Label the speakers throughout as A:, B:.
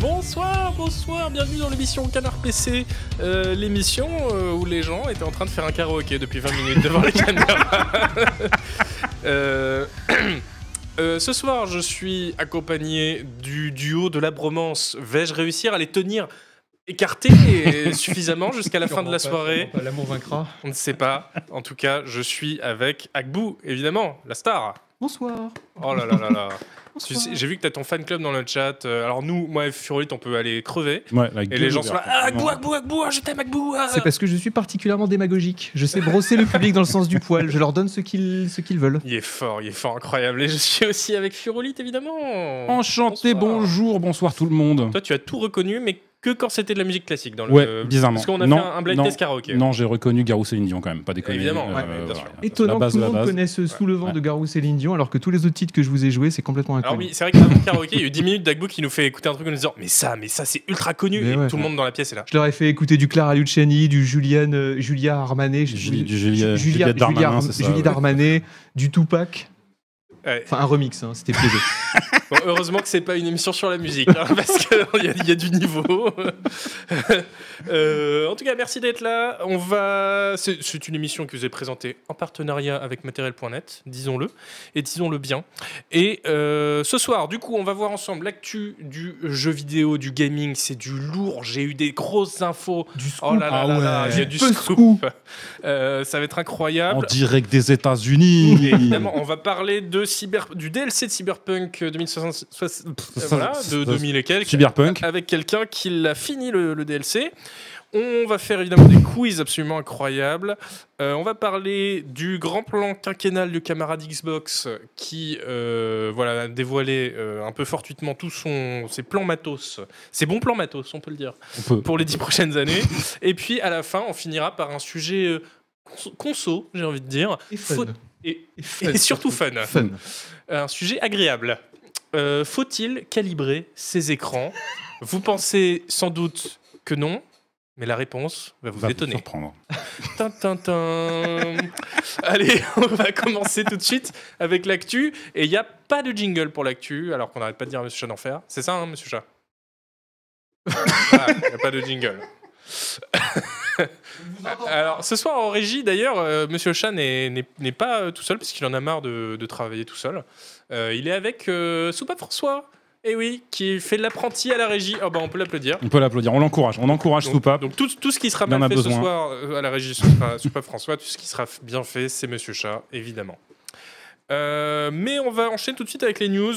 A: bonsoir, bonsoir, bienvenue dans l'émission Canard PC, euh, l'émission euh, où les gens étaient en train de faire un karaoké depuis 20 minutes devant les caméras. Euh, euh, ce soir, je suis accompagné du duo de la bromance. Vais-je réussir à les tenir écartés et suffisamment jusqu'à la fin de la soirée
B: L'amour vaincra.
A: On ne sait pas. En tout cas, je suis avec Akbou, évidemment, la star.
B: Bonsoir.
A: Oh là là là là. Tu sais, J'ai vu que t'as ton fan club dans le chat. Euh, Alors nous, moi et Furulit, on peut aller crever.
C: Ouais, la
A: Et
C: gueule
A: les gens
C: ouverte.
A: sont là, ah, Akbou, Akbou, Akbou, ah, je t'aime Akbou. ah.
B: C'est parce que je suis particulièrement démagogique. Je sais brosser le public dans le sens du poil. Je leur donne ce qu'ils ce qu'ils veulent.
A: Il est fort, il est fort, incroyable. Et je suis aussi avec Furulit, évidemment.
C: Enchanté,
A: Bonsoir.
C: bonjour, bonsoir tout le monde.
A: Toi, tu as tout reconnu, mais que quand c'était de la musique classique dans le.
C: Ouais, bizarrement.
A: Parce qu'on a
C: Non,
A: fait un- un blind
C: non,
A: test karaoké.
C: Non, j'ai reconnu Garou Céline Dion quand même, pas déconner. Euh,
A: Évidemment, ouais,
C: voilà.
A: bien sûr.
B: Étonnant
C: La
B: que
C: base
B: tout
C: de
B: le
C: la
B: monde
C: base.
B: connaisse Sous le vent
C: Ouais.
B: de Garou Céline Dion, alors que tous les autres titres que je vous ai joués, c'est complètement
A: Alors
B: inconnu.
A: oui, c'est vrai qu'avant le karaoké, il y a eu 10 minutes d'Agbo qui nous fait écouter un truc en nous disant Mais ça, mais ça, c'est ultra connu.
B: Mais
A: et
B: ouais.
A: tout le monde dans la pièce est là.
B: Je leur ai fait écouter du Clara Luciani, du Juliane, euh, Julia Armanet, je-
C: Julie- du
B: Ju-
C: Julia- Juliette
B: Julia-
C: Darmanin,
B: Ar-
C: c'est ça,
B: Julie
C: ouais.
B: Darmanet, du Tupac.
A: Ouais.
B: Enfin, un remix, hein, c'était plaisir.
A: Bon, heureusement que c'est pas une émission sur la musique, hein, parce qu'il y, a- il y a du niveau. Euh, en tout cas, merci d'être là. On va. C'est c'est une émission que vous ai présentée en partenariat avec Matériel.net, disons-le, et disons-le bien. Et euh, ce soir, du coup, on va voir ensemble l'actu du jeu vidéo, du gaming. C'est du lourd. J'ai eu des grosses infos.
B: du scoop.
A: Oh là là
C: Ah
A: là là,
C: ouais.
A: il y a du
B: Peu
A: scoop.
B: scoop.
A: Euh, ça va être
C: En
A: incroyable.
C: direct des États-Unis.
A: Et évidemment, on va parler de cyber, du DLC de Cyberpunk 2060, euh, voilà, de 2000 et quelques,
C: Cyberpunk.
A: avec quelqu'un qui l'a fini le, le DLC. On va faire évidemment des quiz absolument incroyables. Euh, on va parler du grand plan quinquennal du camarade Xbox qui euh, voilà, a dévoilé euh, un peu fortuitement tous son, ses plans matos, ses bons plans matos, on peut le dire
C: On peut.
A: pour les dix prochaines années. Et puis à la fin, on finira par un sujet euh, cons- conso, j'ai envie de dire,
B: Et fun.
A: Faut- et,
B: Et fun,
A: et surtout fun.
B: Fun.
A: Un sujet agréable. Euh, Faut-il calibrer ses écrans Vous pensez sans doute que non, mais la réponse va vous
C: va
A: étonner.
C: surprendre.
A: Tin, tin, tin. Allez, on va commencer tout de suite avec l'actu. Et il n'y a pas de jingle pour l'actu, alors qu'on n'arrête pas de dire à Monsieur Chat d'en faire. C'est ça, hein, Monsieur Chat Il n'y a pas de jingle. alors, ce soir en régie, d'ailleurs, euh, Monsieur Chat n'est n'est- n'est pas euh, tout seul, parce qu'il en a marre de, de travailler tout seul. Euh, il est avec euh, Soupape François, et oui, qui fait de l'apprenti à la régie. Oh, bah, on peut l'applaudir.
C: On peut l'applaudir, on l'encourage, on encourage
A: Donc,
C: Soupape.
A: donc tout, tout ce qui sera
C: Il en
A: mal
C: a
A: fait ce
C: besoin.
A: soir euh, à la régie ce sera- ce sera François, tout ce qui sera f- bien fait, c'est Monsieur Chat, évidemment. Euh, mais on va enchaîner tout de suite avec les news.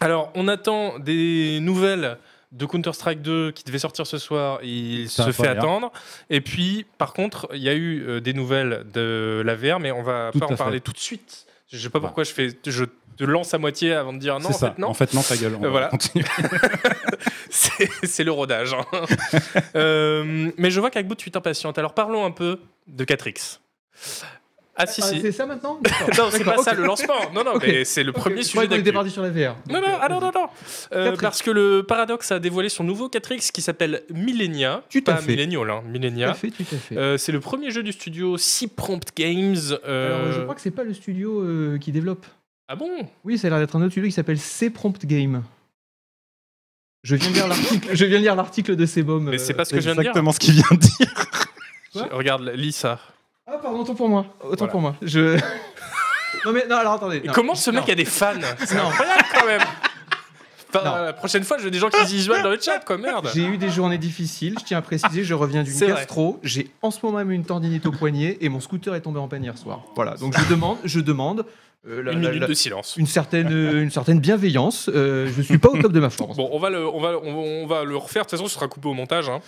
A: Alors, on attend des nouvelles de Counter-Strike 2 qui devait sortir ce soir. Il
C: Ça
A: se
C: va
A: fait
C: pas l'air.
A: attendre. Et puis, par contre, il y a eu euh, des nouvelles de la VR, mais on va
C: Tout
A: pas
C: à
A: en
C: fait.
A: parler tout de suite. Je sais pas
C: Voilà.
A: pourquoi je fais, je te lance à moitié avant de dire non.
C: C'est
A: En
C: ça.
A: fait, non.
C: En fait, non, ta gueule. On
A: Euh,
C: va
A: voilà.
C: continuer.
A: C'est c'est le rodage. hein. Euh, mais je vois qu'Akbou, tu t'impatientes. Alors parlons un peu de 4X. Ah si,
B: Ah,
A: si.
B: C'est ça maintenant
A: Non, c'est pas
B: D'accord,
A: ça
B: ok.
A: le lancement. Non, non,
B: Ok.
A: mais c'est le premier
B: Ok, je
A: sujet
B: croyais qu'on était
A: d'actu.
B: parti sur la VR.
A: Non, non, ah, non, non, non. Euh,
B: 4X.
A: parce que le Paradox a dévoilé son nouveau 4X qui s'appelle Millenia.
B: Tout à
A: pas
B: fait.
A: Millennial, hein,
B: Tout à
A: Millenia.
B: fait, tout à fait.
A: Euh, c'est le premier jeu du studio Si Prompt Games. euh,
B: Alors, je crois que Euh, c'est pas le studio euh, qui développe.
A: Ah bon
B: Oui, ça a l'air d'être un autre studio qui s'appelle C Prompt Game. Je viens de lire l'article. Je viens de lire l'article de Sebum.
A: Mais
B: euh,
A: c'est pas ce que je viens de dire.
C: Exactement ce qu'il vient de dire.
B: Quoi
A: Regarde, lis ça.
B: Ah pardon, autant pour moi. Autant
A: Voilà.
B: pour moi. Je. non mais non, alors attendez. non.
A: Comment ce mec
B: Non.
A: a des fans C'est
B: Non.
A: incroyable quand même Enfin,
B: Non.
A: La prochaine fois, je veux des gens qui se visualisent dans le chat, quoi, merde
B: J'ai eu des journées difficiles. Je tiens à préciser, je reviens d'une
A: C'est vrai.
B: gastro. J'ai en ce moment même une tendinite au poignet et mon scooter est tombé en panne hier soir. Voilà. Donc je demande, je demande. euh, la-
A: Une
B: la-
A: minute
B: la-
A: de silence.
B: une certaine, euh, une certaine bienveillance. Euh, je suis pas au top de ma forme.
A: Bon, on va, le, on, va, on, on va le refaire, de toute façon, ce sera coupé au montage. hein.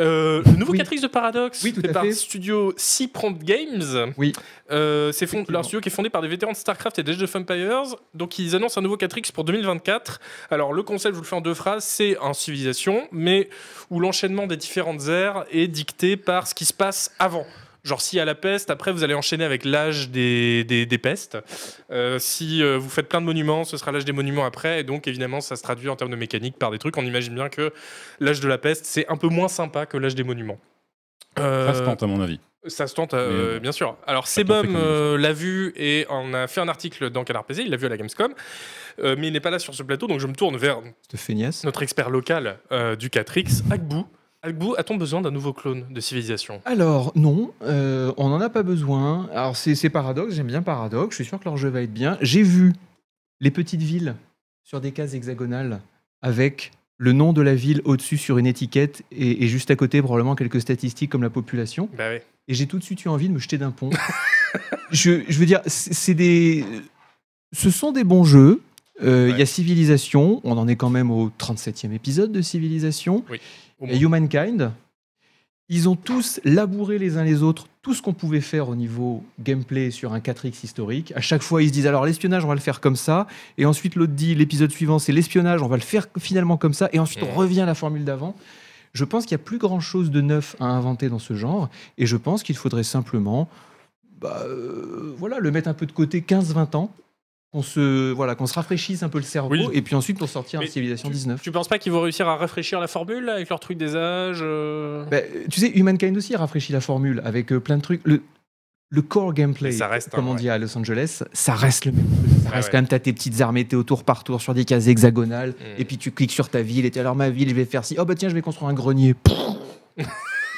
A: Euh, le nouveau
B: Oui.
A: 4X de Paradox,
B: Oui, tout
A: fait
B: à
A: par
B: fait.
A: studio Sea Prompt Games.
B: Oui.
A: Euh, c'est fond,
B: Effectivement.
A: leur studio qui est fondé par des vétérans de StarCraft et d'Age of Empires. Donc, ils annoncent un nouveau 4X pour 2024. Alors, le concept, je vous le fais en deux phrases, c'est un civilisation, mais où l'enchaînement des différentes ères est dicté par ce qui se passe avant. Genre, s'il y a la peste, après, vous allez enchaîner avec l'âge des, des, des pestes. Euh, si euh, vous faites plein de monuments, ce sera l'âge des monuments après. Et donc, évidemment, ça se traduit en termes de mécanique par des trucs. On imagine bien que l'âge de la peste, c'est un peu moins sympa que l'âge des monuments. Euh,
C: Restante, à mon avis.
A: Ça se tente, euh,
C: Mais, euh,
A: bien sûr. Alors,
C: fait
A: Sebum
C: comme
A: euh, l'a vu et on a fait un article dans Canard PC, il l'a vu à la Gamescom, euh, mais il n'est pas là sur ce plateau, donc je me tourne vers
B: Cette feignasse.
A: notre expert local euh, du 4X, Agbou. Agbou, a-t-on besoin d'un nouveau clone de civilisation
B: Alors, non, euh, on n'en a pas besoin. Alors, c'est c'est paradoxe, j'aime bien paradoxe, je suis sûr que leur jeu va être bien. J'ai vu les petites villes sur des cases hexagonales avec le nom de la ville au-dessus sur une étiquette et, et juste à côté probablement quelques statistiques comme la population.
A: Bah ouais.
B: Et j'ai tout de suite eu envie de me jeter d'un pont. je, je veux dire, c'est c'est des... Ce sont des bons jeux. Euh, Il y
A: Ouais.
B: a Civilisation, on en est quand même au 37e épisode de Civilisation.
A: Au
B: Et
A: moins.
B: Humankind, ils ont tous labouré les uns les autres tout ce qu'on pouvait faire au niveau gameplay sur un 4X historique. À chaque fois, ils se disent alors l'espionnage, on va le faire comme ça. Et ensuite, l'autre dit l'épisode suivant, c'est l'espionnage, on va le faire finalement comme ça. Et ensuite, on
A: Mhm.
B: revient à la formule d'avant. Je pense qu'il n'y a plus grand chose de neuf à inventer dans ce genre. Et je pense qu'il faudrait simplement bah, euh, voilà, le mettre un peu de côté 15-20 ans. Qu'on se, voilà, qu'on se rafraîchisse un peu le cerveau
A: Oui.
B: et puis ensuite pour sortir un
A: Mais
B: Civilisation 19.
A: Tu penses pas qu'ils vont réussir à rafraîchir la formule là, avec leur truc des âges euh
B: Bah, tu sais, Humankind aussi rafraîchit la formule avec euh, plein de trucs. Le, le core gameplay,
A: Mais ça reste, hein,
B: comme on
A: ouais.
B: dit à Los Angeles, ça reste le même truc. Ça
A: Ouais,
B: reste
A: ouais.
B: quand même, t'as tes petites armées, t'es au tour par tour sur des cases hexagonales,
A: Mm.
B: et puis tu cliques sur ta ville, et t'es alors ma ville, je vais faire ci. Oh bah tiens, je vais construire un grenier. Pfff.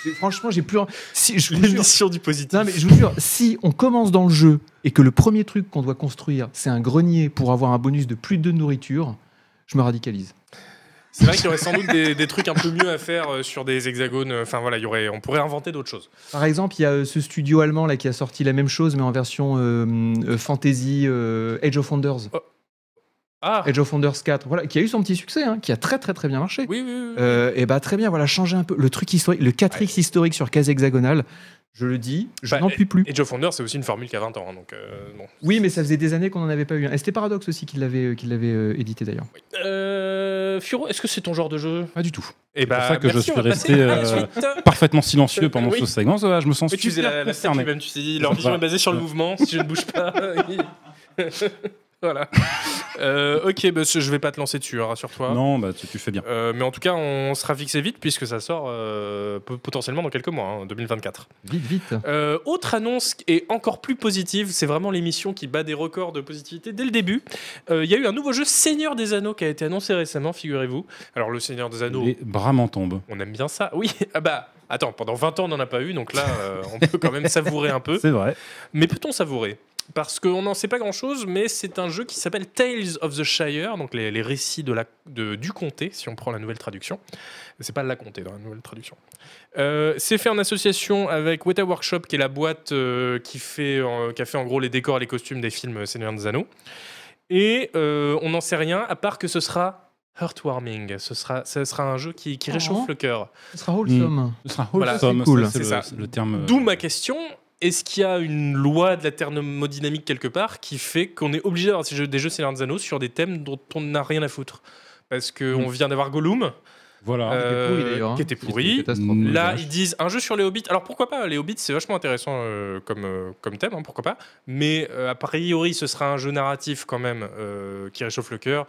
B: J'ai- Franchement, j'ai plus. en- Si, je vous jure,
A: L'émission du positif.
B: non, mais je vous jure, si on commence dans le jeu et que le premier truc qu'on doit construire, c'est un grenier pour avoir un bonus de plus de nourriture, je me radicalise.
A: C'est vrai qu'il y aurait sans doute des, des trucs un peu mieux à faire euh, sur des hexagones. Enfin voilà, il y aurait, on pourrait inventer d'autres choses.
B: Par exemple, il y a euh, ce studio allemand là qui a sorti la même chose mais en version euh, euh, fantasy euh, Age of Wonders,
A: Ah
B: Age of Wonders 4, voilà, qui a eu son petit succès, hein, qui a très très très bien marché.
A: oui, oui, oui.
B: et bah très bien, voilà, changer un peu le truc historique, le 4x historique sur case hexagonale. Je le dis, je
A: Bah,
B: n'en puis plus.
A: Et Joe Fonder, c'est aussi une formule qui a 20 ans, hein, donc euh, bon.
B: Oui, mais ça faisait des années qu'on n'en avait pas eu. un. Et c'était Paradox aussi qui l'avait euh, qui l'avait euh, édité d'ailleurs.
A: Euh, Furo, est-ce que c'est ton genre de jeu
C: Pas du tout.
A: Eh ben,
C: pour ça que je
A: merci, on
C: suis
A: va passer
C: resté,
A: à la
C: euh,
A: suite.
C: Parfaitement silencieux pendant
A: Euh, Oui.
C: ce segment, ça va, je me sens
A: Mais tu faisais
C: super
A: la, la statue
C: concerné.
A: même, tu t'es dit, leur vision
C: Ouais.
A: est basée sur le
C: Ouais.
A: mouvement, si je ne bouge pas. ils- voilà. Euh, ok, bah, je je vais pas te lancer dessus, hein, rassure-toi.
C: Non, bah tu, tu fais bien.
A: Euh, mais en tout cas, on sera fixé vite puisque ça sort euh, po- potentiellement dans quelques mois, hein, 2024.
B: Vite, vite.
A: Euh, autre annonce qui est encore plus positive, c'est vraiment l'émission qui bat des records de positivité dès le début. Euh, Il y a eu un nouveau jeu Seigneur des Anneaux qui a été annoncé récemment, figurez-vous. Alors le Seigneur des Anneaux,
C: Les bras m'en tombent.
A: on aime bien ça. Oui, ah bah attends, pendant 20 ans on n'en a pas eu, donc là euh, on peut quand même savourer un peu.
C: C'est vrai.
A: Mais peut-on savourer Parce qu'on n'en sait pas grand-chose, mais c'est un jeu qui s'appelle Tales of the Shire, donc les, les récits de la, de- du comté, si on prend la nouvelle traduction. C'est pas la comté dans la nouvelle traduction. Euh, c'est fait en association avec Weta Workshop, qui est la boîte euh, qui, fait, euh, qui a fait en gros les décors et les costumes des films euh, Seigneur des Anneaux. Et euh, on n'en sait rien, à part que ce sera heartwarming. Ce sera, ce sera un jeu qui, qui réchauffe
B: Oh.
A: le cœur.
B: Ce sera wholesome.
C: Ce sera
A: Voilà,
C: wholesome,
B: c'est cool.
C: ça,
A: C'est ça.
C: le, le terme. euh,
A: D'où ma question. Est-ce qu'il y a une loi de la thermodynamique quelque part qui fait qu'on est obligé d'avoir ces jeux- des jeux Seigneur des Anneaux sur des thèmes dont on n'a rien à foutre Parce qu'on
C: Mm.
A: vient d'avoir Gollum,
C: Voilà.
A: euh,
B: pourri, d'ailleurs, hein.
A: qui était
B: C'était une
A: pourri.
B: catastrophe.
C: Mm.
A: Là,
C: vache.
A: ils disent un jeu sur les hobbits. Alors pourquoi pas Les hobbits, c'est vachement intéressant euh, comme, euh, comme thème, hein, pourquoi pas. Mais euh, a priori, ce sera un jeu narratif quand même euh, qui réchauffe le cœur.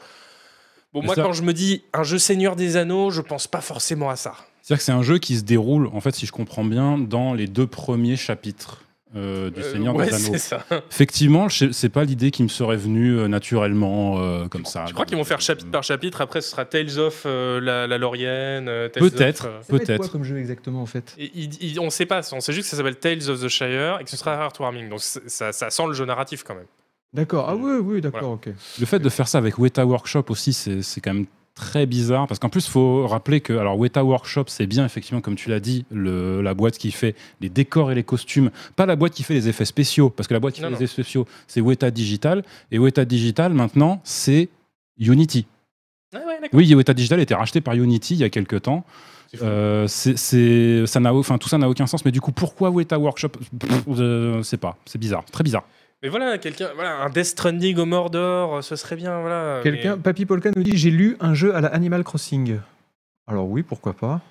A: Bon,
C: Mais
A: moi,
C: ça-
A: quand je me dis un jeu Seigneur des Anneaux, je pense pas forcément à ça.
C: C'est-à-dire que c'est un jeu qui se déroule, en fait, si je comprends bien, dans les deux premiers chapitres euh, du
A: Euh,
C: Seigneur
A: ouais,
C: des Anneaux.
A: c'est ça.
C: Effectivement, je sais- c'est pas l'idée qui me serait venue euh, naturellement euh, comme ça.
A: Je crois qu'ils vont faire chapitre par chapitre. Après, ce sera Tales of euh, la, la Laurienne. euh, Tales
C: Peut-être,
A: of, euh,
B: Ça va être quoi
C: peut-être.
B: comme jeu exactement en fait
A: et il- il- on sait pas, on sait juste que ça s'appelle Tales of the Shire et que ce sera Heartwarming. Donc c'est- ça, ça sent le jeu narratif quand même.
B: D'accord. Ah oui, oui, d'accord, ok.
C: Le fait de faire ça avec Weta Workshop aussi, c'est c'est quand même très bizarre parce qu'en plus, faut rappeler que alors Weta Workshop, c'est bien effectivement comme tu l'as dit, le- la boîte qui fait les décors et les costumes, pas la boîte qui fait les effets spéciaux parce que la boîte qui
A: Non,
C: fait
A: non.
C: les effets spéciaux, c'est Weta Digital et Weta Digital maintenant, c'est Unity. Oui, Weta Digital a été racheté par Unity il y a quelques temps.
A: C'est fou.
C: Euh, c'est- c'est- ça n'a au- enfin, tout ça n'a aucun sens, mais du coup, pourquoi Weta Workshop Pff, Je sais pas, c'est bizarre, très bizarre.
A: Mais voilà, quelqu'un, voilà, un Death Stranding au Mordor, euh, ce serait bien, voilà.
B: Quelqu'un, Papy Polka nous dit j'ai lu un jeu à la Animal Crossing. Alors oui, pourquoi pas.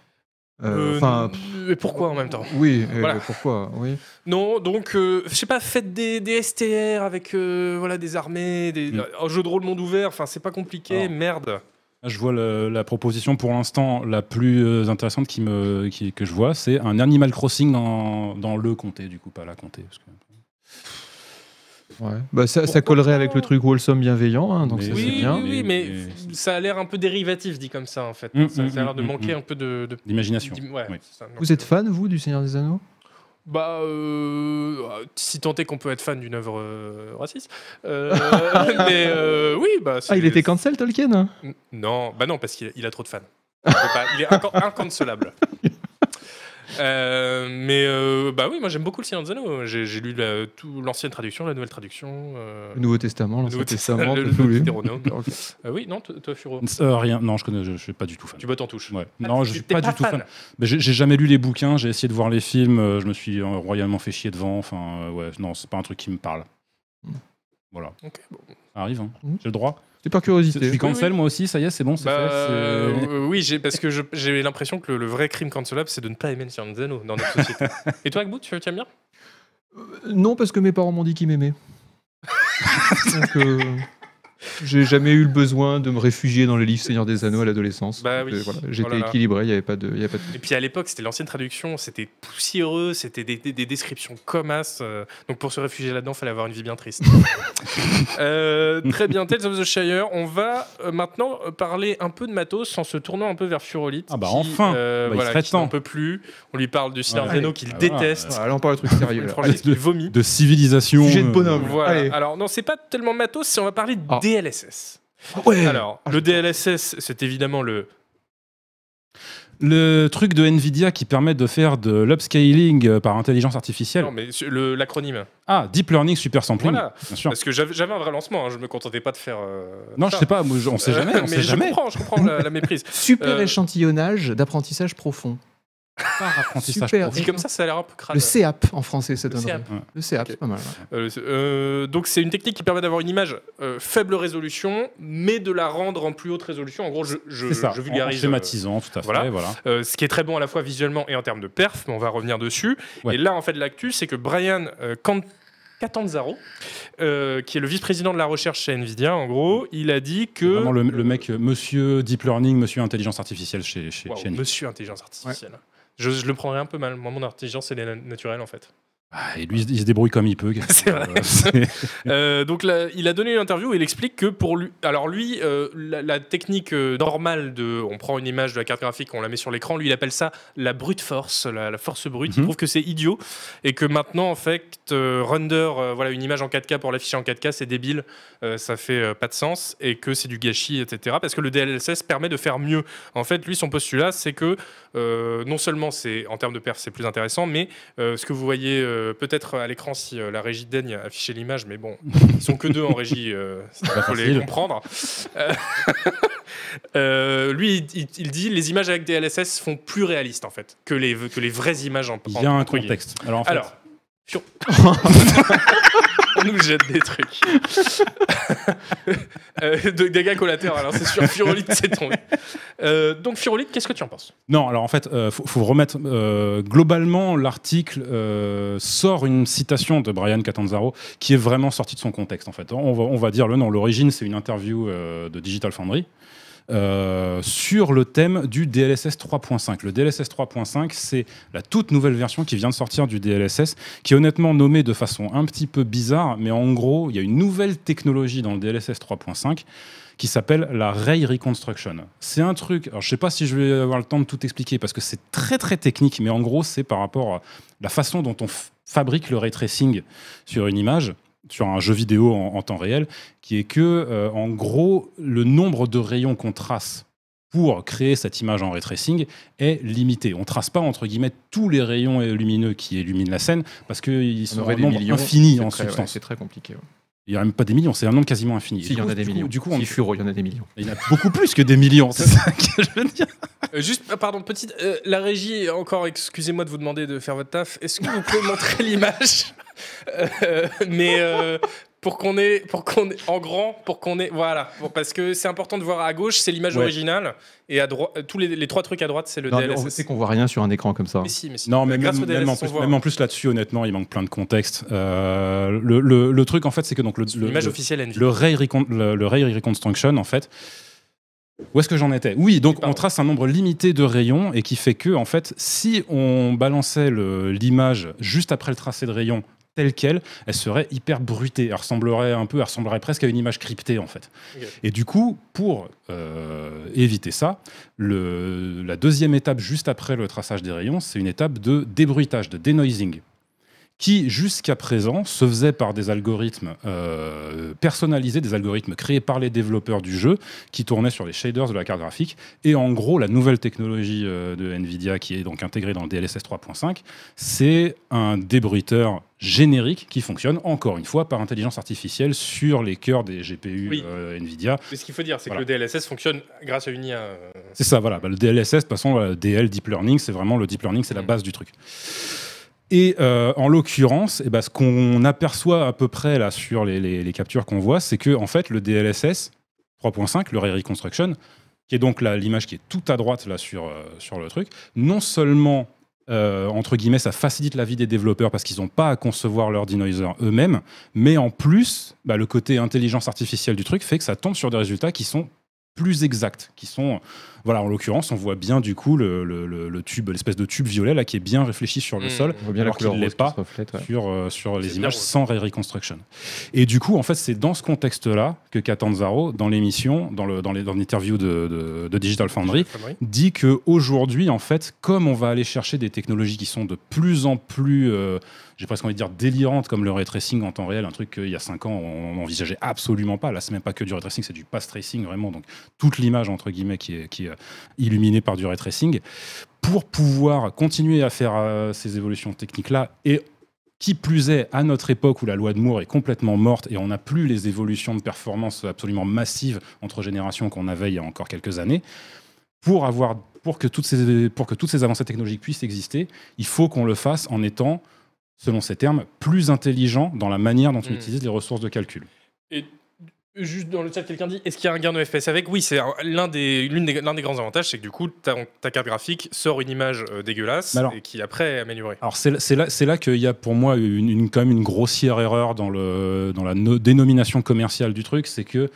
B: Euh,
A: Euh,
B: Enfin,
A: n- mais pourquoi en même temps
B: oui, euh,
A: Voilà.
B: pourquoi, oui.
A: Non, donc euh, je sais pas, faites des, des STR avec euh, voilà des armées, des,
C: Mm.
A: un jeu de rôle monde ouvert. Enfin, c'est pas compliqué,
C: Alors.
A: merde.
C: Là, Je vois le- la proposition pour l'instant la plus euh, intéressante qui me, qui- que je vois, c'est un Animal Crossing dans, dans le comté, du coup, pas la comté. parce que-
B: Ouais. Bah, ça, ça
A: Pourquoi
B: collerait
A: pas
B: avec le truc wholesome bienveillant, hein, donc
C: Mais-
B: ça,
A: Oui,
B: c'est
A: oui,
B: bien.
A: oui, oui, mais
C: Mais-
A: ça a l'air un peu dérivatif dit comme ça en fait.
B: Mmh,
C: Mm,
A: ça,
C: mm,
A: ça a l'air de
C: mm,
A: manquer
C: mm.
A: un peu de. de-
C: L'imagination.
A: d'im- ouais,
C: Oui.
A: c'est ça. Donc,
B: Vous êtes
A: euh,
B: fan, vous, du Seigneur des Anneaux
A: Bah, euh, si tant est qu'on peut être fan d'une œuvre euh, raciste. Euh, mais euh, oui, bah.
B: Ah, il
A: c'est-
B: était cancel, Tolkien hein
A: N- Non, bah non, parce qu'il a- il a trop de fans. Il, peut pas- il est incan- incancelable. Euh, mais euh, bah oui, moi j'aime beaucoup le Seigneur des Anneaux. J'ai j'ai lu la- tout l'ancienne traduction, la nouvelle traduction. euh,
B: Le Nouveau Testament,
A: le
B: l'Ancien
A: Nouveau
B: Testament,
A: le-
B: tout
A: le
B: voulu.
A: Deutéronome.
B: Ok.
A: Euh, oui, non, toi, toi, Furo,
C: Euh, rien, non, je connais, je, je suis pas du tout fan.
A: tu bottes en touche.
C: Ouais.
A: Ah,
C: non,
A: tu-
C: je suis
A: t'es
C: pas, du tout fan. Mais j'ai j'ai jamais lu les bouquins, j'ai essayé de voir les films, euh, je me suis euh, royalement fait chier devant. Enfin, euh, ouais, non, c'est pas un truc qui me parle.
B: Mm.
C: Voilà,
A: Ok, bon.
C: ça arrive, hein.
B: Mm.
C: j'ai le droit.
B: C'est par
C: Je suis
B: curiosité.
C: cancel, moi aussi, ça y est, c'est bon, c'est
A: Bah,
C: fait. c'est-
A: euh, oui, j'ai- parce que je- j'ai l'impression que le, le vrai crime cancelable, c'est de ne pas aimer le Seigneur des Anneaux dans notre société. Et toi, Agbou, tu tu aimes bien
B: Non, parce que mes parents m'ont dit qu'ils m'aimaient. donc, euh, j'ai jamais eu le besoin de me réfugier dans les livres Seigneur des Anneaux à l'adolescence.
A: Bah
B: Donc,
A: oui.
B: euh, voilà,
A: Oh là
B: J'étais
A: là.
B: équilibré, il n'y avait pas de. il y avait pas de...
A: Et puis à l'époque, c'était l'ancienne traduction, c'était poussiéreux, c'était des, des- des descriptions comme as. euh, donc pour se réfugier là-dedans, fallait avoir une vie bien triste. Euh, très bien, Tales of the Shire. On va euh, maintenant euh, parler un peu de matos en se tournant un peu vers Furolite.
C: Ah bah
A: qui,
C: enfin
A: euh,
C: Bah, il
A: voilà,
C: serait
A: qui
C: temps.
A: n'en peut plus. On lui parle du Seigneur
C: Ouais.
A: Zeno qu'il
C: Ah, voilà. Ah,
A: déteste.
B: Voilà, là, on parle de trucs sérieux.
A: Il
B: là.
A: franchement, il vomit.
C: De civilisation.
B: Sujet de
C: euh,
B: bonhomme.
A: Voilà.
B: Allez.
A: Alors non, c'est pas tellement matos, c'est on va parler de
B: Ah.
A: DLSS.
C: Eh.
B: Ouais
A: Alors,
C: Ah,
A: le DLSS, c'est évidemment le
C: Le truc de Nvidia qui permet de faire de l'upscaling euh, par intelligence artificielle.
A: non mais le- l'acronyme.
C: Ah, deep learning super sampling.
A: Voilà.
C: Bien sûr.
A: Parce que j'avais j'avais un vrai lancement, hein, je me contentais pas de faire. euh,
C: Non, je
A: ça.
C: sais pas, moi, je- on sait
A: Euh,
C: jamais, on
A: mais
C: sait
A: je
C: jamais.
A: comprends, je comprends la, la méprise.
B: Super
A: Euh,
B: échantillonnage d'apprentissage profond.
C: Par Ah, apprentissage
B: Super.
C: profond.
A: Dit comme ça, ça a l'air un peu crade.
B: Le CAP en français, ça
A: Le
B: donnerait.
A: CAP.
B: Ah bah. Le CAP,
A: Ok.
B: c'est pas mal. ouais.
A: Euh, c'est- euh, donc c'est une technique qui permet d'avoir une image euh, faible résolution, mais de la rendre en plus haute résolution. En gros, je, je,
C: C'est ça,
A: je
C: en
A: vulgarise. euh,
C: schématisant, tout à fait.
A: voilà.
C: Voilà.
A: euh, euh, ce qui est très bon à la fois visuellement et en termes de perf, mais on va revenir dessus.
C: Ouais.
A: Et là, en fait, l'actu, c'est que Brian euh, Can- Catanzaro, euh, qui est le vice-président de la recherche chez Nvidia, en gros, il a dit que
C: Vraiment le, le mec, euh, monsieur deep learning, monsieur intelligence artificielle chez, chez,
A: Wow,
C: chez Nvidia.
A: Monsieur intelligence artificielle. Je, je le prendrais un peu mal. Moi, mon intelligence, elle est na- naturelle, en fait.
C: Ah, et lui, il se- il se débrouille comme il peut.
A: C'est vrai.
C: Euh, c'est-
A: Euh, donc, là, il a donné une interview où il explique que pour lui. Alors, lui, euh, la, la technique euh, normale de. On prend une image de la carte graphique, on la met sur l'écran. Lui, il appelle ça la brute force, la, la force brute. Il
C: Mhm.
A: trouve que c'est idiot et que maintenant, en fait, euh, render euh, voilà, une image en 4K pour l'afficher en 4K, c'est débile. Euh, ça fait euh, pas de sens et que c'est du gâchis, etc. Parce que le DLSS permet de faire mieux. En fait, lui, son postulat, c'est que euh, non seulement c'est en termes de perf, c'est plus intéressant, mais euh, ce que vous voyez euh, peut-être à l'écran si euh, la régie daigne afficher l'image, mais bon, ils sont que deux en régie, euh,
C: pas
A: faut les
C: facile.
A: comprendre. Euh, euh, lui, il, il dit les images avec DLSS font plus réalistes en fait que les que les vraies images en.
C: Il y a un
A: entre guillemets.
C: contexte. Alors, en fait,
A: Alors, sur- on nous jette des trucs. Euh, de dégâts collatéraux, alors c'est sur Furolite, c'est tombé. Euh, donc Furolite, qu'est-ce que tu en penses
C: Non, alors en fait, euh, faut, faut remettre. euh, globalement, l'article euh, sort une citation de Brian Catanzaro qui est vraiment sortie de son contexte. En fait, on va, on va dire le nom. L'origine, c'est une interview euh, de Digital Foundry. euh, sur le thème du DLSS 3.5. Le DLSS 3.5, c'est la toute nouvelle version qui vient de sortir du DLSS, qui est honnêtement nommée de façon un petit peu bizarre, mais en gros, il y a une nouvelle technologie dans le DLSS 3.5 qui s'appelle la Ray Reconstruction. C'est un truc, alors je sais pas si je vais avoir le temps de tout expliquer parce que c'est très très technique, mais en gros c'est par rapport à la façon dont on f- fabrique le ray tracing sur une image, sur un jeu vidéo en, en temps réel, qui est que euh, en gros le nombre de rayons qu'on trace pour créer cette image en ray tracing est limité. On trace pas entre guillemets tous les rayons euh, lumineux qui illuminent la scène parce qu'ils
B: On
C: sont
B: aurait
C: un
B: des
C: nombre
B: millions.
C: infini
B: C'est
C: en
B: très- ouais,
C: substance.
B: C'est très compliqué. ouais.
C: Il n'y a même pas des millions, c'est un nombre quasiment infini.
B: Si, il y en a des
C: Du coup-
B: millions.
C: Du coup, on
B: Si, Furo, il y en a des millions.
C: il y en a beaucoup plus que des millions, c'est ça que je veux dire.
A: Euh, Juste, ah, pardon, petite, euh, la régie, encore, excusez-moi de vous demander de faire votre taf. Est-ce que vous pouvez montrer l'image Euh, Mais euh, pour qu'on ait, pour qu'on ait, en grand, pour qu'on ait, voilà, Bon, parce que c'est important de voir à gauche, c'est l'image
C: Ouais.
A: originale, et à droite, euh, tous les, les trois trucs à droite, c'est le
B: Non, mais on
A: DLSS.
B: sait qu'on voit rien sur un écran comme ça.
A: Mais si, mais si.
C: Non, mais
A: Grâce
C: même,
A: au DLSS,
C: même en
A: on
C: plus,
A: voit.
C: même en plus là-dessus, honnêtement, il manque plein de contexte. Euh, le, le- le truc, en fait, c'est que donc le, le,
A: l'image
C: le-
A: officielle NVIDIA.
C: le Ray Recon- le- le Ray Reconstruction, en fait, Où est-ce que j'en étais Oui, donc
A: Pardon.
C: on trace un nombre limité de rayons et qui fait que, en fait, si on balançait le- l'image juste après le tracé de rayon telle quelle, elle serait hyper bruitée. Elle ressemblerait un peu, elle ressemblerait presque à une image cryptée, en fait.
A: Ok.
C: Et du coup, pour euh, éviter ça, le- la deuxième étape juste après le traçage des rayons, c'est une étape de débruitage, de denoising qui jusqu'à présent se faisait par des algorithmes euh, personnalisés, des algorithmes créés par les développeurs du jeu, qui tournaient sur les shaders de la carte graphique. Et en gros, la nouvelle technologie euh, de NVIDIA, qui est donc intégrée dans le DLSS 3.5, c'est un débruiteur générique qui fonctionne encore une fois par intelligence artificielle sur les cœurs des GPU
A: Oui.
C: euh, NVIDIA.
A: Mais ce qu'il faut dire, c'est
C: Voilà.
A: que le DLSS fonctionne grâce à une IA. euh,
C: C'est ça, voilà. Bah, le DLSS, de toute façon, voilà, DL, Deep Learning, c'est vraiment le Deep Learning, c'est la
A: Mm.
C: base du truc. Et euh, en l'occurrence, eh ben, ce qu'on aperçoit à peu près là sur les, les- les captures qu'on voit, c'est que en fait, le DLSS 3.5, le Ray Reconstruction, qui est donc là, l'image qui est tout à droite là sur, euh, sur le truc, non seulement euh, entre guillemets, ça facilite la vie des développeurs parce qu'ils n'ont pas à concevoir leur denoiser eux-mêmes, mais en plus, bah, le côté intelligence artificielle du truc fait que ça tombe sur des résultats qui sont plus exacts, qui sont voilà, en l'occurrence, on voit bien du coup le, le- le- le tube, l'espèce de tube violet là qui est bien réfléchi sur le
A: hmm.
C: sol
B: On voit bien
C: Alors
B: la
C: qu'il
B: couleur
C: l'est
B: rose
C: pas.
B: qui se reflète. ouais.
C: sur, euh, sur
A: C'est
C: les
A: bien
C: images
A: drôle.
C: sans Ray Reconstruction. Et du coup, en fait, c'est dans ce contexte-là que Catanzaro, dans l'émission, dans le- dans les- dans l'interview de, de- de Digital Foundry,
A: Fonderie.
C: dit que aujourd'hui en fait comme on va aller chercher des technologies qui sont de plus en plus euh, j'ai presque envie de dire délirantes comme le ray tracing en temps réel un truc qu'il y a 5 ans on n'envisageait absolument pas là c'est même pas que du ray tracing c'est du pass tracing vraiment donc toute l'image entre guillemets qui est, qui est illuminée par du ray tracing pour pouvoir continuer à faire euh, ces évolutions techniques là et qui plus est, à notre époque où la loi de Moore est complètement morte et on n'a plus les évolutions de performance absolument massives entre générations qu'on avait il y a encore quelques années, pour avoir pour que toutes ces pour que toutes ces avancées technologiques puissent exister, il faut qu'on le fasse en étant selon ces termes, plus intelligent dans la manière dont on
A: Mm.
C: utilise les ressources de calcul.
A: Juste dans le chat, quelqu'un dit est-ce qu'il y a un gain de FPS avec Oui, c'est un- l'un des, l'une des, l'un des grands avantages, c'est que du coup, ta, ta carte graphique sort une image euh, dégueulasse
C: Mais alors-
A: et qui après est améliorée.
C: Alors c'est là- c'est là, c'est là qu'il y a pour moi une, une- quand même une grossière erreur dans, le, dans la no- dénomination commerciale du truc, c'est que...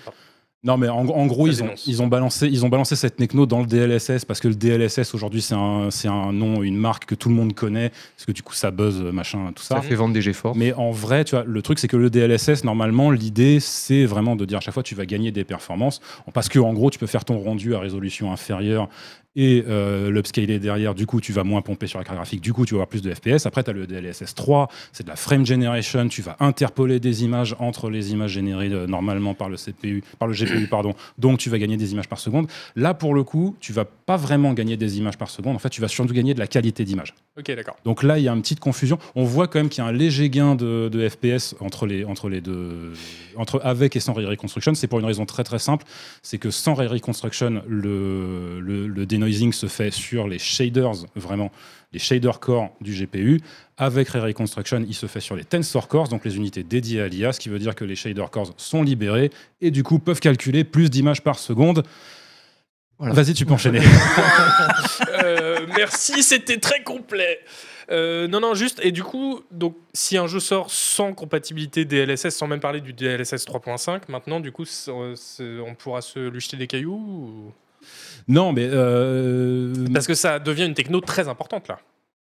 C: Non mais en, en gros
A: Ça
C: ils ont,
A: dénonce.
C: ils, ont balancé, ils ont balancé cette techno dans le DLSS parce que le DLSS aujourd'hui c'est un, c'est un nom, une marque que tout le monde connaît, parce que du coup ça buzz, machin, tout ça.
B: Ça fait vendre des GeForce.
C: Mais en vrai, tu vois, le truc, c'est que le DLSS, normalement, l'idée, c'est vraiment de dire à chaque fois, tu vas gagner des performances. Parce que, en gros, tu peux faire ton rendu à résolution inférieure et euh, l'upscaler derrière. Du coup, tu vas moins pomper sur la carte graphique. Du coup, tu vas avoir plus de FPS. Après, tu as le DLSS 3, c'est de la frame generation. Tu vas interpoler des images entre les images générées euh, normalement par le CPU, par le GPU, pardon. Donc, tu vas gagner des images par seconde. Là, pour le coup, tu vas pas vraiment gagner des images par seconde. En fait, tu vas surtout gagner de la qualité d'image.
A: Ok, d'accord.
C: Donc là, il y a une petite confusion. On voit quand même qu'il y a un léger gain de, de FPS entre les, entre les deux, entre avec et sans Ray Reconstruction. C'est pour une raison très très simple, c'est que sans Ray Reconstruction, le, le, le denoising se fait sur les shaders, vraiment les shader cores du GPU. Avec Ray Reconstruction, il se fait sur les tensor cores, donc les unités dédiées à l'IA, ce qui veut dire que les shader cores sont libérés et du coup peuvent calculer plus d'images par seconde.
B: Voilà.
C: Vas-y, tu peux enchaîner.
A: Euh, merci, c'était très complet. Euh, non, non, juste, et du coup, donc, si un jeu sort sans compatibilité DLSS, sans même parler du DLSS 3.5, maintenant, du coup, c'est- euh, c'est- on pourra se lui jeter des cailloux ou-
C: non, mais euh,
A: Parce que ça devient une techno très importante, là.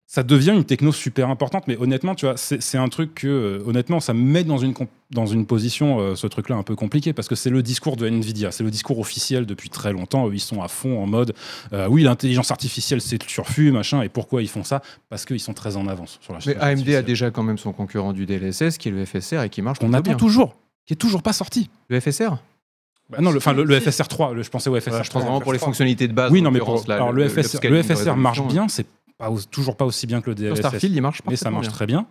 C: ça devient une techno super importante, mais honnêtement, tu vois, c'est c'est un truc que, euh, honnêtement, ça me met dans une, comp- dans une position, euh, ce truc-là, un peu compliqué, parce que c'est le discours de Nvidia, c'est le discours officiel depuis très longtemps. Eux, ils sont à fond en mode, euh, oui, l'intelligence artificielle, c'est le surfu, machin, et pourquoi ils font ça Parce qu'ils sont très en avance sur la
B: Mais
C: chose
B: AMD a
C: artificielle.
B: déjà quand même son concurrent du DLSS qui est le FSR et qui marche
C: Qu'on
B: plutôt
C: attend
B: bien.
C: toujours, qui est toujours pas sorti.
B: Le FSR
A: Bah,
C: Ah non, le, enfin, le, le FSR3, le- je pensais au FSR3.
B: Je pense vraiment pour les
A: FSR.
B: fonctionnalités de base.
C: oui,
B: en
C: non, mais pour-
B: l'occurrence, là,
C: alors, le, FSR,
B: l'upscaling
C: le
B: de
C: FSR marche
B: résolution,
C: bien, c'est pas au- toujours pas aussi bien que le
B: Sur
C: DLSS.
B: Starfield, il marche pas.
C: mais ça marche très bien.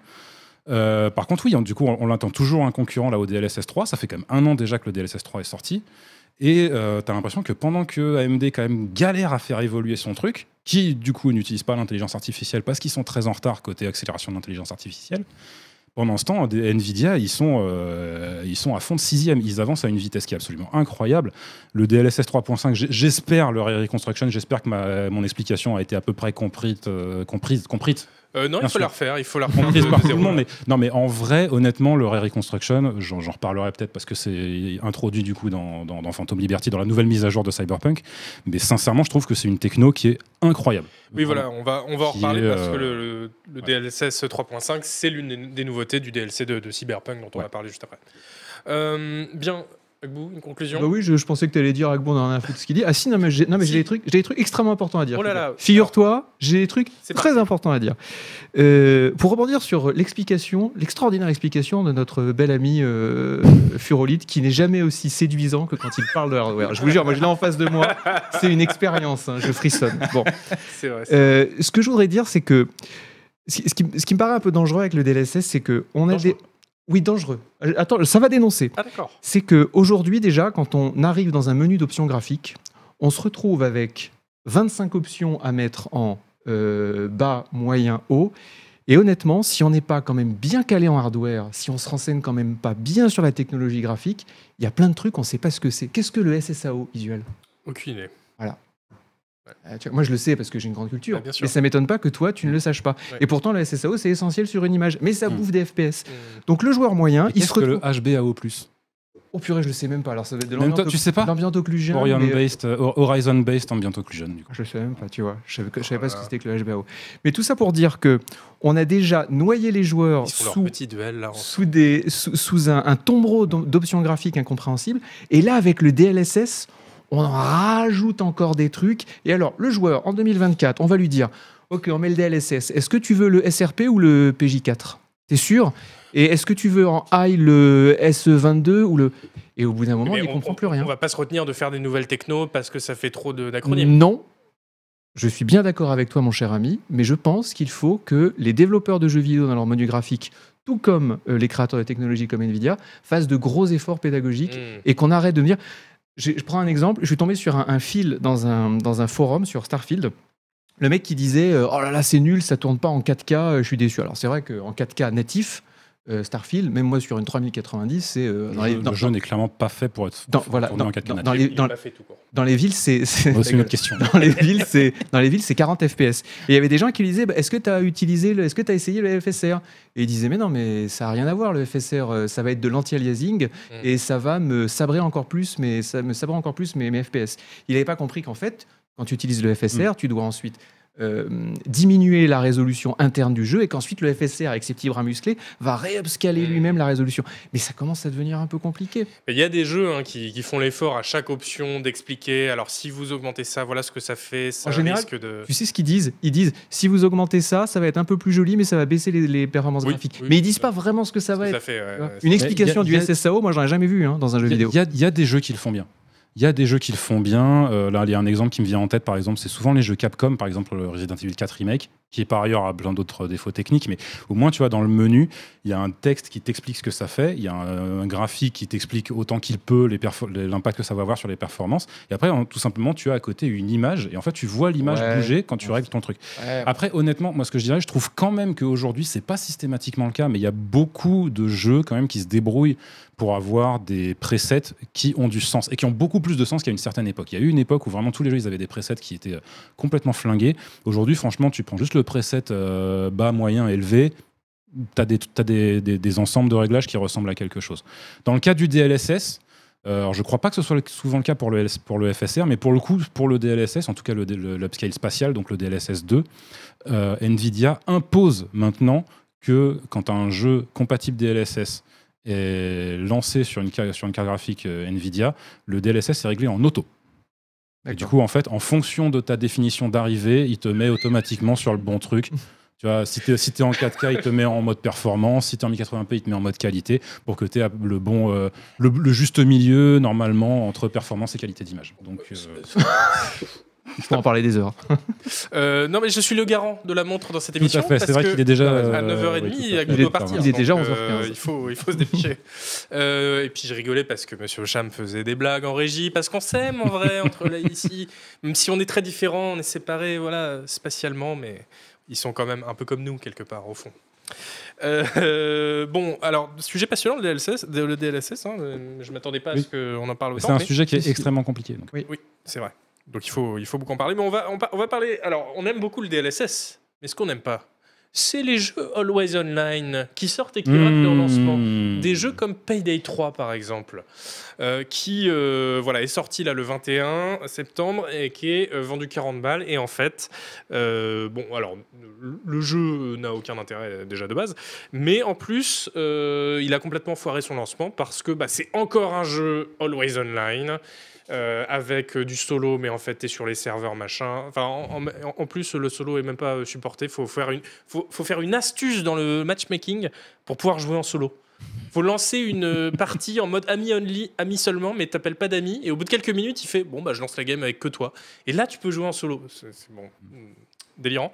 C: Euh, par contre, oui, hein, du coup, on, on l'attend toujours un concurrent là au DLSS 3. Ça fait quand même un an déjà que le DLSS 3 est sorti. Et euh, t'as l'impression que pendant que AMD quand même galère à faire évoluer son truc, qui du coup n'utilise pas l'intelligence artificielle parce qu'ils sont très en retard côté accélération d'intelligence artificielle, Pendant ce temps, des- Nvidia, ils sont, euh, ils sont à fond de sixième. Ils avancent à une vitesse qui est absolument incroyable. Le DLSS 3.5, j'ai- j'espère le Ray Reconstruction, j'espère que ma, mon explication a été à peu près comprise, euh, comprise, comprise,
A: Euh, non, il
C: Bien
A: faut
C: sûr.
A: la refaire, il faut la reprendre.
C: comprise
A: de
C: par tout le
A: zéro,
C: monde.
A: là.
C: Mais, non, mais en vrai, honnêtement, le Ray Reconstruction, j'en j'en reparlerai peut-être parce que c'est introduit du coup dans, dans- dans Phantom Liberty, dans la nouvelle mise à jour de Cyberpunk. Mais sincèrement, je trouve que c'est une techno qui est incroyable.
A: Oui, voilà, on va, on va en
C: Qui
A: reparler
C: est,
A: parce que
C: euh,
A: le, le- le
C: ouais.
A: DLSS 3.5, c'est l'une des nouveautés du DLC de, de Cyberpunk dont on
C: Ouais.
A: va parler juste après. Euh, bien, Agbou, une conclusion
B: Bah oui, je, je pensais que tu allais dire Agbon, on en a foutu ce qu'il dit. Ah si, non, mais j'ai non, mais
A: Si.
B: j'ai des trucs, j'ai des trucs extrêmement importants à dire.
A: Oh là là.
B: Figure-toi, j'ai des trucs
A: C'est
B: très importants à dire. Euh, pour rebondir sur l'explication, l'extraordinaire explication de notre bel ami euh, Furolite, qui n'est jamais aussi séduisant que quand il parle de hardware. Je vous jure, moi je l'ai en face de moi, c'est une expérience, hein, je frissonne. Bon.
A: C'est vrai. c'est-
B: Euh, ce que je voudrais dire, c'est que ce ce qui, ce qui me paraît un peu dangereux avec le DLSS, c'est que on a
A: Dangereux.
B: des. Oui, dangereux. Euh, Attends, ça va dénoncer.
A: Ah, d'accord.
B: C'est que aujourd'hui déjà, quand on arrive dans un menu d'options graphiques, on se retrouve avec 25 options à mettre en euh, bas, moyen, haut. Et honnêtement, si on n'est pas quand même bien calé en hardware, si on se renseigne quand même pas bien sur la technologie graphique, il y a plein de trucs, on ne sait pas ce que c'est. Qu'est-ce que le SSAO visuel
A: Aucune idée.
B: euh, tu vois, moi, je le sais parce que j'ai une grande culture.
A: Ah, bien sûr.
B: mais ça m'étonne pas que toi, tu ne le saches pas.
A: Ouais.
B: Et pourtant, la SSAO, c'est essentiel sur une image. Mais ça
C: Mm.
B: bouffe des FPS.
A: Hmm.
B: Donc, le joueur moyen, il se
C: Qu'est-ce que
B: retrouve.
C: le HBAO+.
B: Oh purée, je le sais même pas. Alors, ça va être de
C: Même toi, tu sais pas
B: l'ambient occlusion. mais- euh,
C: Horizon-based euh, Horizon based hein, ambient occlusion, du coup.
B: Je le savais même pas, tu vois. Je savais, que- je savais
A: Oh là
B: pas ce que
A: là.
B: c'était que le HBO. Mais tout ça pour dire que on a déjà noyé les joueurs
A: Ils font leur
B: sous
A: petit duel là. en-
B: sous, des, sous, sous un, un tombereau d'om- d'options graphiques incompréhensibles. Et là, avec le DLSS, on en rajoute encore des trucs. Et alors, le joueur, en 2024, on va lui dire Ok, on met le DLSS. Est-ce que tu veux le SRP ou le PJ4 T'es sûr Et est-ce que tu veux en high le SE22 ou le. Et au bout d'un moment,
A: Mais
B: il
A: on-
B: comprend
A: on-
B: plus rien.
A: On va pas se retenir de faire des nouvelles techno parce que ça fait trop de- d'acronymes.
B: Non. Je suis bien d'accord avec toi, mon cher ami, mais je pense qu'il faut que les développeurs de jeux vidéo dans leur menu graphique, tout comme euh, les créateurs de technologies comme Nvidia, fassent de gros efforts
C: Mmh.
B: pédagogiques
C: Mm.
A: Hmm.
B: et qu'on arrête de me dire. Je, je prends un exemple, je suis tombé sur un, un fil dans un, dans un forum sur Starfield. Le mec qui disait euh, Oh là là, c'est nul, ça tourne pas en 4K, euh, je suis déçu. Alors c'est vrai qu'en 4K natif, euh, Starfield, même moi sur une 3090, c'est. euh, dans les-
C: le
B: dans-
C: jeu n'est clairement pas fait pour être
B: Dans-
C: pour
B: voilà,
C: tourner
B: dans-
C: en 4K natif.
B: dans les-
A: Il
B: dans-
A: l'a fait tout court.
B: dans les villes, c'est. c'est-
C: Oh, C'est une autre question.
B: dans les villes, c'est dans les villes, c'est 40 FPS. Et il y avait des gens qui lui disaient bah, est-ce que tu as utilisé le est-ce que tu as essayé le FSR Et ils disaient mais non mais ça a rien à voir le FSR, euh, ça va être de l'anti-aliasing et ça va me sabrer encore plus mais ça me sabre encore plus mes, mes FPS. Il n'avait pas compris qu'en fait, quand tu utilises le FSR, tu dois ensuite euh, diminuer la résolution interne du jeu et qu'ensuite le FSR avec ses petits bras musclés va réupscaler
A: Mm.
B: lui-même la résolution. Mais ça commence à devenir un peu compliqué.
A: Il y a des jeux hein, qui, qui font l'effort à chaque option d'expliquer. Alors, si vous augmentez ça, voilà ce que ça fait. Ça
B: En général,
A: risque de.
B: Tu sais ce qu'ils disent Ils disent si vous augmentez ça, ça va être un peu plus joli, mais ça va baisser les, les performances
A: Oui,
B: graphiques.
A: oui,
B: mais ils disent
A: ça-
B: pas vraiment ce que ça va
A: Ça
B: être.
A: fait, ouais,
B: tu vois.
A: ouais,
B: Une
A: c'est-
B: explication
C: Mais il y a-
B: du SSAO, moi j'en ai jamais vu hein, dans un jeu
C: Il y a-
B: vidéo.
C: Il y, a- il y a des jeux qui le font bien. Il y a des jeux qui le font bien. Euh, là, il y a un exemple qui me vient en tête, par exemple, c'est souvent les jeux Capcom, par exemple le Resident Evil 4 Remake, qui par ailleurs a plein d'autres euh, défauts techniques, mais au moins, tu vois, dans le menu, il y a un texte qui t'explique ce que ça fait, il y a un, un graphique qui t'explique autant qu'il peut les perfo- les- l'impact que ça va avoir sur les performances, et après, en- tout simplement, tu as à côté une image, et en fait, tu vois l'image
B: Ouais.
C: bouger quand tu règles ton truc. Après, honnêtement, moi, ce que je dirais, je trouve quand même qu'aujourd'hui, c'est pas systématiquement le cas, mais il y a beaucoup de jeux quand même qui se débrouillent pour avoir des presets qui ont du sens et qui ont beaucoup plus de sens qu'à une certaine époque. Il y a eu une époque où vraiment tous les jeux, ils avaient des presets qui étaient euh, complètement flingués. Aujourd'hui, franchement, tu prends juste le preset euh, bas, moyen, élevé. Tu as, des, t'as des, des- des ensembles de réglages qui ressemblent à quelque chose. Dans le cas du DLSS, euh, alors je ne crois pas que ce soit le- souvent le cas pour le, LS pour le FSR, mais pour le coup, pour le DLSS, en tout cas le, D- le- l'upscale spatial, donc le DLSS 2, euh, Nvidia impose maintenant que quand un jeu compatible DLSS est lancé sur une, ca- sur une carte graphique euh, Nvidia, le DLSS est réglé en auto. Et du
B: D'accord.
C: coup, en fait, en fonction de ta définition d'arrivée, il te met automatiquement sur le bon truc. Tu vois, si t'es si t'es en 4K, il te met en mode performance. Si t'es en 1080p, il te met en mode qualité pour que t'aies le bon, euh, le, le juste milieu normalement entre performance et qualité d'image. Donc, euh,
B: Je pourrais en parler des heures.
A: Euh, non, mais je suis le garant de la montre dans cette
C: Tout à
A: émission.
C: fait, c'est
A: parce
C: vrai
A: que
C: qu'il est déjà,
A: À
C: euh,
A: 9h30,
C: oui,
A: il,
C: tout à fait.
A: doit
B: Il est-
A: partir.
B: il est déjà
A: donc, euh,
B: 11h15.
A: il, faut, il faut se dépêcher. Euh, et puis je rigolais parce que Monsieur Cham faisait des blagues en régie, parce qu'on s'aime en vrai, entre là et ici. Même si on est très différents, on est séparés voilà, spatialement, mais ils sont quand même un peu comme nous, quelque part, au fond. Euh, bon, alors, sujet passionnant, le DLSS. Le DLSS hein, euh, je m'attendais pas à
C: Oui.
A: ce qu'on en parle
C: Mais
A: autant.
C: C'est un
A: mais
C: sujet qui
B: Si,
C: est
B: si.
C: extrêmement compliqué. donc.
A: C'est vrai. Donc il faut, il faut beaucoup en parler. Mais on va, on, pa- on va parler. Alors, on aime beaucoup le DLSS, mais ce qu'on n'aime pas, c'est les jeux Always Online qui sortent et qui ratent leur lancement.
C: Mmh.
A: Des jeux comme Payday 3 par exemple, euh, qui euh, voilà, est sorti là le 21 septembre et qui est euh, vendu 40 balles. Et en fait, euh, bon, alors le- le jeu n'a aucun intérêt euh, déjà de base, mais en plus, euh, il a complètement foiré son lancement parce que bah, c'est encore un jeu always online. euh, avec euh, du solo, mais en fait, t'es sur les serveurs, machin. Enfin, en, en- en plus, le solo est même pas euh, supporté. Faut faire une, faut, faut faire une astuce dans le matchmaking pour pouvoir jouer en solo. Faut lancer une euh, partie en mode ami only, ami seulement, mais t'appelles pas d'amis. Et au bout de quelques minutes, il fait bon bah je lance la game avec que toi. Et là, tu peux jouer en solo. C'est c'est bon, mm, délirant.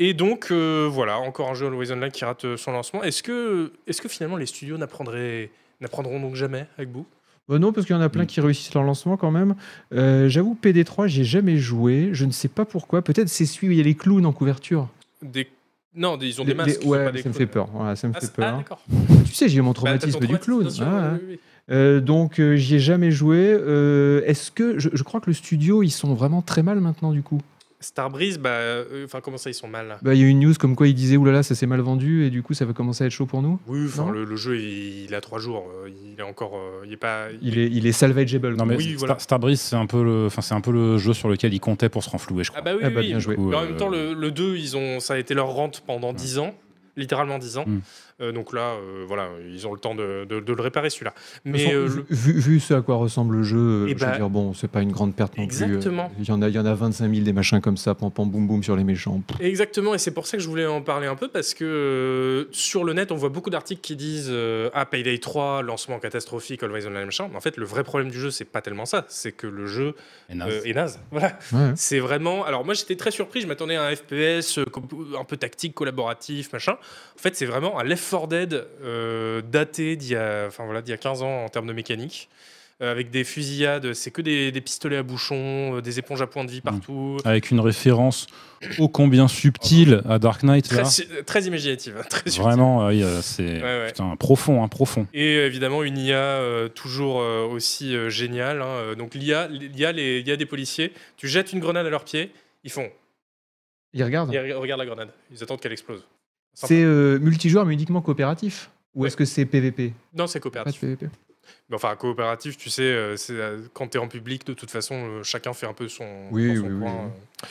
A: Et donc euh, voilà, encore un jeu Always Online qui rate euh, son lancement. Est-ce que, est-ce que finalement les studios n'apprendraient, n'apprendront donc jamais avec vous
B: Bah non, parce qu'il y en a
C: Mm.
B: plein qui réussissent leur lancement quand même. Euh, J'avoue, PD3, j'ai jamais joué. Je ne sais pas pourquoi. Peut-être c'est celui où il y a les clowns en couverture.
A: Des, non, des- ils ont
B: Les-
A: des masques.
B: les-
A: ils ont
B: ouais,
A: pas des
B: ça me
A: clowns.
B: fait peur. Voilà, ça me
A: Ah,
B: fait
A: c'est- ah,
B: peur.
A: d'accord.
B: tu sais, j'ai eu mon
A: Bah, t'as ton
B: traumatisme du clown.
A: traumatisme, bien sûr,
B: Ah, ouais.
A: oui, oui, oui.
B: Euh, donc, euh, j'y ai jamais joué. Euh, Est-ce que. Je, je crois que le studio, ils sont vraiment très mal maintenant, du coup.
A: Starbreeze, bah, euh, enfin comment ça, ils sont mal.
B: Bah, Il y a eu une news comme quoi ils disaient oulala, ça s'est mal vendu et du coup, ça va commencer à être chaud pour nous.
A: Oui, enfin
B: Non
A: le, le jeu il, il a trois jours, euh, il est encore, euh, il est pas.
B: Il est, il est salvageable.
C: Non mais
A: Oui,
C: Star-
A: voilà.
C: Starbreeze, c'est un peu le, enfin c'est un peu le jeu sur lequel il comptait pour se renflouer, je crois.
A: Ah bah oui,
B: Ah
A: oui,
B: bah,
A: oui.
B: bien joué.
C: Du coup,
A: Mais en
C: euh,
A: même temps, le, le 2, ils ont, ça a été leur rente pendant 10 ans, littéralement 10 ans.
C: Mm.
A: Euh, donc là, euh, voilà, ils ont le temps de, de- de le réparer celui-là. Mais
B: Sans-
A: euh,
B: vu-
A: le-
B: vu, vu ce à quoi ressemble le jeu,
A: Eh
B: je
A: bah,
B: veux dire, bon, c'est pas une grande perte non
A: exactement.
B: plus. Euh, Il y en a, il y en a 25 000 des machins comme ça, pam pam boum boum sur les méchants. Pff,
A: exactement, et c'est pour ça que je voulais en parler un peu, parce que euh, sur le net, on voit beaucoup d'articles qui disent euh, Ah, Payday 3, lancement catastrophique, Always Online, machin. Mais en fait, le vrai problème du jeu, c'est pas tellement ça, c'est que le jeu
C: et naze.
A: euh, est naze. Voilà.
B: ouais. hein.
A: C'est vraiment. Alors moi j'étais très surpris, je m'attendais à un FPS euh, co- un peu tactique, collaboratif, machin. En fait c'est vraiment un Left 4 Dead euh, daté d'il y, a... enfin, voilà, d'il y a 15 ans en termes de mécanique. Euh, avec des fusillades, c'est que des, des pistolets à bouchons, euh, des éponges à point de vie partout.
C: Avec une référence ô combien subtile à Dark Knight
A: Très,
C: là.
A: su- euh, très imaginative. hein, Très subtile.
C: Vraiment, euh, il y a- c'est
A: Ouais, ouais.
C: putain, profond, hein, profond.
A: Et euh, évidemment, une IA euh, toujours euh, aussi euh, géniale. hein. Euh, Donc, l'IA, l'IA, les- l'IA des policiers, tu jettes une grenade à leurs pieds, ils font.
B: Il regarde.
A: Ils re- regardent la grenade, ils attendent qu'elle explose. sympa.
B: C'est euh, multijoueur mais uniquement coopératif Ou
A: Ouais. Ah,
B: est-ce que c'est PVP
A: Non, c'est
B: Pas
A: coopératif.
B: de PVP.
A: Mais enfin, coopératif, tu sais, euh, c'est, euh, quand tu es en public, de toute façon, euh, chacun fait un peu son,
B: Oui,
A: dans son
B: oui, oui,
A: coin, euh.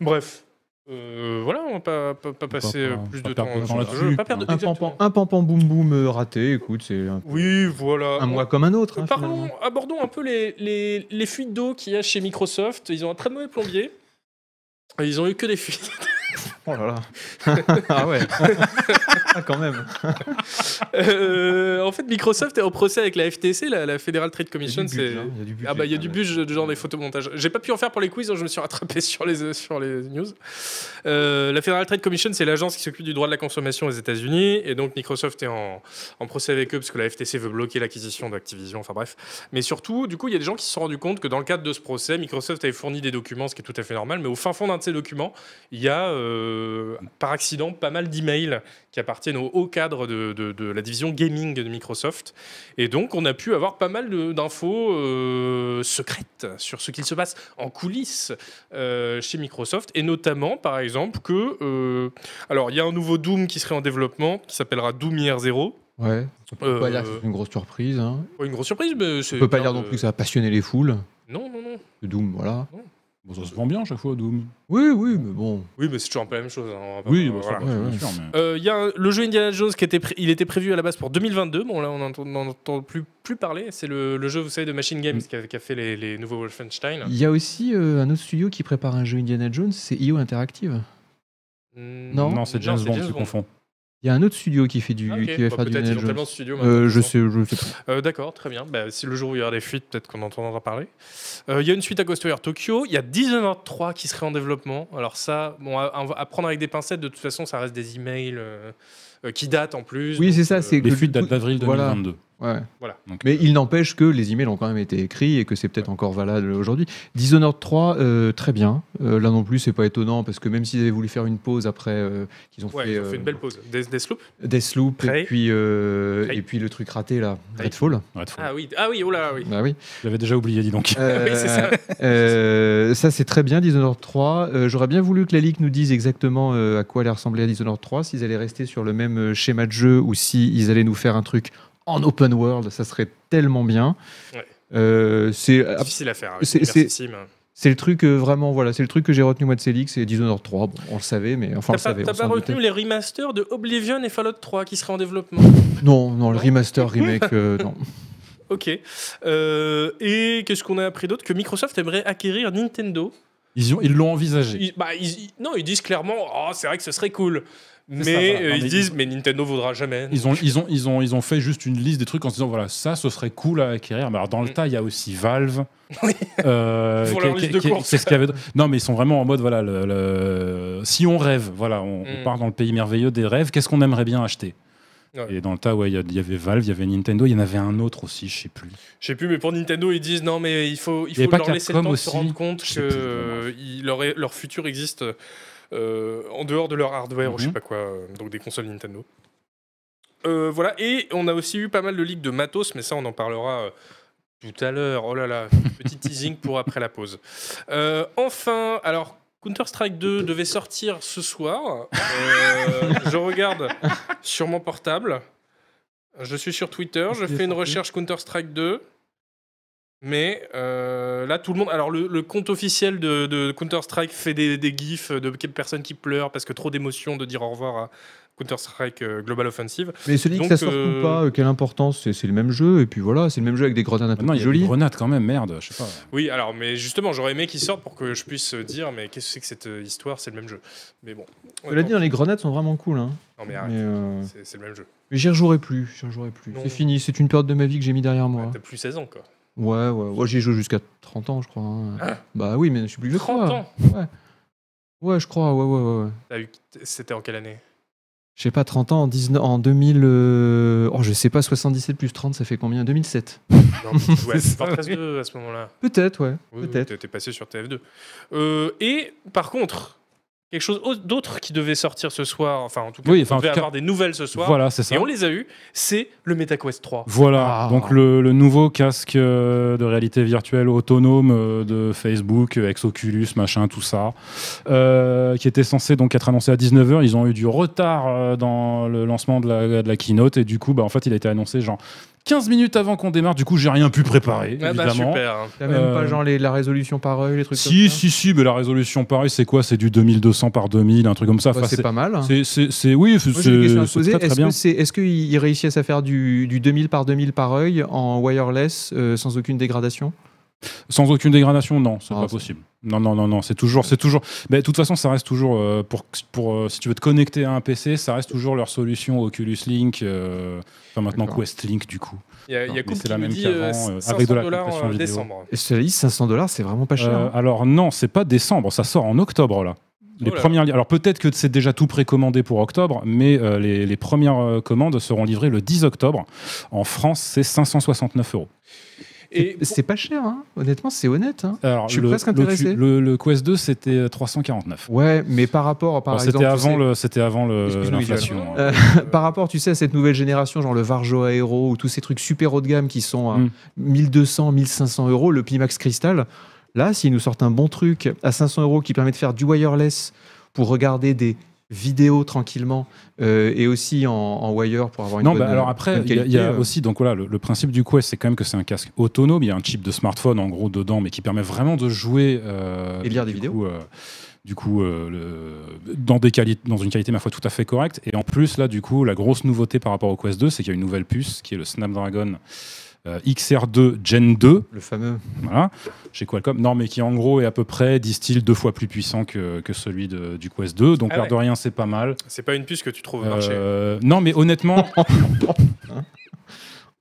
A: Bref. Euh, voilà, on va pas, pas, pas passer euh,
C: pas-
A: plus
C: pas
A: de temps
C: perdre de temps
A: sur ce
C: là-dessus.
A: jeu. Pas perdre de
B: Un
A: exactement.
B: pampan, un pampan boum boum euh, raté, écoute, c'est un,
A: Oui, voilà.
B: un
A: On-
B: mois comme un autre.
A: euh,
B: hein,
A: Parlons,
B: finalement.
A: abordons un peu les, les- les fuites d'eau qu'il y a chez Microsoft. Ils ont un très mauvais plombier. Et Ils ont eu que des fuites.
B: Oh là là. ah ouais. ah, quand même.
A: Euh, en fait, Microsoft est en procès avec la FTC, la, la Federal Trade
B: Il y a
A: Commission.
B: du
A: C'est
B: budget, hein, il y a du budget.
A: Ah bah il y a
B: Ah
A: du
B: ouais.
A: bus de genre des photomontages. J'ai pas pu en faire pour les quiz, donc je me suis rattrapé sur les sur les news. Euh, la Federal Trade Commission, c'est l'agence qui s'occupe du droit de la consommation aux États-Unis, et donc Microsoft est en, en procès avec eux parce que la FTC veut bloquer l'acquisition d'Activision. Enfin bref. Mais surtout, du coup, il y a des gens qui se sont rendus compte que dans le cadre de ce procès, Microsoft avait fourni des documents, ce qui est tout à fait normal. Mais au fin fond d'un de ces documents, il y a euh, par accident pas mal d'emails qui appartiennent au haut cadre de, de- de la division gaming de Microsoft. Et donc, on a pu avoir pas mal de- d'infos euh, secrètes sur ce qu'il se passe en coulisses euh, chez Microsoft, et notamment, par exemple, que. euh, alors, il y a un nouveau Doom qui serait en développement, qui s'appellera Doom IR0.
B: Ouais. On peut
A: Euh,
B: pas dire que c'est une grosse surprise. Hein.
A: Pas une grosse surprise, mais c'est.
B: On peut pas
A: bien
B: dire non
A: de-
B: plus que ça a passionné les foules.
A: Non, non, non.
B: Le Doom, voilà.
C: Bon, ça se vend bien à chaque fois, Doom.
B: Oui, oui, mais bon.
A: Oui, mais c'est toujours un peu la même chose. hein, on va pas-
C: Oui,
A: euh,
C: bah, ça,
A: voilà.
C: bah, c'est
B: Ouais,
C: bien
B: ouais.
C: sûr, mais-
A: Euh, Il y a un- le jeu Indiana Jones qui était pré- il était prévu à la base pour 2022. Bon, là, on n'en- on n'en entend plus, plus parler. C'est le, le jeu, vous savez, de Machine
B: Mm.
A: Games qui a, qui a fait les, les nouveaux Wolfenstein.
B: Il y a aussi euh, un autre studio qui prépare un jeu Indiana Jones, c'est IO Interactive.
A: Euh,
B: Non.
C: Non, c'est James Bond, tu confonds.
B: Il y a un autre studio qui fait du
A: Ah, ok.
B: qui va
A: Bah,
B: faire du
A: peut-être ils ont
B: Indiana
A: tellement
B: Jones.
A: de studios.
B: Euh,
A: maintenant,
B: je
A: ils sont-
B: sais, je sais pas.
A: Euh, D'accord, très bien. Bah, si le jour où il y aura des fuites, peut-être qu'on entendra parler. Euh, Il y a une suite à Ghost Warrior Tokyo. Il y a Dishonored 3 qui serait en développement. Alors ça, bon, à, à prendre avec des pincettes. De toute façon, ça reste des emails. euh, euh, qui datent en plus.
B: Oui,
A: donc,
B: c'est ça,
A: euh,
B: c'est-
C: Les
B: que-
C: fuites datent d'avril
B: voilà.
C: 2022.
B: Ouais.
A: Voilà.
C: Donc-
B: Mais il n'empêche que les emails ont quand même été écrits et que c'est peut-être encore valable aujourd'hui. Dishonored 3, euh, très bien. Euh, là non plus, c'est pas étonnant parce que même s'ils avaient voulu faire une pause après euh, qu'ils ont
A: Ouais,
B: fait,
A: ils ont fait une
B: euh,
A: belle pause. Des, Deathloop
B: Deathloop
A: Prey.
B: et puis, euh,
A: Prey.
B: et puis le truc raté là,
C: Prey.
B: Redfall.
C: Ouais, de fou.
A: Ah oui, ah oui, oh là, oui.
B: Bah oui.
C: J'avais déjà oublié, dis donc.
B: Euh,
A: Oui, c'est ça.
B: euh, ça, c'est très bien, Dishonored 3. Euh, J'aurais bien voulu que la Ligue nous dise exactement euh, à quoi allait ressembler à Dishonored 3, s'ils allaient rester sur le même euh, schéma de jeu ou s'ils allaient nous faire un truc en open world. Ça serait tellement bien.
A: Ouais.
B: Euh, c'est
A: Difficile à faire.
B: c'est-
A: C'est
B: c'est- c'est le truc euh, vraiment voilà c'est le truc que j'ai retenu moi de Célix c'est Dishonored 3 Bon, on le savait mais enfin
A: T'as
B: on le
A: pas,
B: savait
A: t'as
B: on
A: pas
B: s'en
A: retenu
B: doutait.
A: les remasters de Oblivion et Fallout 3 qui seraient en développement
B: non non le remaster remake euh, non
A: Ok. Euh, et qu'est-ce qu'on a appris d'autre Que Microsoft aimerait acquérir Nintendo.
C: Ils y ont- ils l'ont envisagé.
A: Ils- bah, ils- ils- non, ils disent clairement oh, c'est vrai que ce serait cool. Mais
C: ça, voilà.
A: euh,
C: Non,
A: ils
C: mais
A: disent
C: ils-
A: mais Nintendo vaudra jamais.
C: Ils ont, ils, ont, ils, ont, ils ont fait juste une liste des trucs en se disant voilà, ça, ce serait cool à acquérir. Mais alors, dans le
A: Mm.
C: tas, il y a aussi Valve. Euh,
A: Pour leur
C: qu'est-
A: liste de
C: qu'est-
A: courses.
C: qu'est-ce qu'il y avait d'autre Non, mais ils sont vraiment en mode voilà, le, le- si on rêve, voilà, on, on
A: Mm.
C: part dans le pays merveilleux des rêves, qu'est-ce qu'on aimerait bien acheter
A: Ouais.
C: Et dans le tas, ouais, il y a- il y avait Valve, il y avait Nintendo, il y en avait un autre aussi, je sais plus.
A: Je sais plus, mais pour Nintendo, ils disent non, mais il faut, il
C: Il y avait
A: faut
C: pas
A: leur laisser le
C: Capcom
A: temps de se
C: aussi
A: rendre compte
C: Je
A: que
C: sais plus, vraiment.
A: euh, il- leur, leur futur existe euh, en dehors de leur hardware, ou je sais
C: Mhm.
A: pas quoi, euh, donc des consoles Nintendo. Euh, voilà, et on a aussi eu pas mal de leaks de matos, mais ça, on en parlera euh, tout à l'heure. Oh là là, petit teasing pour après la pause. Euh, enfin, alors. Counter-Strike 2 devait sortir ce soir. Euh, je regarde sur mon portable. Je suis sur Twitter. Je
C: qu'il est
A: fais une
C: sorti
A: recherche Counter-Strike 2. Mais euh, là, tout le monde. Alors, le, le compte officiel de, de Counter-Strike fait des, des gifs de personnes qui pleurent parce que trop d'émotions de dire au revoir à Counter-Strike euh, Global Offensive.
B: mais celui
A: Donc,
B: que ça sort
A: euh,
B: ou pas euh, quelle importance c'est c'est le même jeu et puis voilà c'est le même jeu avec des grenades un peu
C: Maintenant,
B: plus
C: Ah il y a des
B: jolies
C: grenades quand même, merde, je sais pas.
A: Oui, alors, mais justement, j'aurais aimé qu'ils sortent pour que je puisse dire, mais qu'est-ce que c'est que cette euh, histoire C'est le même jeu. Mais bon.
B: Cela dit, hein, les grenades sont vraiment cool. Hein.
A: Non, mais
B: Mais,
A: arrête.
B: euh,
A: C'est c'est le même jeu.
B: mais j'y rejouerai plus. J'y rejouerai plus.
A: Non.
B: C'est fini. C'est une période de ma vie que j'ai mis derrière
A: Ouais,
B: moi.
A: T'as plus 16 ans, quoi.
B: Ouais, ouais. ouais j'y joue jusqu'à 30 ans, je crois. hein.
C: Ah.
B: bah oui, mais je suis plus vieux que
A: 30
B: toi.
A: ans
B: Ouais, je crois. Ouais, ouais, ouais. ouais.
A: T'as eu- C'était en quelle année
B: Je sais pas, 30 ans en, 19 en 2000. euh, Oh, je sais pas, 77 plus 30, ça fait combien 2007.
A: Non, mais tu jouais à
C: C'est ça,
A: Fortress 2 à ce moment-là.
B: Peut-être, ouais.
A: Oui, oui,
B: Peut-être.
A: t'es- T'es passé sur TF2. Euh, et par contre, quelque chose au- d'autre qui devait sortir ce soir, enfin en tout cas,
C: Oui,
A: on
C: enfin, en
A: devait
C: tout cas,
A: avoir des nouvelles ce soir,
C: Voilà, c'est ça.
A: et on les a eues, c'est le MetaQuest 3.
C: Voilà,
B: Ah.
C: donc le, le nouveau casque euh, de réalité virtuelle autonome euh, de Facebook, euh, ex Oculus, machin, tout ça, euh, qui était censé donc être annoncé à 19h. Ils ont eu du retard euh, dans le lancement de la, de la keynote et du coup, bah, en fait, il a été annoncé genre 15 minutes avant qu'on démarre. Du coup, j'ai rien pu préparer,
A: Ah bah,
C: évidemment.
A: super.
B: T'as même
C: Euh,
B: pas genre les- la résolution par œil, les trucs
C: Si,
B: comme ça
C: si, si, mais la résolution, pareil, c'est quoi C'est du 2200 par 2000, un truc comme ça.
B: Bah,
C: Enfin,
B: c'est
C: c'est-
B: pas mal.
C: c'est- c'est- c'est- oui, c'est
B: Moi, j'ai une question à te
C: c'est
B: poser.
C: très, très
B: Est-ce
C: bien.
B: que c'est, est-ce qu'ils réussissent à faire du, du 2000 par 2000 par œil en wireless euh, sans aucune dégradation
C: Sans aucune dégradation, non, c'est
B: Ah,
C: pas
B: c'est-
C: possible. Non, non, non, non, c'est toujours, c'est toujours. Mais de toute façon, ça reste toujours euh, pour, pour euh, si tu veux te connecter à un PC, ça reste toujours leur solution Oculus Link, euh, enfin maintenant
B: D'accord.
C: Quest Link du coup.
A: Il y a, il y a
C: Mais
A: Coupe
C: c'est
A: qui
C: la
A: nous
C: même
A: dit
C: qu'avant,
A: euh,
C: euh, avec
A: 500
C: de la
A: dollars
C: compression
A: en
C: vidéo.
A: décembre.
B: Et Cela dit, 500 dollars, c'est vraiment pas cher.
C: Euh,
B: hein.
C: alors non, c'est pas décembre, ça sort en octobre là. Les
A: Oh là
C: premières, li- alors peut-être que c'est déjà tout précommandé pour octobre, mais euh, les, les premières euh, commandes seront livrées le 10 octobre. En France, c'est 569 euros.
A: Et
B: C'est- c'est pas cher, hein. honnêtement, c'est honnête. hein.
C: Alors,
B: Je suis
C: le-
B: presque
C: le-
B: intéressé.
C: Le, le Quest 2, c'était euh, 349.
B: Ouais, mais par rapport, à- par
C: Alors,
B: exemple,
C: C'était
B: tu
C: avant,
B: sais-
C: le, c'était avant le-
B: Excuse-nous, Visual.
C: l'inflation. hein.
B: Euh, par rapport, tu sais, à cette nouvelle génération, genre le Varjo Aero ou tous ces trucs super haut de gamme qui sont à
C: Mm.
B: 1200, 1500 euros, le Pimax Crystal. Là, s'ils nous sortent un bon truc à 500 euros qui permet de faire du wireless pour regarder des vidéos tranquillement euh, et aussi en, en wire pour avoir une
C: Non,
B: bonne
C: bah, alors après,
B: bonne
C: il y a- il y, a
B: qualité, euh.
C: aussi, donc voilà, le, le principe du Quest, c'est quand même que c'est un casque autonome, il y a un chip de smartphone en gros dedans, mais qui permet vraiment de jouer. euh,
B: Et de lire des
C: du
B: vidéos.
C: coup, euh, du coup, euh, le- dans, des quali- dans une qualité, ma foi, tout à fait correcte. Et en plus, là, du coup, la grosse nouveauté par rapport au Quest 2, c'est qu'il y a une nouvelle puce qui est le Snapdragon euh, XR2 Gen 2,
B: le fameux.
C: voilà, chez Qualcomm. Non, mais qui en gros est à peu près, disent-ils, deux fois plus puissant que, que celui de- du Quest 2. Donc,
A: Ah
C: l'air
A: ouais.
C: de rien, c'est pas mal.
A: c'est pas une puce que tu trouves au marché.
C: Euh, non, mais honnêtement,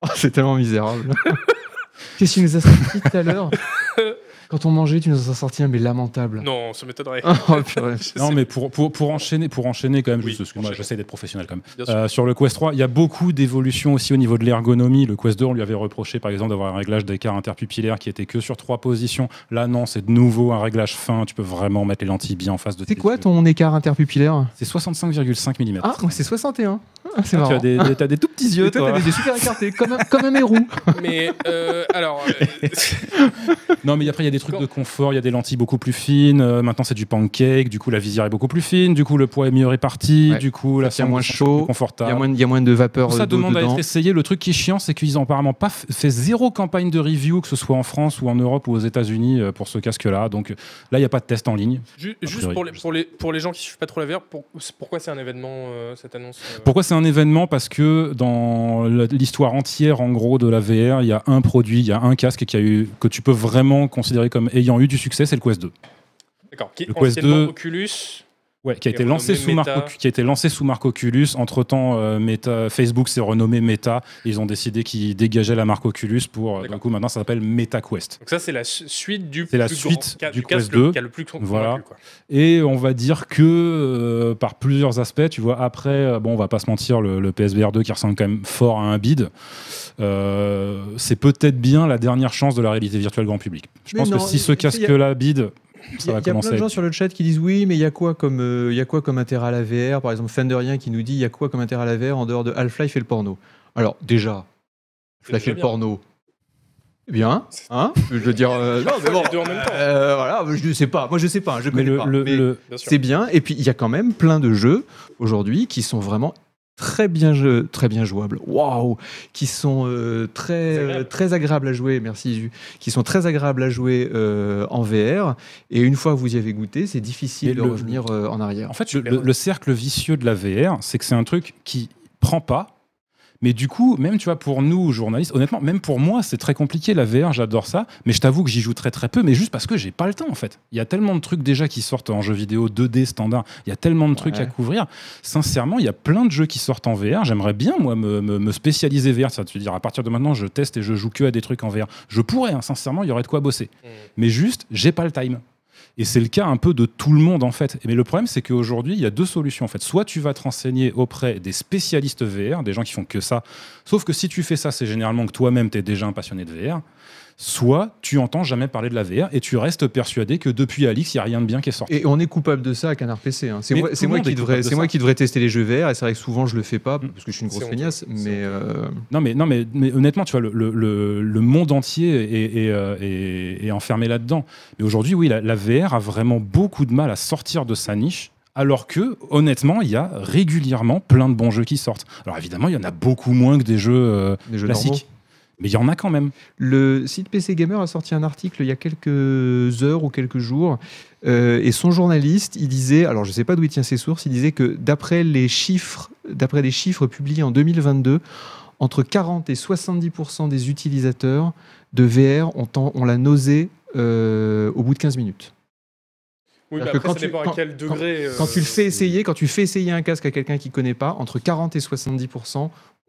B: Oh, c'est tellement misérable. Qu'est-ce qu'il nous a sorti tout à l'heure Quand on mangeait, tu nous en as sorti un, mais lamentable.
A: Non, ça m'étonnerait.
B: Oh, purée.
A: Je sais
C: euh, Non, mais pour, pour, pour enchaîner, pour enchaîner quand même,
A: Oui,
C: juste parce que moi
A: enchaîne.
C: j'essaie d'être professionnel quand même.
A: Bien sûr.
C: Euh, sur le Quest 3, il y a beaucoup d'évolutions aussi au niveau de l'ergonomie. Le Quest 2, on lui avait reproché par exemple d'avoir un réglage d'écart interpupillaire qui était que sur trois positions. Là, non, c'est de nouveau un réglage fin. Tu peux vraiment mettre les lentilles bien en face de
B: C'est
C: tes
B: quoi
C: yeux.
B: ton écart interpupillaire
C: C'est 65,5 mm.
B: Ah, moi c'est 61. Ah, c'est
C: tu
B: marrant.
C: as des, des- t'as des tout petits yeux,
B: Et toi,
C: toi. hein.
B: t'avais des super écartés, comme un, comme un mérou.
A: Mais euh, alors, euh,
C: Non, mais après, il y a des trucs
A: Quand-
C: de confort, il y a des lentilles beaucoup plus fines. euh, maintenant, c'est du pancake. Du coup, la visière est beaucoup plus fine. Du coup, le poids est mieux réparti.
B: Ouais.
C: Du coup, la
B: Ça tient moins
C: sensation est
B: chaud,
C: plus
B: Il y
C: confortable.
B: a moins, de- il y a moins de vapeur euh,
C: Tout Bah, ça
B: d'eau
C: demande à
B: dedans.
C: être essayé. Le truc qui est chiant, c'est qu'ils ont apparemment pas f- fait zéro campagne de review, que ce soit en France ou en Europe ou aux États-Unis euh, pour ce casque-là. Donc euh, là, il n'y a pas de test en ligne.
A: ju-
C: A
A: juste
C: priori,
A: pour les,
C: je
A: pour, les, pour les gens qui suivent pas trop la VR, pour- c'est- pourquoi c'est un événement euh, cette annonce euh,
C: Pourquoi c'est un événement Parce que dans la- l'histoire entière, en gros, de la VR, il y a un produit, il y a un casque qui a eu, que tu peux vraiment considérer comme ayant eu du succès, c'est le Quest 2.
A: D'accord, qui est
C: le Quest
A: anciennement
C: 2.
A: Oculus.
C: Ouais, qui a
A: Et
C: été lancé
A: renommé
C: sous marque,
A: Meta.
C: Ocu- qui a été lancé sous marque Oculus. Entre temps, Facebook s'est renommé Meta. Ils ont décidé qu'ils dégageaient la marque Oculus pour. Du
A: D'accord.
C: coup, maintenant, ça s'appelle Meta Quest.
A: Donc ça c'est la su- suite du
C: C'est la
A: plus
C: suite
A: grand, ca-
C: du
A: casque
C: Quest 2.
A: qui a le plus grand
C: Voilà.
A: convaincu, quoi.
C: Et on va dire que euh, par plusieurs aspects, tu vois, après, euh, bon, on va pas se mentir, le, le PSVR 2 qui ressemble quand même fort à un bid, euh, c'est peut-être bien la dernière chance de la réalité virtuelle grand public. Je
B: Mais
C: pense
B: non,
C: que si
B: il- il y
C: ce
B: a-
C: casque-là bid,
B: Il y
C: ça
B: a,
C: va
B: il y a
C: commencer.
B: plein de gens sur le chat qui disent oui, mais il y a quoi comme euh, il y a quoi comme intérêt à la VR Par exemple, Fenderien qui nous dit il y a quoi comme intérêt à la VR en dehors de Half-Life et le porno Alors déjà,
A: C'est
B: Half-Life et
A: déjà
B: le
A: bien.
B: porno, eh bien, hein Je veux dire, euh, non, mais bon,
A: Les deux en même temps.
B: euh, voilà, je sais pas, moi je sais pas, je
C: mais
B: connais
C: le,
B: pas.
C: le-
B: mais
C: le-
A: Bien sûr.
B: c'est bien, et puis il y a quand même plein de jeux aujourd'hui qui sont vraiment très bien, jeu- très bien jouables, waouh, qui sont euh, très,
A: C'est agréable.
B: très agréables à jouer, merci Isu. qui sont très agréables à jouer euh, en VR, et une fois que vous y avez goûté, c'est difficile
C: Mais
B: de
C: le-
B: revenir euh, en arrière.
C: En fait, le, le- le cercle vicieux de la VR, c'est que c'est un truc qui prend pas. Mais du coup, même tu vois, pour nous journalistes, honnêtement, même pour moi, c'est très compliqué la VR. J'adore ça, mais je t'avoue que j'y joue très très peu, mais juste parce que j'ai pas le temps en fait. Il y a tellement de trucs déjà qui sortent en jeu vidéo 2D standard. Il y a tellement de trucs
B: Ouais.
C: à couvrir. Sincèrement, il y a plein de jeux qui sortent en VR. J'aimerais bien moi me, me- me spécialiser VR. Ça, tu veux dire, à partir de maintenant, je teste et je joue que à des trucs en VR. Je pourrais, hein, sincèrement, il y aurait de quoi bosser
A: Mm.
C: mais juste j'ai pas le time. Et c'est le cas un peu de tout le monde en fait. Mais le problème c'est qu'aujourd'hui il y a deux solutions en fait. Soit tu vas te renseigner auprès des spécialistes VR, des gens qui font que ça. Sauf que si tu fais ça, c'est généralement que toi-même t'es déjà un passionné de VR. Soit tu entends jamais parler de la VR et tu restes persuadé que depuis Alix il y a rien de bien qui est sorti.
B: Et on est coupable de ça à Canard PC. hein. C'est
C: Mais
B: moi,
C: tout
B: c'est
C: le
B: moi
C: monde
B: qui
C: est
B: devrais,
C: coupable de
B: c'est moi
C: ça.
B: qui devrais tester les jeux VR, et c'est vrai que souvent je le fais pas
C: Mm.
B: parce que je suis une
A: C'est
B: grosse
A: honteux.
B: feignasse,
A: C'est
B: mais euh,
C: Non mais non mais, mais honnêtement tu vois le, le- le- le monde entier est, est, euh, est- est enfermé là-dedans. Mais aujourd'hui oui la, la VR a vraiment beaucoup de mal à sortir de sa niche. Alors que, honnêtement, il y a régulièrement plein de bons jeux qui sortent. Alors évidemment, il y en a beaucoup moins que des jeux euh,
B: des jeux normaux.
C: classiques. Mais il y en a quand même.
B: Le site PC Gamer a sorti un article il y a quelques heures ou quelques jours. euh, et son journaliste, il disait, alors je ne sais pas d'où il tient ses sources, il disait que d'après les chiffres, d'après des chiffres publiés en 2022, entre 40 et 70 des utilisateurs de VR ont, en- ont la nausée euh, au bout de 15 minutes.
A: Oui,
B: C'est-à-dire
A: bah
B: que
A: après,
B: quand
A: ça
B: tu-
A: dépend à
B: quand-
A: quel degré.
B: Quand
A: euh,
B: tu le fais essayer, quand tu fais essayer un casque à quelqu'un qui ne connaît pas, entre 40 et 70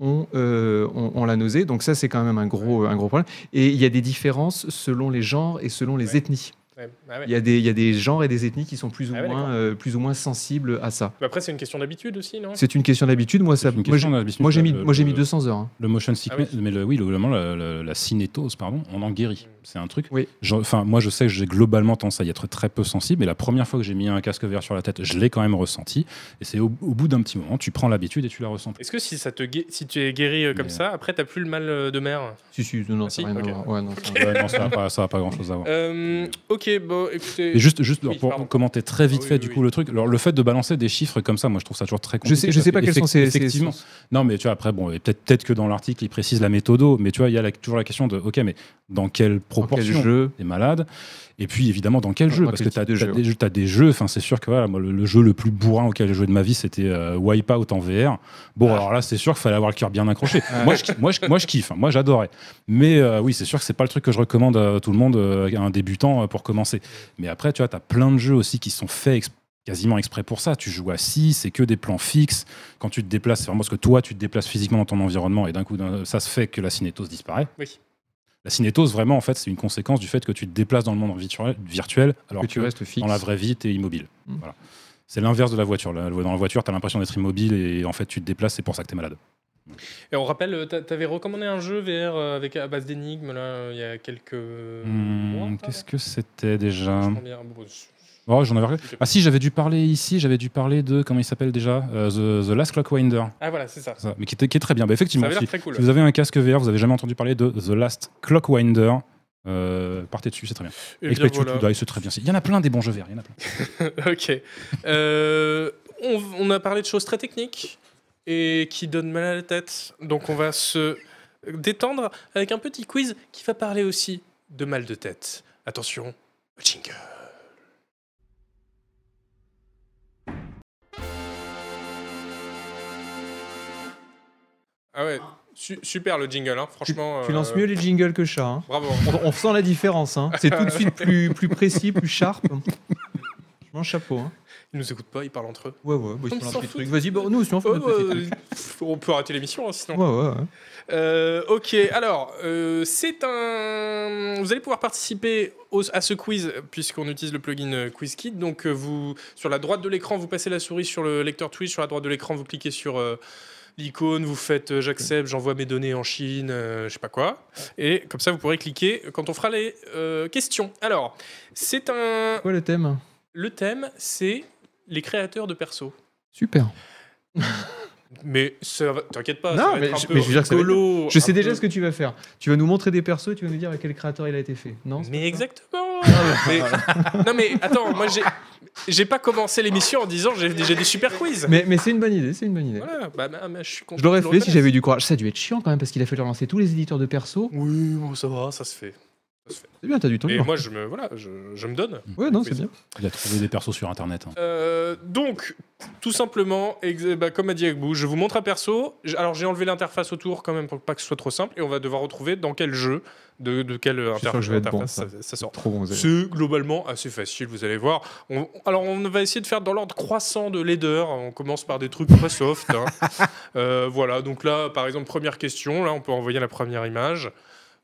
B: ont, euh, ont- ont la nausée. Donc ça, c'est quand même un gros, un gros problème. Et il y a des différences selon les genres et selon les
A: Ouais.
B: ethnies.
A: Ouais, bah ouais.
B: Il y, a des, il y a des genres et des ethnies qui sont plus ou,
A: Ah ouais,
B: moins,
A: d'accord.
B: euh, plus ou moins sensibles à ça.
A: Bah Après, c'est une question d'habitude aussi, non
B: C'est une question d'habitude. Moi, ça,
C: C'est une
B: moi, j'ai-
C: question euh, d'habitude.
B: moi, j'ai mis,
C: Le-
B: moi, j'ai mis
C: le-
B: 200 heures. hein.
C: Le motion sickness,
A: Ah
C: mais le- oui, le- vraiment, la, la- la cinétose, pardon, on en guérit. C'est un truc.
B: Oui.
C: Je- Enfin, moi, je sais que j'ai globalement tendance à y être très peu sensible, mais la première fois que j'ai mis un casque vert sur la tête, je l'ai quand même ressenti. Et c'est au, au bout d'un petit moment, tu prends l'habitude et tu la ressens. plus.
A: Est-ce que si, ça te gué- si tu es guéri euh, comme
C: Mais-
A: ça, après, t'as plus le mal euh, de mer
B: Si, si, non, non,
A: Ah,
B: ça n'a
A: si
B: rien
A: Ok.
B: à voir. Ouais, non, ça-
C: Ouais, non, ça n'a pas, ça a pas grand-chose à voir.
A: Euh, Ok, bon, écoutez.
C: Et juste, juste
A: Oui,
C: pour
A: pardon.
C: commenter très vite
A: Ah oui,
C: fait
A: oui,
C: du
A: oui.
C: coup le truc, alors, le fait de balancer des chiffres comme ça, moi je trouve ça toujours très
B: Je
C: compliqué.
B: sais, je sais
C: parce
B: pas quelles
C: que
B: sont
C: effect-
B: ces. ces-
C: Effectivement. Non, mais tu vois, après, bon, et peut-être peut que dans l'article, il précise la méthode, mais tu vois, il y a la- toujours la question de, OK, mais dans quelle
B: dans quel
C: proportion
B: jeu
C: T'es malade. Et puis évidemment, dans quel
B: Dans
C: jeu
B: quel
C: Parce que
B: type
C: t'as
B: de
C: t'as
B: jeu,
C: des, jeux- t'as des jeux, enfin c'est sûr que voilà, moi, le, le jeu le plus bourrin auquel j'ai joué de ma vie, c'était euh, Wipeout en VR. Bon,
A: Ah.
C: alors là, c'est sûr qu'il fallait avoir le cœur bien accroché. moi, je, moi, je- moi, je kiffe, hein. moi j'adorais. Mais euh, oui, c'est sûr que c'est pas le truc que je recommande à tout le monde, euh, à un débutant, euh, pour commencer. Mais après, tu vois, t'as plein de jeux aussi qui sont faits ex- quasiment exprès pour ça. Tu joues assis, c'est que des plans fixes. Quand tu te déplaces, c'est vraiment parce que toi, tu te déplaces physiquement dans ton environnement et d'un coup, d'un- ça se fait que la cinétose disparaît.
A: Oui.
C: La cinétose, vraiment, en fait, c'est une conséquence du fait que tu te déplaces dans le monde virtuel, virtuel alors
B: que
C: que,
B: tu restes fixe.
C: dans la vraie vie, tu es immobile.
B: Mm.
C: Voilà. C'est l'inverse de la voiture. La- Dans la voiture, tu as l'impression d'être immobile et en fait, tu te déplaces, c'est pour ça que tu es malade.
A: Euh, Et on rappelle, euh, t'a- t'avais recommandé un jeu VR euh, avec à base d'énigmes là euh, il y a quelques mois.
C: Hmm,
A: peut-être
C: Qu'est-ce que c'était déjà
B: Hein
A: Je comprends bien. Bon, je-
C: Oh, j'en avais regardé.
A: je-
C: Ah si, j'avais dû parler ici, j'avais dû parler de, comment il s'appelle déjà Euh, The, The Last Clockwinder,
A: Ah voilà, c'est ça.
C: Ça, mais qui, était- qui est très bien. Bah,
A: Ça
C: effectivement,
A: avait
C: si,
A: l'air très cool.
C: si vous avez un casque VR, vous avez jamais entendu parler de The Last Clockwinder, euh, partez dessus, c'est très bien.
A: Et bien,
C: Expect You
A: voilà.
C: to Die, c'est très bien. Il y en a plein des bons jeux VR, il y en a plein.
A: ok. Euh, on, on a parlé de choses très techniques et qui donnent mal à la tête. Donc on va se détendre avec un petit quiz qui va parler aussi de mal de tête. Attention, jingle. Ah ouais, su- super le jingle, hein,
B: Tu,
A: franchement.
B: tu lances
A: euh,
B: mieux les jingles que chat. hein.
A: Bravo.
B: On, on sent la différence. hein. C'est tout de suite plus, plus précis, plus sharp. Je mange chapeau. hein.
A: Ils nous écoutent pas, ils parlent entre eux.
B: Ouais, ouais, bon, ils
A: On
B: font
A: s'en
B: leur petit
A: fout.
B: truc. Vas-y, bon, nous aussi, on fait
A: Oh,
B: notre petit truc.
A: euh, pff, on peut arrêter l'émission hein, sinon.
B: Ouais, ouais, ouais.
A: Euh, ok, alors, euh, c'est un. Vous allez pouvoir participer au- à ce quiz puisqu'on utilise le plugin euh, QuizKit. Donc, euh, vous, sur la droite de l'écran, vous passez la souris sur le lecteur Twitch. Sur la droite de l'écran, vous cliquez sur euh, l'icône, vous faites euh, j'accepte, j'envoie mes données en Chine, euh, je sais pas quoi. Et comme ça, vous pourrez cliquer quand on fera les euh, questions. Alors, c'est un.
B: Quoi le thème
A: Le thème, c'est les créateurs de perso.
B: Super.
A: Mais ça va- t'inquiète pas,
B: Non,
A: ça va
B: mais
A: être un
B: je-
A: peu
B: mais je veux dire que ça va être-
A: rigolo,
B: Je sais
A: un
B: déjà
A: peu-
B: ce que tu vas faire. Tu vas nous montrer des persos et tu vas nous dire à quel créateur il a été fait. Non c'est
A: Mais
B: pas ça
A: exactement Mais- Non mais attends, moi j'ai j'ai pas commencé l'émission en disant j'ai j'ai des super quiz.
B: Mais, mais c'est une bonne idée, c'est une bonne idée.
A: Voilà, bah, bah, bah, je suis content.
B: Je l'aurais
A: que tu
B: fait
A: le
B: si j'avais eu du courage. Ça a dû être chiant quand même parce qu'il a fallu relancer tous les éditeurs de persos.
A: Oui, bon, ça va, ça se fait.
B: C'est bien, t'as du temps.
A: Et
B: libre.
A: moi je me voilà, je, je me donne.
B: Ouais, non,
A: Oui,
B: c'est bien.
C: Il a trouvé des persos sur internet. hein.
A: Euh, donc tout simplement, ex- bah, comme a dit Agbou, je vous montre un perso. J- Alors j'ai enlevé l'interface autour quand même pour pas que ce soit trop simple et on va devoir retrouver dans quel jeu, de, de quelle
B: suis sûr
A: interface,
B: que je vais être bon,
A: interface
B: ça.
A: ça- ça sort.
B: Trop bon. Zé.
A: C'est globalement assez facile, vous allez voir. On- alors, on va essayer de faire dans l'ordre croissant de laideur. On commence par des trucs très soft. hein. Euh, voilà, donc là, par exemple, première question. Là, on peut envoyer la première image,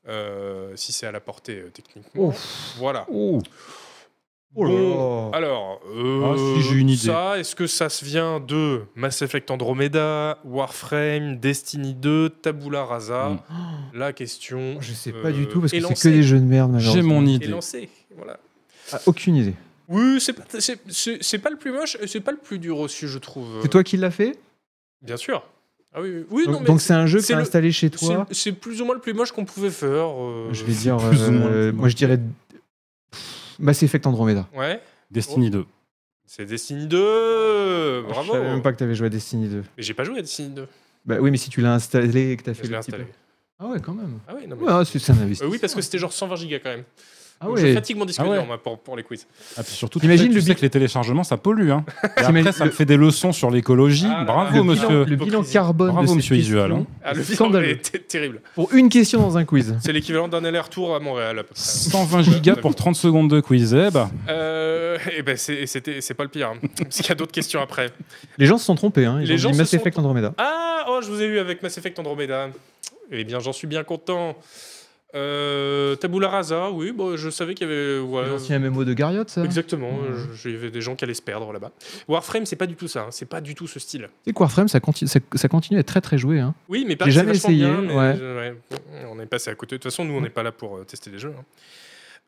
A: euh, si c'est à la portée euh, techniquement. Voilà.
C: Oh,
B: Oh là
A: Bon,
B: là.
A: Alors, euh,
C: Ah, si, j'ai une idée.
A: ça, est-ce que ça se vient de Mass Effect Andromeda, Warframe, Destiny 2, Tabula Rasa
C: Mm.
A: La question
B: Je sais
A: euh,
B: pas du tout parce
A: est
B: que c'est que
A: lancée.
B: des jeux de merde.
C: J'ai
B: malheureusement.
C: mon
A: est
C: idée.
A: lancée. Voilà.
B: Ah, aucune idée.
A: Oui, c'est pas, c'est- c'est- c'est pas le plus moche, et c'est pas le plus dur aussi, je trouve.
B: C'est toi qui l'as fait
A: Bien sûr. Ah oui, oui, oui, non,
B: Donc
A: mais
B: donc c'est un jeu que
A: c'est
B: t'as
A: le-
B: installé chez
A: c'est-
B: toi.
A: c'est plus ou moins le plus moche qu'on pouvait faire. euh,
B: Je vais dire.
C: plus ou moins,
B: euh,
C: plus ou moins.
B: Moi, je dirais. Pff, Mass Effect Andromeda.
A: Ouais.
C: Destiny 2.
A: C'est Destiny 2
B: Je
A: Bravo
B: savais même pas que t'avais joué à Destiny 2.
A: Mais j'ai pas joué à Destiny 2.
B: Bah oui, mais si tu l'as installé et que t'as
A: Je
B: fait
A: l'ai
B: le petit
A: installé.
B: peu. Ah ouais, quand même.
A: Ah oui, non, mais-
B: Ouais, ah, c'est c'est un
A: Euh,
B: investissement.
A: oui, parce que c'était genre 120 gigas quand même.
B: Ah
A: Donc,
B: ouais.
A: Je fatigue mon disque
C: Ah ouais.
A: dur, moi, pour, pour les quiz.
C: Ah, puis surtout,
B: Imagine
C: tu sais,
B: le
C: tu sais
B: bic-
C: que les téléchargements, ça pollue. Hein. Et
B: T'imagines
C: après, ça me
B: le-
C: fait des leçons sur l'écologie.
A: Ah là
C: Bravo,
A: là.
B: Le bilan,
C: monsieur.
B: le bilan
A: Hypocrisie.
B: carbone
C: Bravo,
B: de cette
C: monsieur hein.
B: question,
C: Isuel, hein.
A: Ah, le
B: c'est
A: bilan
B: scandaleux.
A: était terrible.
B: Pour une question dans un quiz.
A: C'est l'équivalent d'un aller-retour à Montréal, à peu près.
C: 120 gigas pour 30 secondes de quiz. Eh bah,
A: Euh, et ben, c'est c'était- c'est pas le pire. hein, parce qu'il y a d'autres questions après.
B: Les gens se sont trompés. Hein. Ils
A: Les
B: ont
A: gens
B: dit
A: se
B: Mass
A: sont
B: Effect Andromeda.
A: Ah, oh, je vous ai eu avec Mass Effect Andromeda. Eh bien, j'en suis bien content. Euh, Tabula Rasa, oui, bon, je savais qu'il y avait. ouais,
B: L'ancien MMO de Garriott, ça
A: exactement,
B: Ouais.
A: euh, je- il y avait des gens qui allaient se perdre là-bas. Warframe, c'est pas du tout ça, hein, c'est pas du tout ce style.
B: C'est que Warframe, ça, conti- ça, ça continue à être très très joué. Hein.
A: Oui, mais pas
B: J'ai
A: c'est
B: jamais
A: vachement
B: essayé,
A: bien, mais,
B: ouais.
A: euh, ouais, on est passé à côté. De toute façon, nous, on n'est pas là pour euh, tester les jeux. hein.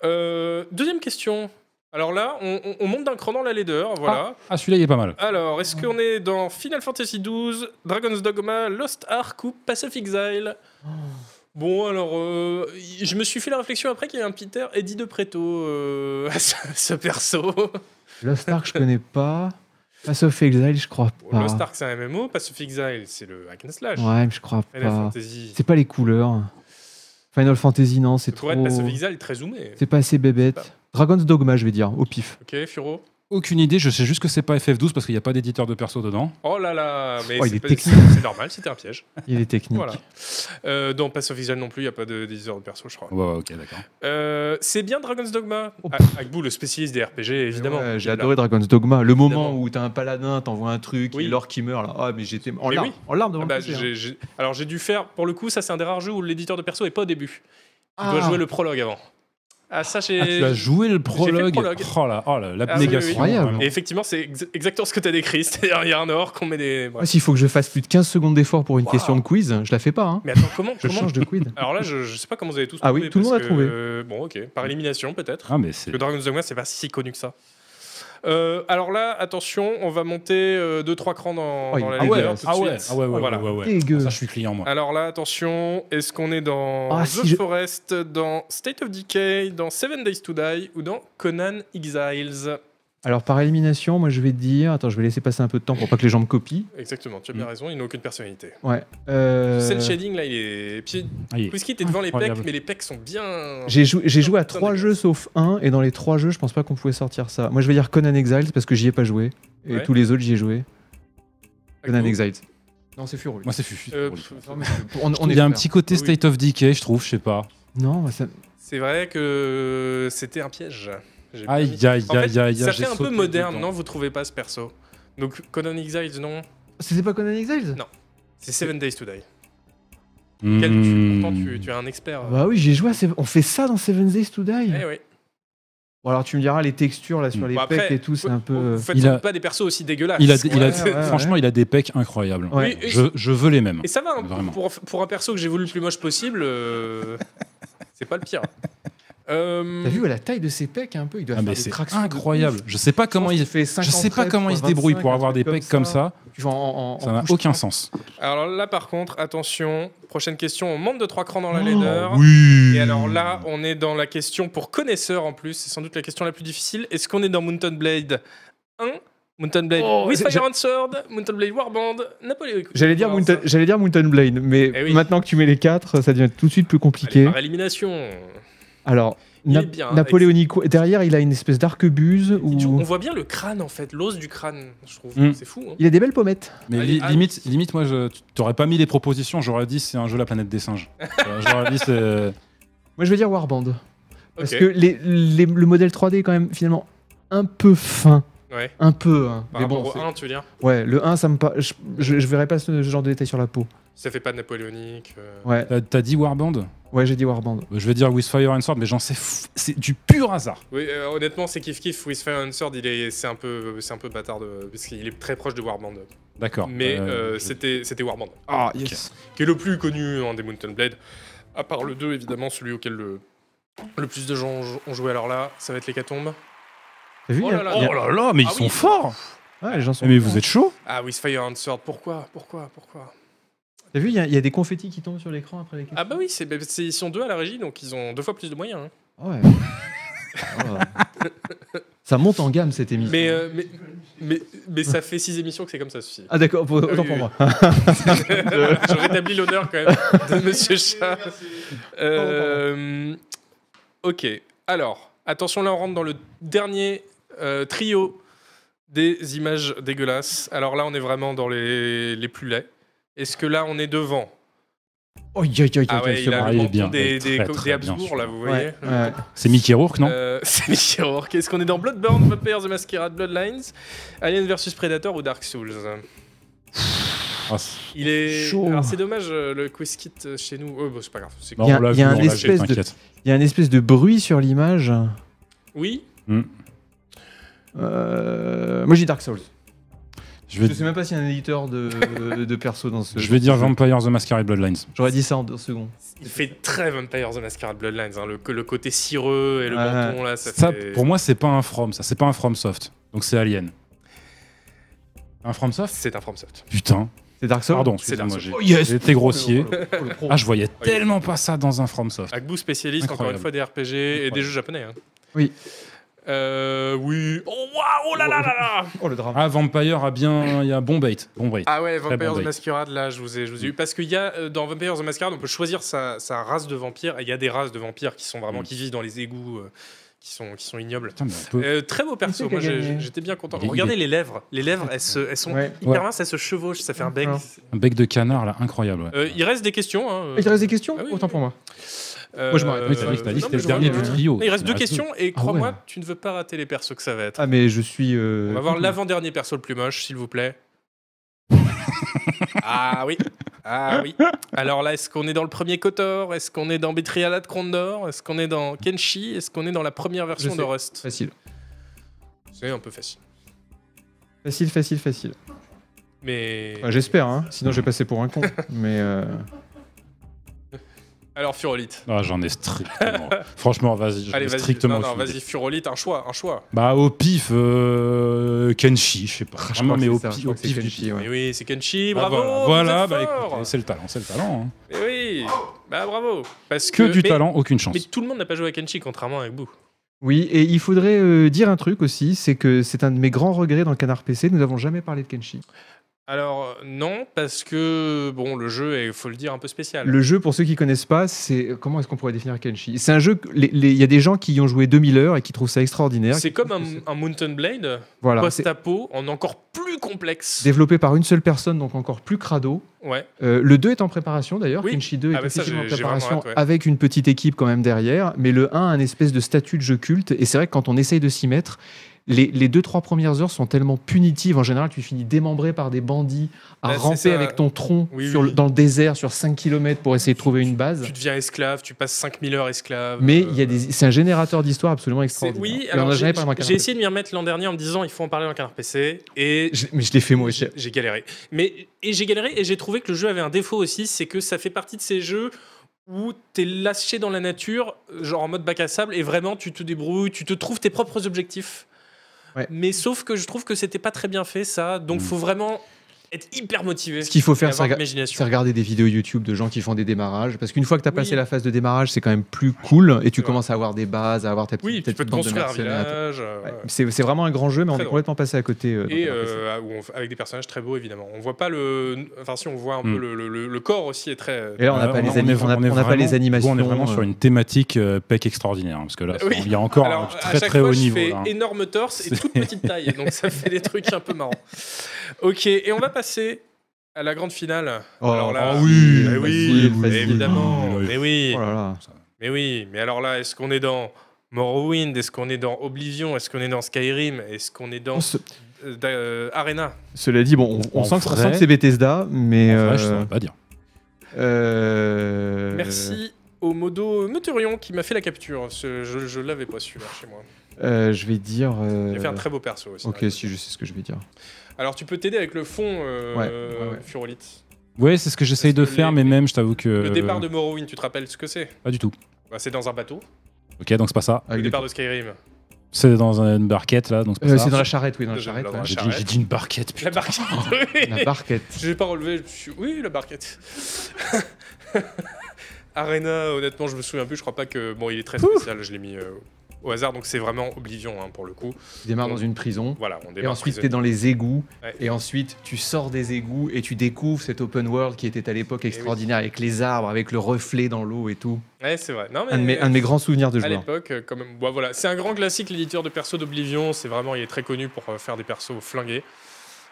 A: Euh, deuxième question. Alors là, on, on- on monte d'un cran dans la laideur, voilà.
C: ah, celui-là, il est pas mal.
A: Alors, est-ce qu'on est dans Final Fantasy XII, Dragon's Dogma, Lost Ark ou Pacific Exile Bon, alors, euh, y- je me suis fait la réflexion après qu'il y a un Peter Eddie de Preto euh, à ce, ce perso.
B: Lost Ark, je connais pas. Pass of Exile, je crois pas.
A: Oh, Lost Ark, c'est un MMO, Pacific Exile, c'est le hack and slash.
B: Ah. Ouais, mais je crois
A: Final
B: pas.
A: Fantasy.
B: C'est pas les couleurs. Final Fantasy, non, c'est
A: Ça
B: trop.
A: pourrait être Pacific Exile très zoomé.
B: C'est pas assez bébête. Dragon's Dogma, je vais dire, au pif.
A: Ok, Furo
C: Aucune idée, je sais juste que c'est pas FF12 parce qu'il n'y a pas d'éditeur de perso dedans.
A: Oh là là, mais
B: Oh, il
A: c'est
B: est
A: pas-
B: technique.
A: c'est c'est normal, c'était un piège.
B: Il est technique.
A: Voilà. Euh, dans Pacific Exile non plus, il n'y a pas de d'éditeur de perso, je crois.
C: Ouais, ouais, ok, d'accord.
A: Euh, c'est bien Dragon's Dogma.
B: Oh,
A: Ah, Agbu, le spécialiste des RPG, évidemment.
B: Ouais, J'ai
A: Il a-
B: adoré Dragon's Dogma. Le moment
A: Évidemment.
B: où t'as un paladin, t'envoies un truc,
A: Oui.
B: et l'or qui meurt là. Ah, mais j'étais en
A: Mais
B: larmes.
A: oui.
B: En larmes devant
A: Ah bah,
B: le PC, hein.
A: j'ai- j'ai- Alors j'ai dû faire, pour le coup, ça c'est un des rares jeux où l'éditeur de perso est pas au début. Tu
B: Ah.
A: dois jouer le prologue avant. Ah, ça, j'ai.
C: Ah, tu as joué le prologue.
A: prologue.
C: Oh là, oh là, l'abnégation.
A: oui, oui.
B: Incroyable.
C: vraiment.
A: Et effectivement, c'est ex- exactement ce que tu as décrit. C'est-à-dire, il y a un or qu'on met des.
B: Ah,
A: bref.
B: S'il faut que je fasse plus de 15 secondes d'effort pour une
A: Waouh.
B: question de quiz, je la fais pas. hein.
A: Mais attends, comment,
B: Je
A: comment-
B: change de quid.
A: Alors là, je, je sais pas comment vous avez tous
B: Ah
A: trouvé,
B: oui, tout le monde
A: parce
B: a trouvé.
A: que, euh, bon, ok. Par élimination, peut-être.
C: Ah, mais c'est.
A: Le Dragon's Dogma, c'est pas si connu que ça. Euh, alors là, attention, on va monter 2-3 crans dans, dans
B: Oh, il-
A: la
C: Ah ouais,
A: leader tout de
C: ah
A: suite.
C: ouais, ah ouais, ouais,
A: Voilà.
C: ouais, ouais, ouais.
B: Dégueu.
C: Ah, Ça, je suis client, moi.
A: Alors là, attention, est-ce qu'on est dans
B: Ah,
A: The
B: si je-
A: Forest, dans State of Decay, dans Seven Days to Die ou dans Conan Exiles
B: Alors par élimination, moi je vais te dire. Attends, je vais laisser passer un peu de temps pour pas que les gens me copient.
A: Exactement, tu as bien
B: Mm.
A: raison, ils n'ont aucune personnalité.
B: Ouais. euh,
A: C'est le shading là, il est. Puis
C: Ah, il-
A: Quizkit est devant les pecs,
C: Incroyable.
A: mais les pecs sont bien.
B: J'ai joué, j'ai joué à
A: Putain,
B: trois
A: mais-
B: jeux sauf un, et dans les trois jeux, je pense pas qu'on pouvait sortir ça. Moi, je vais dire Conan Exiles parce que j'y ai pas joué, et
A: Ouais. Ah,
B: tous les autres j'y ai joué. Conan
A: Acto.
B: Exiles. Non, c'est Furul.
C: Moi, c'est Fufu.
A: Euh,
C: c'est
A: pff,
C: drôle.
B: On, on
C: Il
B: est
C: y a un
B: frères.
C: petit côté
A: Oui.
C: State of Decay, je trouve, je sais pas.
B: Non, moi, ça...
A: C'est vrai que c'était un piège. J'ai bien
C: Aïe,
A: mis.
C: aïe, aïe,
A: En fait,
C: aïe, aïe.
A: Ça
C: j'ai
A: fait un peu
C: sauté
A: moderne,
C: dedans.
A: non Vous trouvez pas ce perso Donc Conan Exiles, non
B: c'était pas Conan Exiles
A: Non. C'est Seven Days to Die.
C: Mmh.
A: Quel- tu, pourtant, tu, tu es un expert.
B: Ah Bah oui, j'ai joué. à Seven- On fait ça dans Seven Days to Die.
A: Eh oui.
B: Bon, alors tu me diras les textures là sur
C: Mm.
B: les
A: Bon, après,
B: pecs et tout, c'est un peu. euh,
A: Vous faites
C: Il a-
A: pas des persos aussi dégueulasses.
C: Il a, il a-
B: Ouais, ouais, ouais.
C: franchement, il a des pecs incroyables.
B: Ouais.
A: Oui, et-
C: Je, je veux les mêmes.
A: Et ça va, hein,
C: Vraiment.
A: pour, pour un perso que j'ai voulu le plus moche possible, euh, c'est pas le pire. Euh,
B: T'as vu ouais, la taille de ses pecs un peu Il doit
C: Ah,
B: faire
C: mais
B: des
C: c'est
B: tractions de
C: incroyable. Je sais pas
B: ouf.
C: comment
B: Je pense
C: il,
B: qu'il fait
C: je sais pas
B: 53,
C: comment il se débrouille
B: 25,
C: pour avoir
B: un
C: des
B: truc
C: pecs comme ça.
B: Tu vois, en- en-
C: Ça
B: en
C: n'a
B: couche
C: aucun
B: trente.
C: sens.
A: alors là, par contre, attention, prochaine question, on monte de 3 crans dans la
B: Oh,
A: leader.
C: Oui.
A: Et alors là, on est dans la question pour connaisseurs en plus, c'est sans doute la question la plus difficile. Est-ce qu'on est dans Mountain Blade 1 Mountain Blade
B: Oh,
A: with
B: j'ai-
A: Fire and Sword, Mountain Blade Warband, Napoléon.
B: J'allais dire,
A: Voilà,
B: Mountain,
A: ça.
B: j'allais dire Mountain Blade, mais
A: Eh oui.
B: maintenant que tu mets les quatre, ça devient tout de suite plus
A: Allez,
B: compliqué.
A: par élimination.
B: Oh. Alors,
A: Il
B: Na-
A: est bien, hein,
B: Napoléonico, derrière, il a une espèce d'arquebuse
A: On
B: où
A: voit bien le crâne en fait, l'os du crâne, je trouve.
C: Mm.
A: C'est fou. hein.
B: il a des belles pommettes.
C: Mais
A: Allez,
C: li-
A: allez.
C: limite, limite, moi, je tu- t'aurais pas mis les propositions. J'aurais dit c'est un jeu la planète des singes. Euh, j'aurais dit c'est.
B: Moi, je vais dire Warband. Parce
A: Ok.
B: que les- les- le modèle 3D est quand même finalement un peu fin.
A: Ouais.
B: Un peu, hein.
A: Par
B: Mais
A: rapport
B: bon,
A: au 1, tu veux dire
B: c'est- ouais, le 1, ça me pa- je, je, je verrai pas ce genre de détail sur la peau.
A: Ça fait pas de napoléonique. euh.
B: Ouais,
C: T'as- T'as dit Warband.
B: ouais j'ai dit Warband.
C: Je vais dire With Fire and Sword, mais j'en sais. fou- C'est du pur hasard.
A: Oui, euh, honnêtement, c'est kiff kiff. With Fire and Sword, il est, c'est un peu, c'est un peu bâtard de, parce qu'il est très proche de Warband.
C: D'accord.
A: Mais
C: Euh,
A: euh,
C: je-
A: c'était, c'était Warband,
B: Ah,
C: yes.
A: qui est le plus connu en des Mountain Blade. À part le 2, évidemment, celui auquel le, le plus de gens ont- ont joué. Alors là, ça va être l'hécatombe.
B: T'as vu
A: Oh
B: il y
A: là
B: a-
A: là.
B: il y a-
C: Oh là là, mais ils
A: Ah
C: sont
A: oui.
C: forts.
B: Ouais, les gens sont-
C: Eh, Mais vous êtes chaud.
A: Ah, With Fire and Sword, pourquoi Pourquoi Pourquoi
B: T'as vu, il y, a- il y a des confettis qui tombent sur l'écran après les questions.
A: Ah, bah oui, c'est, bah, c'est- ils sont deux à la régie, donc ils ont deux fois plus de moyens. hein.
B: Ouais. Oh. Ah Ça monte en gamme cette émission.
A: Mais, euh, mais, mais, mais ça fait six émissions que c'est comme ça, ceci.
B: Ah d'accord, pour-
A: Ah
B: autant
A: oui,
B: pour
A: oui.
B: moi.
A: Je rétablis l'honneur quand même de Monsieur Chat. Euh, ok, alors, attention, là on rentre dans le dernier euh, trio des images dégueulasses. Alors là, on est vraiment dans les, les plus laids. Est-ce que là, on est devant
B: Oh, yo, yo, yo,
A: Ah
B: yo,
A: ouais,
B: yo.
A: il a
C: bon,
A: le
C: il est
A: menton
C: bien, il
A: des,
C: est
A: des,
C: très,
A: co-
C: très
A: des
C: bien,
A: Habsbourg, là,
C: celui-là.
A: vous voyez
B: Ouais, ouais.
C: C'est Mickey Rourke, non
A: Euh, C'est Mickey Rourke. Est-ce qu'on est dans Bloodborne, Vampire the Masquerade, Bloodlines, Alien vs Predator ou Dark Souls
C: Ah, c'est-
A: Il est...
B: Chaud.
A: Alors c'est dommage, euh, le quiz kit euh, chez nous... Oh, bah, c'est pas grave. c'est-
C: bon,
B: Il y a-
C: on l'a
B: il y a
C: vu,
B: un
C: on l'a vu,
B: espèce de-
C: t'inquiète.
B: Il y a une espèce de bruit sur l'image.
A: Oui
B: Euh, Moi j'ai Dark Souls.
C: Je
B: Je
C: vais,
B: sais même pas s'il y a un éditeur de, de perso dans ce.
C: je vais dire Vampire the Masquerade Bloodlines.
B: J'aurais dit ça en deux secondes.
A: Il fait très Vampire the Masquerade Bloodlines, hein, le, le côté cireux et le
B: Ouais.
A: menton là, ça,
C: Ça,
A: fait...
C: pour moi, c'est pas un From, ça. C'est pas un From Soft. Donc c'est Alien. Un From Soft
A: c'est un FromSoft.
C: Putain.
B: C'est Dark Souls
C: Pardon,
A: C'est Dark
C: excusez-moi.
A: Souls.
C: j'ai-
B: Oh, yes
C: J'ai été grossier.
B: Oh, le- oh, le pro.
C: Ah, je voyais tellement pas ça dans un From Soft.
A: Agbu spécialiste encore
C: Incroyable.
A: une fois des RPG et des
C: Incroyable.
A: jeux japonais. hein.
B: Oui.
A: Euh, oui. Oh waouh, oh là là là là
B: Oh, le drame.
C: Ah, Vampire a bien. Il y a bon bait. Bon bait.
A: Ah ouais,
C: Très
A: Vampire
C: bon
A: the
C: bait.
A: Masquerade là, je vous ai, je vous ai eu parce qu'il y a euh, dans Vampire the Masquerade, on peut choisir sa, sa race de vampire et il y a des races de vampires qui sont vraiment
C: Mm.
A: qui vivent dans les égouts, euh, qui sont qui sont ignobles.
C: Putain, mais on peut-
A: Euh, très beau perso,
B: qui a
A: moi j'ai-
B: gagné
A: j'étais bien content.
C: Il est-
A: Regardez les lèvres, les lèvres elles, se- elles sont
B: Ouais.
A: hyper
C: Ouais.
A: minces, elles se chevauchent, ça fait un bec.
B: Alors.
C: Un bec de canard, là, incroyable. ouais.
A: Euh, il reste des questions. hein, euh.
B: Il te reste des questions
A: Ah oui,
B: Autant
A: oui.
B: pour moi.
A: Euh,
B: Moi, je m'arrête.
C: Oui, c'est vrai que t'as dit
A: non, mais
C: que c'était le
A: je
C: dernier
A: vois,
C: du
A: euh,
C: trio.
A: Il reste deux
C: Ah,
A: questions et crois-moi,
B: ouais.
A: tu ne veux pas rater les persos que ça va être.
B: Ah mais je suis. euh,
A: On va voir l'avant-dernier perso le plus moche, s'il vous plaît. ah oui. Ah oui. Alors là, est-ce qu'on est dans le premier Kotor Est-ce qu'on est dans Betrialat Condor Est-ce qu'on est dans Kenshi Est-ce qu'on est dans la première version
B: Je
A: de
B: sais.
A: Rust
B: Facile.
A: C'est un peu facile.
B: Facile, facile, facile.
A: Mais.
C: Ah,
B: Enfin, J'espère, hein. sinon je vais passer pour un con. Mais euh,
A: Alors, Furolite.
C: Ah, j'en ai strictement. Franchement, vas-y, j'en
A: Allez,
C: ai
A: vas-y.
C: strictement.
A: non, non,
C: aucune idée.
A: vas-y, Furolite, un choix, un choix.
C: Bah au pif, euh, Kenshi, je sais pas.
B: je
C: Vraiment,
B: crois que
C: mais
B: c'est
C: au,
B: ça, je
C: pi-
B: crois
C: au
B: que c'est
C: pif. du
B: Kenshi,
C: pif.
B: ouais.
A: Mais oui, c'est Kenshi,
C: Ah,
A: bravo
C: voilà,
A: vous êtes
C: voilà bah
A: fort
C: écoutez, c'est le talent, c'est le talent. hein.
A: Mais Eh oui Bah bravo Parce
C: Que du
A: mais-
C: talent, aucune chance.
A: Mais tout le monde n'a pas joué à Kenshi, contrairement à Boo.
B: Oui, et il faudrait euh, dire un truc aussi, c'est que c'est un de mes grands regrets dans Canard PC, nous n'avons jamais parlé de Kenshi.
A: Alors, euh, non, parce que, bon, le jeu est, faut le dire, un peu spécial.
B: Le jeu, pour ceux qui connaissent pas, c'est comment est-ce qu'on pourrait définir Kenshi C'est un jeu, que les- les- il y a des gens qui y ont joué 2000 heures et qui trouvent ça extraordinaire.
A: C'est
B: qui
A: comme un,
B: trouvent que
A: un Mountain Blade,
B: c'est- voilà, c'est
A: post-apo, en encore plus complexe.
B: développé par une seule personne, donc encore plus crado.
A: Ouais.
B: Euh, le 2 est en préparation d'ailleurs,
A: Oui.
B: Kenshi 2
A: Ah
B: est
A: bah ça,
B: effectivement
A: j'ai-
B: en
A: j'ai vraiment
B: préparation
A: hâte, ouais.
B: avec une petite équipe quand même derrière, mais le 1 a un espèce de statut de jeu culte, et c'est vrai que quand on essaye de s'y mettre, les, les deux trois premières heures sont tellement punitives en général, tu finis démembré par des bandits, à
A: Bah, c'est
B: ramper
A: ça.
B: avec ton tronc
A: Oui,
B: sur le-
A: oui.
B: dans le désert sur 5 km pour essayer de trouver une base.
A: Tu deviens esclave, tu passes 5000 heures esclave.
B: Mais
A: euh,
B: il y a des, c'est un générateur d'histoire absolument
A: c'est-
B: extraordinaire.
A: Oui,
B: Et on
A: alors
B: en a
A: j'ai
B: jamais parlé dans
A: j'ai
B: Canard
A: essayé de m'y remettre l'an dernier en me disant il faut en parler dans Canard PC et
B: PC. Je- mais je l'ai fait moi aussi.
A: j'ai galéré. Mais et j'ai galéré et j'ai trouvé que le jeu avait un défaut aussi, c'est que ça fait partie de ces jeux où t'es lâché dans la nature, genre en mode bac à sable, et vraiment tu te débrouilles, tu te trouves tes propres objectifs.
B: Ouais.
A: Mais sauf que je trouve que c'était pas très bien fait ça, donc
C: Mm.
A: faut vraiment être hyper motivé.
B: Ce qu'il faut
A: et
B: faire, c'est
A: avoir
B: rega- c'est
A: l'imagination.
B: regarder des vidéos YouTube de gens qui font des démarrages, parce qu'une fois que tu as
A: Oui.
B: passé la phase de démarrage, c'est quand même plus cool, et tu
A: Ouais.
B: commences à avoir des bases, à avoir ta petite,
A: Oui,
B: ta
A: tu peux te
B: petite bande de
A: construire un
B: mercenaires.
A: village. euh,
B: Ouais. C'est c'est vraiment un grand jeu, mais on
A: Très
B: est
A: drôle.
B: complètement passé à côté. euh, dans
A: Et
B: Canard PC.
A: euh, ah, où on f- avec des personnages très beaux, évidemment. On voit pas le. Enfin, si on voit un
C: Mm.
A: peu le, le- le- le corps aussi est très. euh,
B: Et là, on n'a
C: Ouais,
B: pas, les,
C: Euh, est-
B: ani- on a-
C: est
B: on n'a pas
C: vraiment-
B: les animations.
C: On est vraiment sur
B: euh,
C: une thématique euh, PEC extraordinaire, hein, parce que là,
A: Oui.
C: c'est- il y a encore un
A: Alors, à
C: très
A: chaque
C: très
A: fois,
C: haut
A: je
C: niveau.
A: fais
C: là, hein.
A: énorme torse et toute petite taille, donc ça fait des trucs un peu marrants. Ok, et on va passer à la grande finale.
B: Oh,
A: alors là,
B: oh oui,
A: mais oui,
B: facile, facile.
A: évidemment,
C: Oui, oui.
A: mais oui,
B: Oh là là.
A: mais oui. Mais alors là, est-ce qu'on est dans Morrowind Est-ce qu'on est dans Oblivion Est-ce qu'on est dans Skyrim Est-ce qu'on est dans
B: On se-
A: euh, da- euh, Arena
B: Cela dit, bon, on, on
C: En
B: sent, que- on
C: vrai-
B: sent que c'est Bethesda, mais.
C: En vrai, je
B: euh,
C: saurais pas dire.
B: euh,
A: Merci au modo Meteorion qui m'a fait la capture. Ce- je je l'avais pas celui-là chez moi.
B: euh, je vais dire. euh,
A: J'ai fait un très beau perso aussi.
B: Ok,
A: Ouais.
B: si je sais ce que je vais dire.
A: Alors tu peux t'aider avec le fond euh,
B: Ouais, ouais, ouais.
A: Furolite.
C: Ouais, c'est ce que j'essaye de
A: Parce que
C: faire,
A: les-
C: mais même, je t'avoue que.
B: Euh.
A: Le départ de Morrowind, tu te rappelles ce que c'est
C: Pas du tout.
A: Bah, C'est dans un bateau.
C: Ok, donc c'est pas ça.
A: le
B: Avec des-
A: départ de Skyrim.
C: C'est dans une barquette, là, donc c'est pas
B: Euh,
C: ça.
B: c'est dans la charrette, oui, dans la
A: Dans
B: charrette.
A: la
B: ouais.
C: J'ai dit,
A: charrette.
C: j'ai dit une barquette,
A: La
C: putain.
A: barquette.
B: La barquette.
A: J'ai pas relevé. je me suis- Oui, la barquette. Arena, honnêtement, je me souviens plus. Je crois pas que. Bon, il est très spécial. Je l'ai mis euh, au hasard, donc c'est vraiment Oblivion hein, pour le coup.
B: Tu démarres dans une prison.
A: Voilà, on
B: Et
A: démarre.
B: ensuite, tu es
A: prisonnier.
B: dans les égouts.
A: Ouais.
B: Et ensuite, tu sors des égouts et tu découvres cet open world qui était à l'époque
A: Eh oui.
B: extraordinaire avec les arbres, avec le reflet dans l'eau et tout.
A: Ouais, c'est vrai. Non, mais,
B: Un de, mes, un de mes grands souvenirs de
A: à
B: joueur.
A: l'époque, euh, quand même. Bon, voilà, c'est un grand classique, l'éditeur de perso d'Oblivion. C'est vraiment, il est très connu pour euh, faire des persos flingués.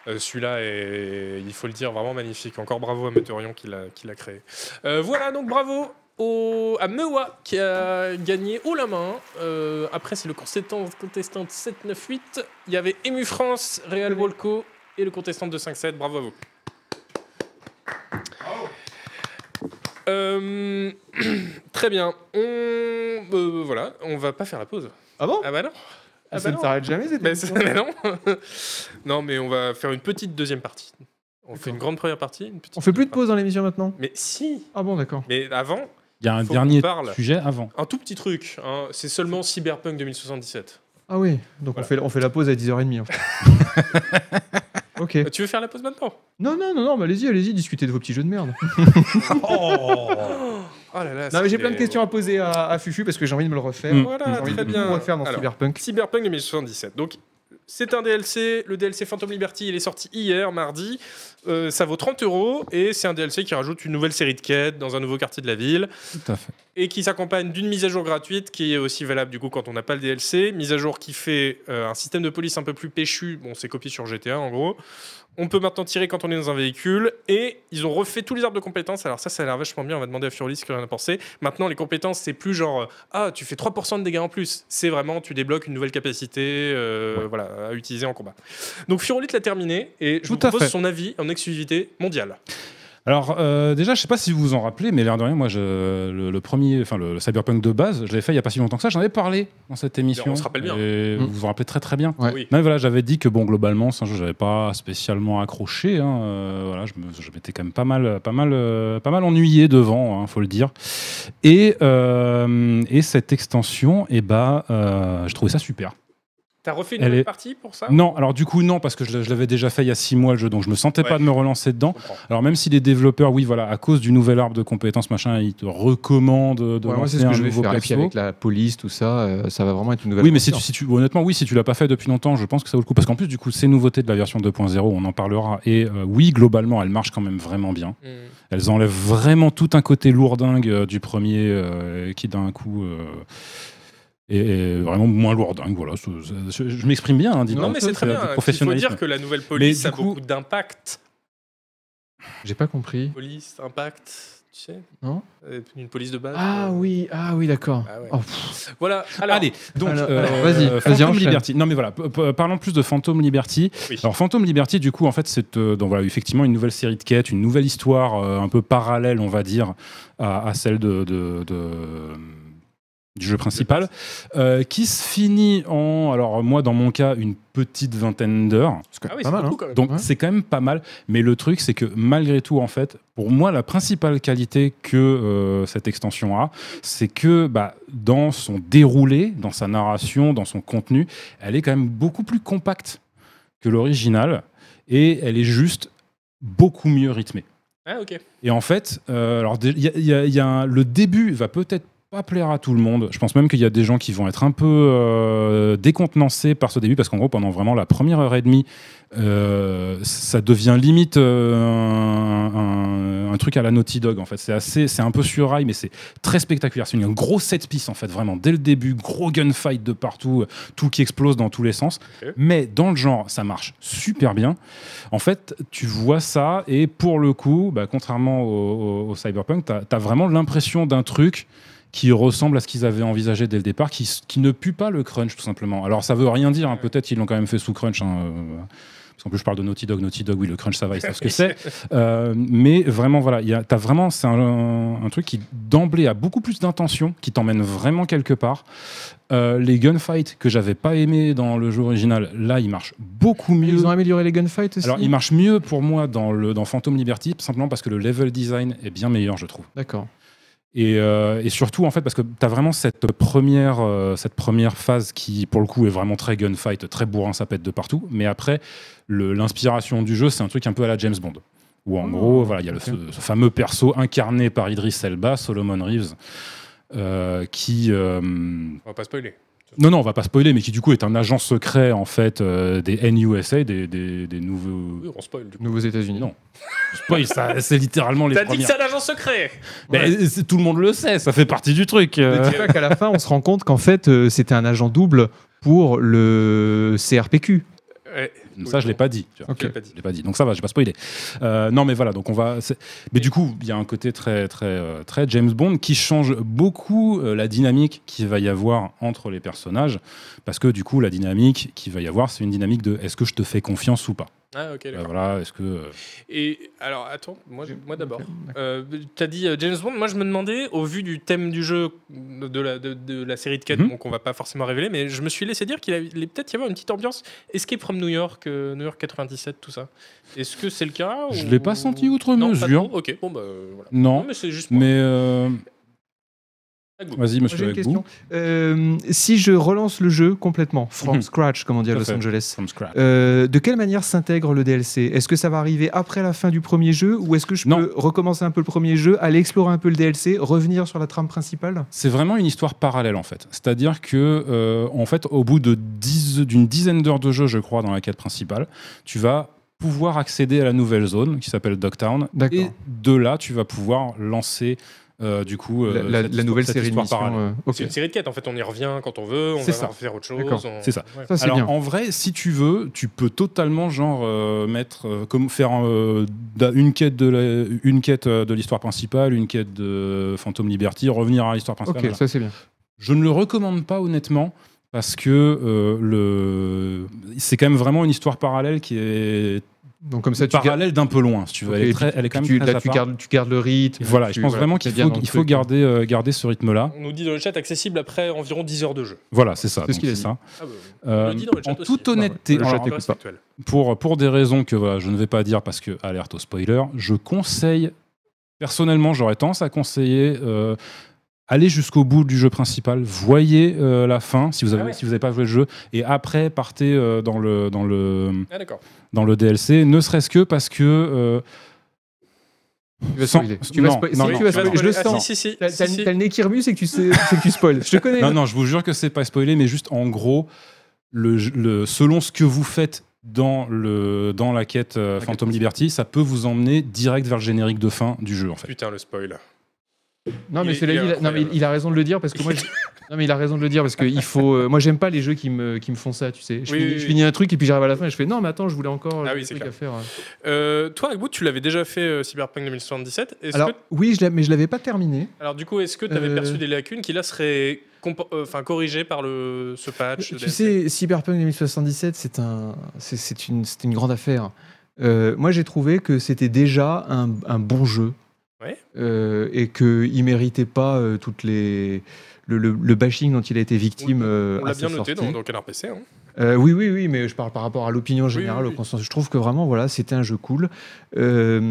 A: Euh, Celui-là est, il faut le dire, vraiment magnifique. Encore bravo à Meteorion qui l'a qui l'a créé. Euh, voilà, donc bravo au, à Mewa qui a gagné haut la main. Euh, après, c'est le contestant, contestant de 7-9-8. Il y avait Emu France, Real Volco et le contestant de 5-7. Bravo à vous. Euh, très bien. On, euh, voilà, on va pas faire la pause.
B: Ah bon
A: Ah bah non. Ah bah
B: Ça ne
A: non.
B: s'arrête jamais, cette
A: Bah, c'est-
B: émission.
A: bah non. non, mais on va faire une petite deuxième partie. On fait une grande première partie. Une petite
B: On fait plus de
A: deuxième
B: pause dans l'émission maintenant
A: partie. Mais si.
B: Ah bon, d'accord.
A: Mais avant,
C: Il y a un
A: Faut qu'on
C: dernier
A: parle.
C: sujet avant.
A: un tout petit truc. hein, c'est seulement Cyberpunk 2077.
B: Ah oui, donc
A: Voilà.
B: on, fait, on fait la pause à 10h30. en fait. ok.
A: Euh, Tu veux faire la pause maintenant
B: Non, non, non, non, mais allez-y, allez-y, discutez de vos petits jeux de merde.
A: Oh, là là.
B: non, mais j'ai
A: c'était-
B: plein de questions à poser à, à Fufu parce que j'ai envie de me le refaire.
C: Mm.
A: Voilà,
B: J'ai
A: Hmm. Ah, très
B: envie de
A: bien.
B: me refaire dans
A: Alors,
B: Cyberpunk.
A: Cyberpunk 2077. Donc, c'est un DLC. Le DLC Phantom Liberty, il est sorti hier, mardi. Euh, ça vaut 30 euros. Et c'est un DLC qui rajoute une nouvelle série de quêtes dans un nouveau quartier de la ville.
C: Tout à fait.
A: Et qui s'accompagne d'une mise à jour gratuite qui est aussi valable du coup quand on n'a pas le DLC. Mise à jour qui fait euh, un système de police un peu plus péchu. Bon, c'est copié sur GTA en gros. On peut maintenant tirer quand on est dans un véhicule. Et ils ont refait tous les arbres de compétences. Alors ça, ça a l'air vachement bien. On va demander à Furly ce qu'il en a pensé. Maintenant, les compétences, c'est plus genre euh, Ah, tu fais 3% de dégâts en plus. C'est vraiment, tu débloques une nouvelle capacité euh, voilà, à utiliser en combat. Donc Furolite l'a terminé. Et je
C: Tout
A: vous
C: à
A: propose
C: fait.
A: son avis en exclusivité mondiale.
C: Alors, euh, déjà, je sais pas si vous vous en rappelez, mais l'air de rien, moi, je, le, le premier, enfin, le, le Cyberpunk de base, je l'ai fait il y a pas si longtemps que ça. J'en avais parlé dans cette émission.
A: on se rappelle bien.
C: Et
B: Mm.
C: Vous vous en rappelez très très bien.
B: Ouais.
A: Oui.
C: Mais voilà, j'avais dit que bon, globalement, c'est un jeu que j'avais pas spécialement accroché. hein, euh, voilà, je, me- je m'étais quand même pas mal, pas mal, euh, pas mal ennuyé devant, hein, faut le dire. Et, euh, et cette extension, et bah, euh, je trouvais ça super.
A: T'as refait une
C: Elle
A: nouvelle
C: est-
A: partie pour ça
C: Non, alors du coup, non, parce que je, l'a- je l'avais déjà fait il y a six mois le jeu, donc je me sentais
A: Ouais.
C: pas de me relancer dedans.
A: Je comprends.
C: Alors même si les développeurs, oui, voilà, à cause du nouvel arbre de compétences, machin, ils te recommandent de
B: Ouais, moi,
C: lancer
B: c'est ce que
C: un
B: je vais
C: nouveau
B: faire. Et puis
C: perso.
B: avec la police, tout ça, euh, ça va vraiment être une nouvelle.
C: Oui, mais si tu,
B: aventure.
C: si tu- honnêtement, oui, si tu l'as pas fait depuis longtemps, je pense que ça vaut le coup. Parce qu'en plus, du coup, ces nouveautés de la version 2.0, on en parlera. Et euh, oui, globalement, elles marchent quand même vraiment bien.
A: Hmm.
C: Elles enlèvent vraiment tout un côté lourdingue euh, du premier, euh, qui d'un coup euh, est, est vraiment moins lourdingue. Voilà, C'est- c'est- je, je m'exprime bien, hein, dites-moi
A: Non,
C: un
A: mais
C: peu,
A: c'est très
C: du
A: bien. Il faut
C: professionnalisme.
A: dire que la nouvelle
C: Mais
A: police
C: du
A: a
C: coup-
A: beaucoup d'impact.
B: J'ai pas compris.
A: Police, impact, tu sais
B: Non
A: Euh, Une police de base.
B: Ah
A: euh,
B: oui, ah oui, d'accord.
A: Ah ouais.
B: Oh, pff,
A: Voilà, alors,
C: Allez, donc
B: Alors,
C: euh,
B: alors, vas-y,
C: euh,
B: vas-y,
C: Phantom
B: enchaîne.
C: Liberty. Non mais voilà, p- p- parlons plus de Phantom Liberty.
A: Oui.
C: Alors Phantom Liberty, du coup, en fait, c'est euh, donc voilà, effectivement une nouvelle série de quêtes, une nouvelle histoire euh, un peu parallèle, on va dire, à, à celle de, de- de- du jeu principal, euh, qui se finit en, alors moi dans mon cas, une petite vingtaine d'heures.
B: c'est quand
A: Ah
B: même
A: oui,
B: pas
A: c'est
B: mal.
A: beaucoup
B: hein.
A: quand même.
C: Donc
B: Ouais.
C: c'est quand même pas mal, mais le truc c'est que malgré tout en fait, pour moi la principale qualité que euh, cette extension a, c'est que bah, dans son déroulé, dans sa narration, dans son contenu, elle est quand même beaucoup plus compacte que l'original et elle est juste beaucoup mieux rythmée.
A: Ah, ok.
C: Et en fait, euh, alors, dé- il y a- il y a- il y a un- le début va peut-être pas plaire à tout le monde. Je pense même qu'il y a des gens qui vont être un peu euh, décontenancés par ce début parce qu'en gros, pendant vraiment la première heure et demie, euh, ça devient limite euh, un, un- un truc à la Naughty Dog. En fait, c'est assez, c'est un peu sur rail, mais c'est très spectaculaire. C'est une- un gros set piece en fait, vraiment dès le début, gros gunfight de partout, euh, tout qui explose dans tous les sens.
A: Ok.
C: Mais dans le genre, ça marche super bien. En fait, tu vois ça, et pour le coup, bah, contrairement au, au- au Cyberpunk, tu as, vraiment l'impression d'un truc qui ressemble à ce qu'ils avaient envisagé dès le départ, qui, s- qui ne pue pas le crunch, tout simplement. Alors, ça veut rien dire, hein, peut-être qu'ils l'ont quand même fait sous crunch. hein, euh, parce qu'en plus, je parle de Naughty Dog, Naughty Dog, oui, le crunch, ça va, ils savent ce que c'est. Euh, mais vraiment, voilà, il y a- t'as vraiment, c'est un, un truc qui d'emblée a beaucoup plus d'intention, qui t'emmène vraiment quelque part. Euh, les gunfights que j'avais pas aimé dans le jeu original, là, ils marchent beaucoup mieux.
B: Ils ont amélioré les gunfights aussi.
C: Alors, il marche mieux pour moi dans, le, dans Phantom Liberty, simplement parce que le level design est bien meilleur, je trouve.
B: D'accord.
C: Et, euh, et surtout, en fait, parce que tu as vraiment cette première, euh, cette première phase qui, pour le coup, est vraiment très gunfight, très bourrin, ça pète de partout. Mais après, le- l'inspiration du jeu, c'est un truc un peu à la James Bond. Où en
B: Oh,
C: gros, voilà, il y a le-
B: ok.
C: ce, ce fameux perso incarné par Idris Elba, Solomon Reeves, euh, qui. euh,
A: On va pas spoiler.
C: non, non, on va pas spoiler, mais qui du coup est un agent secret en fait euh, des NUSA, des, des, des nouveaux
A: Oui, on spoil du coup.
B: Nouveaux États-Unis.
C: Non. Spoil, ça, c'est littéralement les
A: T'as dit que
C: premières.
A: c'est un agent secret
C: Ben, c'est- tout le monde le sait, ça fait partie du truc.
B: Ne
C: euh.
B: dis pas qu'à la fin, on se rend compte qu'en fait, euh, c'était un agent double pour le CRPQ.
A: Ouais,
C: Ça, je l'ai pas dit. tu vois.
B: Ok.
A: je l'ai pas dit.
C: Je l'ai pas dit, donc ça va, j'ai pas spoilé. Euh, non, mais voilà, donc on va. c'est- Mais du coup, il y a un côté très, très, euh, très James Bond qui change beaucoup euh, la dynamique qu'il va y avoir entre les personnages, parce que du coup, la dynamique qu'il va y avoir, c'est une dynamique de est-ce que je te fais confiance ou pas.
A: Ah, ok,
C: Euh,
A: d'accord.
C: voilà, est-ce que euh,
A: Et alors, attends, moi,
B: J'ai-
A: moi d'abord.
B: Ok, d'accord.
A: Euh, T'as dit euh, James Bond. Moi, je me demandais, au vu du thème du jeu, de la, de, de la série de quêtes,
C: Mhm.
A: bon, qu'on va pas forcément révéler, mais je me suis laissé dire qu'il allait peut-être y avoir une petite ambiance Escape from New York, euh, New York 97, tout ça. Est-ce que c'est le cas
C: Je
A: ou-
C: l'ai pas senti outre
A: Non, pas
C: mesure.
A: trop Ok, bon, bah euh, voilà. Non,
C: Non,
A: mais c'est juste. pour-
C: mais. euh, Vas-y,
B: Moi,
C: monsieur.
B: J'ai une
C: avec
B: question.
C: vous.
B: Euh, si je relance le jeu complètement, from
C: Mhm.
B: scratch, comme on dit à
C: Tout à
B: Los
C: fait.
B: Angeles,
C: From scratch.
B: Euh, de quelle manière s'intègre le DLC Est-ce que ça va arriver après la fin du premier jeu ou est-ce que je
C: Non.
B: peux recommencer un peu le premier jeu, aller explorer un peu le DLC, revenir sur la trame principale
C: C'est vraiment une histoire parallèle en fait. C'est-à-dire que euh, en fait, au bout de dix- d'une dizaine d'heures de jeu, je crois, dans la quête principale, tu vas pouvoir accéder à la nouvelle zone qui s'appelle Dogtown.
B: D'accord.
C: Et de là, tu vas pouvoir lancer euh, du coup euh,
B: La- la,
C: cette
B: la nouvelle
C: cette
B: série de
C: histoire
B: missions.
C: parallèle.
B: euh, ok.
A: C'est une série de quêtes, en fait, on y revient quand on veut, on
B: C'est
A: va
B: ça.
A: faire autre
B: D'accord,
A: chose. on-
C: c'est ça.
A: Ouais.
B: Ça c'est
C: Alors
B: bien.
C: en vrai, si tu veux, tu peux totalement genre euh, mettre euh, comme faire euh, da- une quête de la- une quête euh, de l'histoire principale, une quête de Phantom Liberty, revenir à l'histoire principale.
B: Ok,
C: voilà.
B: ça c'est bien.
C: Je ne le recommande pas honnêtement parce que euh, le... c'est quand même vraiment une histoire parallèle qui est
B: Donc comme ça, tu gardes.
C: parallèle d'un peu loin, si tu veux.
B: Et
C: Elle est,
B: puis
C: très- elle est quand même
B: tu,
C: très
B: là,
C: à
B: tu
C: part.
B: gardes, tu gardes le rythme.
C: Voilà,
B: tu-
C: je pense vraiment
B: tu
C: qu'il
B: vas bien
C: faut,
B: dans le
C: il faut
B: truc. hein.
C: garder, euh, garder ce rythme-là.
A: On nous dit dans le chat accessible après environ 10 heures de jeu.
C: Voilà, c'est ça.
B: C'est ce
C: donc
B: qu'il a dit.
C: ça.
A: Ah, bah, oui.
C: Euh,
A: le dit dans le chat
C: en
A: aussi. Bah,
C: toute
A: Ouais, ouais.
C: honnêteté, Ah,
B: Le chat
C: alors,
A: Alors,
B: t'écoute pas.
A: respectuel.
C: pour, pour des raisons que voilà, je ne vais pas dire parce que, alerte au spoiler, je conseille, personnellement, j'aurais tendance à conseiller. euh, Allez jusqu'au bout du jeu principal, voyez euh, la fin si vous avez
A: Ah ouais.
C: si vous n'avez pas joué le jeu et après partez euh, dans le dans le
A: Ah, d'accord.
C: dans le DLC, ne serait-ce que parce que euh,
B: Tu vas
C: sans-
B: spoiler. Tu vas
C: non,
B: spoiler.
C: non,
B: Si,
C: non,
B: tu vas
C: non,
B: spoiler.
C: non.
B: Je le
A: Ah,
B: sens.
A: si, si, si.
B: T'as
A: Si,
B: t'as-
A: si.
B: t'as le nez qui remue, c'est que tu sais c'est que tu spoil. Je te connais.
C: Non, non, je vous jure que c'est pas spoilé, mais juste en gros, le, le- selon ce que vous faites dans, le, dans la quête euh,
B: quête
C: Phantom Liberty, ça peut vous emmener direct vers le générique de fin du jeu, en fait.
A: Putain, le spoil.
B: Non mais,
A: Il-
B: cela
A: il est
B: dit, il a- non, mais
A: incroyable.
B: il a raison de le dire parce que moi, je- non mais il a raison de le dire parce que il faut. euh, moi j'aime pas les jeux qui me qui me font ça, tu sais. Je,
A: Oui,
B: finis,
A: oui,
B: je
A: oui.
B: finis un truc et puis j'arrive à la fin et je fais non mais attends je voulais encore
A: Ah
B: euh,
A: oui,
B: un
A: c'est
B: truc
A: clair.
B: à faire.
A: Euh, toi, Agbout, tu l'avais déjà fait euh, Cyberpunk 2077. Est-ce
B: Alors
A: que-
B: oui, je l'ai- mais je l'avais pas terminé.
A: Alors, du coup, est-ce que tu avais
B: Euh.
A: perçu des lacunes qui là seraient compo- euh, enfin, corrigées par le... ce patch de
B: Tu
A: DLC?
B: sais, Cyberpunk 2077, c'est un, c'est- c'est une, c'est une grande affaire. Euh, moi, j'ai trouvé que c'était déjà un, un bon jeu
A: Ouais.
B: Euh, et qu'il méritait pas euh, toutes les le, le- le bashing dont il a été victime. euh,
A: On
B: à
A: l'a
B: sa
A: bien noté
B: sortie.
A: dans, dans Canard PC. hein.
B: Euh, oui, oui, oui, mais je parle par rapport à l'opinion
A: oui,
B: générale,
A: oui.
B: au consensus. Je trouve que vraiment, voilà, c'était un jeu cool. Euh,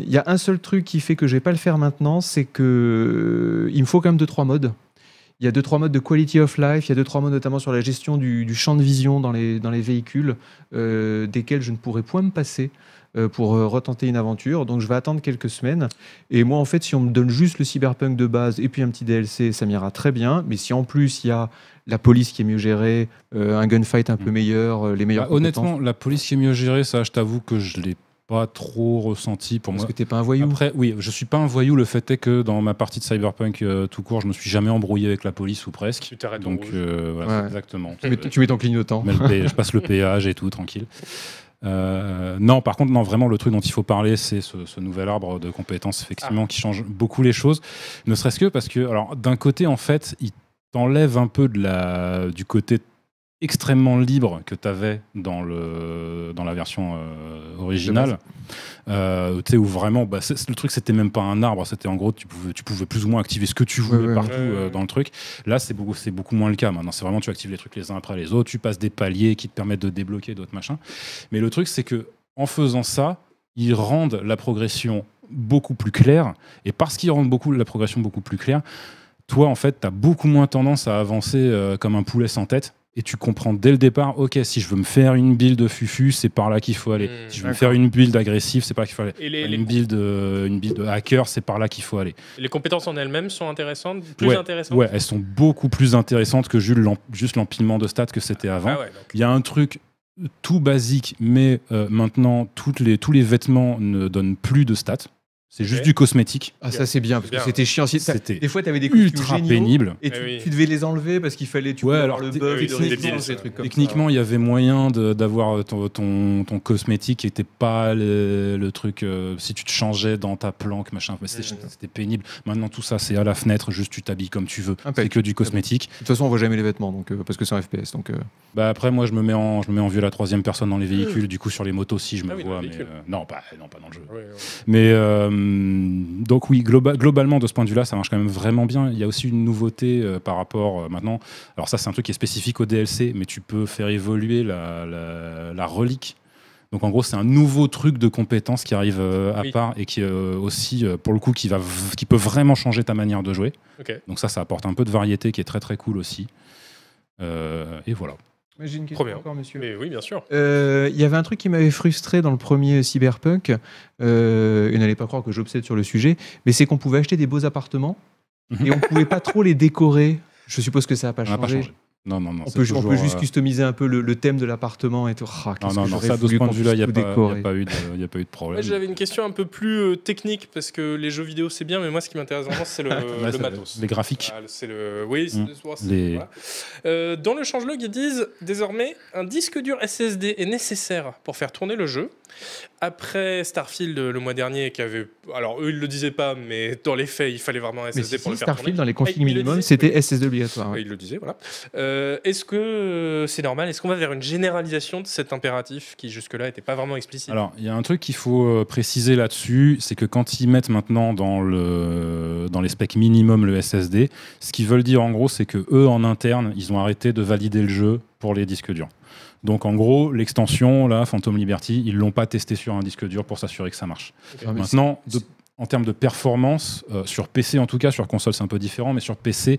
B: Il y a un seul truc qui fait que je vais pas le faire maintenant, c'est que euh, il me faut quand même deux trois modes. Il y a deux trois modes de quality of life, il y a deux trois modes notamment sur la gestion du, du champ de vision dans les dans les véhicules, euh, desquels je ne pourrais point me passer. euh, Pour euh, retenter une aventure. Donc, je vais attendre quelques semaines. Et moi, en fait, si on me donne juste le cyberpunk de base et puis un petit DLC, ça m'ira très bien. Mais si en plus, il y a la police qui est mieux gérée, euh, un gunfight un peu
C: Mm.
B: meilleur, euh, les meilleurs.
C: Bah, honnêtement, la police qui est mieux gérée, ça, je t'avoue que je l'ai pas trop ressenti pour
B: parce
C: moi.
B: que t'es pas un voyou.
C: Après, oui, je suis pas un voyou. Le fait est que dans ma partie de Cyberpunk euh, tout court, je me suis jamais embrouillé avec la police ou presque.
A: Tu t'arrêtes en
C: Donc,
A: rouge.
C: euh, voilà,
B: Ouais.
C: c'est exactement.
B: tu, mets, tu mets ton clignotant.
C: euh, Mais le P- je passe le péage et tout, tranquille. Euh, non, par contre, non, vraiment, le truc dont il faut parler, c'est ce, ce nouvel arbre de compétences, effectivement, qui change beaucoup les choses. Ne serait-ce que parce que, alors, d'un côté, en fait, il t'enlève un peu de la, du côté extrêmement libre que tu avais dans, le, dans la version euh, originale. Euh, tu sais, où vraiment, bah, c'est- le truc, c'était même pas un arbre, c'était en gros, tu pouvais, tu pouvais plus ou moins activer ce que tu voulais
B: Ouais, ouais.
C: partout
A: Ouais, ouais,
C: euh,
A: ouais.
C: dans le truc. Là, c'est beaucoup, c'est beaucoup moins le cas maintenant. C'est vraiment, tu actives les trucs les uns après les autres, tu passes des paliers qui te permettent de débloquer d'autres machins. Mais le truc, c'est que en faisant ça, ils rendent la progression beaucoup plus claire. Et parce qu'ils rendent beaucoup, la progression beaucoup plus claire, toi, en fait, tu as beaucoup moins tendance à avancer euh, comme un poulet sans tête. Et tu comprends dès le départ, ok, si je veux me faire une build de fufu, c'est par là qu'il faut aller.
A: Mmh,
C: si je veux me faire une build agressive, c'est par là qu'il faut aller.
A: Et les, les-
C: Une build, euh, une build hacker, c'est par là qu'il faut aller.
A: les compétences en elles-mêmes sont intéressantes, plus intéressantes.
C: Ouais, elles sont beaucoup plus intéressantes que Jules l'em- juste l'empilement de stats que c'était avant.
A: Ah ouais, donc.
C: Il y a un truc tout basique, mais euh, maintenant, toutes les, tous les vêtements ne donnent plus de stats. C'est juste
A: Ok.
C: du cosmétique.
B: Ah, ça, c'est bien, parce
A: C'est
B: que
A: bien.
B: c'était chiant. Si t'as-
C: C'était
B: des fois, t'avais des costumes
C: ultra
B: géniaux
C: pénible.
B: Et tu,
A: Eh oui.
B: tu devais les enlever parce qu'il fallait. Tu
C: Ouais,
B: pouvais
C: alors,
B: avoir le
C: t-
B: bug,
A: oui,
B: techniquement,
A: techniquement,
B: ces trucs comme ça.
C: Techniquement, il y avait moyen de- d'avoir euh, ton, ton, ton cosmétique qui n'était pas le, le truc. euh, si tu te changeais dans ta planque, machin, mais c'était
A: Mhm.
C: c'était pénible. Maintenant, tout ça, c'est à la fenêtre, juste tu t'habilles comme tu veux.
B: Impec.
C: C'est que du cosmétique.
B: De toute façon, on voit jamais les vêtements, donc euh, parce que c'est un FPS. Donc, euh,
C: Bah, après, moi, je me, mets en, je me mets en vue à la troisième personne dans les véhicules. Du coup, sur les motos, si je me
A: Mmh. Ah oui, dans
C: vois.
A: les
C: mais,
A: véhicules.
C: euh, non, pas, non, pas dans le jeu.
A: Ouais, ouais.
C: Mais euh, donc oui, globa- globalement de ce point de vue-là, ça marche quand même vraiment bien. Il y a aussi une nouveauté euh, par rapport euh, maintenant. Alors ça, c'est un truc qui est spécifique au DLC, mais tu peux faire évoluer la, la- la relique. Donc en gros, c'est un nouveau truc de compétence qui arrive euh, à
A: Oui.
C: part et qui euh, aussi, euh, pour le coup, qui va, v- qui peut vraiment changer ta manière de jouer.
A: Ok.
C: Donc ça, ça apporte un peu de variété qui est très très cool aussi. Euh, et voilà.
B: Mais j'ai une question
A: Trop bien.
B: encore, monsieur.
A: Mais oui, bien sûr.
B: Euh, Il y avait un truc qui m'avait frustré dans le premier Cyberpunk, euh, et n'allez pas croire que j'obsède sur le sujet, mais c'est qu'on pouvait acheter des beaux appartements et on pouvait pas trop les décorer. Je suppose que ça n'a pas,
C: Mhm. On n'a
B: changé.
C: pas changé. Non, non, non.
B: On
C: c'est
B: peut, on
C: toujours,
B: peut juste
C: euh,
B: customiser un peu le, le thème de l'appartement et tout. Ah,
C: Non,
B: qu'est-ce
C: non,
B: que
C: non,
B: j'aurais
C: ça, de ce
B: voulu
C: point de
B: qu'on
C: vue-là, il n'y a,
B: puisse tout
C: pas- il y a
B: décorer.
C: pas eu de- il y a pas eu de problème.
A: Moi, j'avais une question un peu plus euh, technique parce que les jeux vidéo c'est bien, mais moi ce qui m'intéresse vraiment c'est le,
C: Ouais,
A: Euh, le
C: ça-
A: matos.
C: Les graphiques.
A: Ah, c'est le. Oui, c'est
C: Mm.
A: le soir, c'est-
C: Les-
A: voilà. Euh, dans le changelog, ils disent désormais un disque dur SSD est nécessaire pour faire tourner le jeu. Après Starfield euh, le mois dernier, qui avait. Alors eux, ils le disaient pas, mais dans les faits, il fallait vraiment un
B: Mais
A: SSD
B: si,
A: pour
B: si,
A: le faire tourner.
B: Starfield, dans les configs
A: il le
B: minimums,
A: disait,
C: hein.
B: c'était SSD obligatoire. ouais.
A: Ouais, il le disait, voilà. Euh, Est-ce que euh, c'est normal Est-ce qu'on va vers une généralisation de cet impératif qui jusque-là n'était pas vraiment explicite
C: Alors, il y a un truc qu'il faut euh, préciser là-dessus, c'est que quand ils mettent maintenant dans, le, dans les specs minimum le SSD, ce qu'ils veulent dire en gros, c'est que eux, en interne, ils ont arrêté de valider le jeu pour les disques durs. Donc en gros, l'extension, là, Phantom Liberty, ils l'ont pas testé sur un disque dur pour s'assurer que ça marche.
B: Non, Ah, mais
C: Maintenant, de- en termes de performance, euh, sur PC en tout cas, sur console c'est un peu différent, mais sur PC,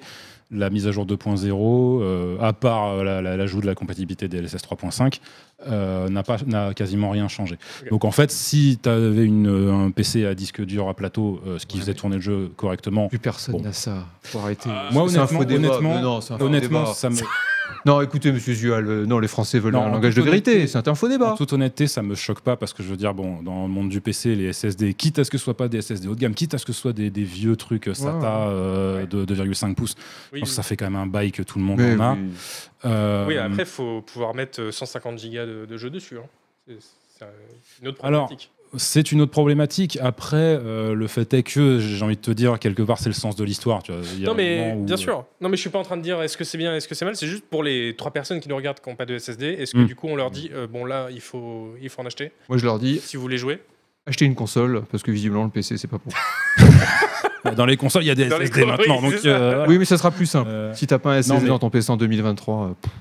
C: la mise à jour 2.0, euh, à part euh, la- la- l'ajout de la compatibilité DLSS 3.5, euh, n'a pas- n'a quasiment rien changé.
A: Ok.
C: Donc en fait, si tu avais une, euh, un PC à disque dur à plateau, euh, ce qui
B: Ouais,
C: faisait
B: mais-
C: tourner le jeu correctement,
B: Plus personne
C: Bon.
B: n'a ça. Faut arrêter.
A: Ah,
C: moi,
B: C'est un
C: honnêtement-
B: faux débat.
C: honnêtement-
B: Mais non, c'est un faux
C: honnêtement,
B: débat.
C: ça me,
B: Non, écoutez, monsieur Zual, euh, non, les Français veulent
C: Non,
B: un
C: en
B: langage de
C: toute
B: vérité.
C: honnêteté-
B: C'est un faux
C: En
B: débat.
C: toute honnêteté, ça me choque pas parce que je veux dire, bon, dans le monde du PC, les SSD, quitte à ce que ce soit pas des SSD haut de gamme, quitte à ce que ce soit des, des vieux trucs euh, SATA
B: Ouais.
C: euh, de 2,5 pouces,
A: Oui,
C: je pense que ça fait quand même un bail que tout le monde
B: Mais
C: en a.
B: oui.
C: Euh,
A: oui, après, il faut pouvoir mettre euh, 150 gigas de, de jeu dessus. hein. C'est- C'est euh, une autre
C: Alors,
A: problématique.
C: C'est une autre problématique. Après, euh, le fait est que j'ai envie de te dire, quelque part, c'est le sens de l'histoire. tu vois. Il y a
A: non,
C: un
A: mais
C: moment où,
A: bien
C: euh,
A: sûr. Non, mais je suis pas en train de dire est-ce que c'est bien, est-ce que c'est mal. C'est juste pour les trois personnes qui nous regardent qui n'ont pas de SSD. Est-ce que
C: Mm.
A: du coup, on leur dit euh, bon, là, il faut, il faut en acheter
B: Moi, je leur dis,
A: si vous voulez jouer
B: achetez une console, parce que visiblement, le PC, c'est pas pour.
C: euh, Dans les consoles, il y a des
A: Dans les
C: SSD
A: consoles,
C: maintenant.
A: oui,
C: donc,
A: c'est ça.
C: euh, voilà.
B: Oui, mais ça sera plus simple.
C: Euh,
B: Si t'as pas un SSD
C: mais-
B: dans ton PC en 2023, euh, pff,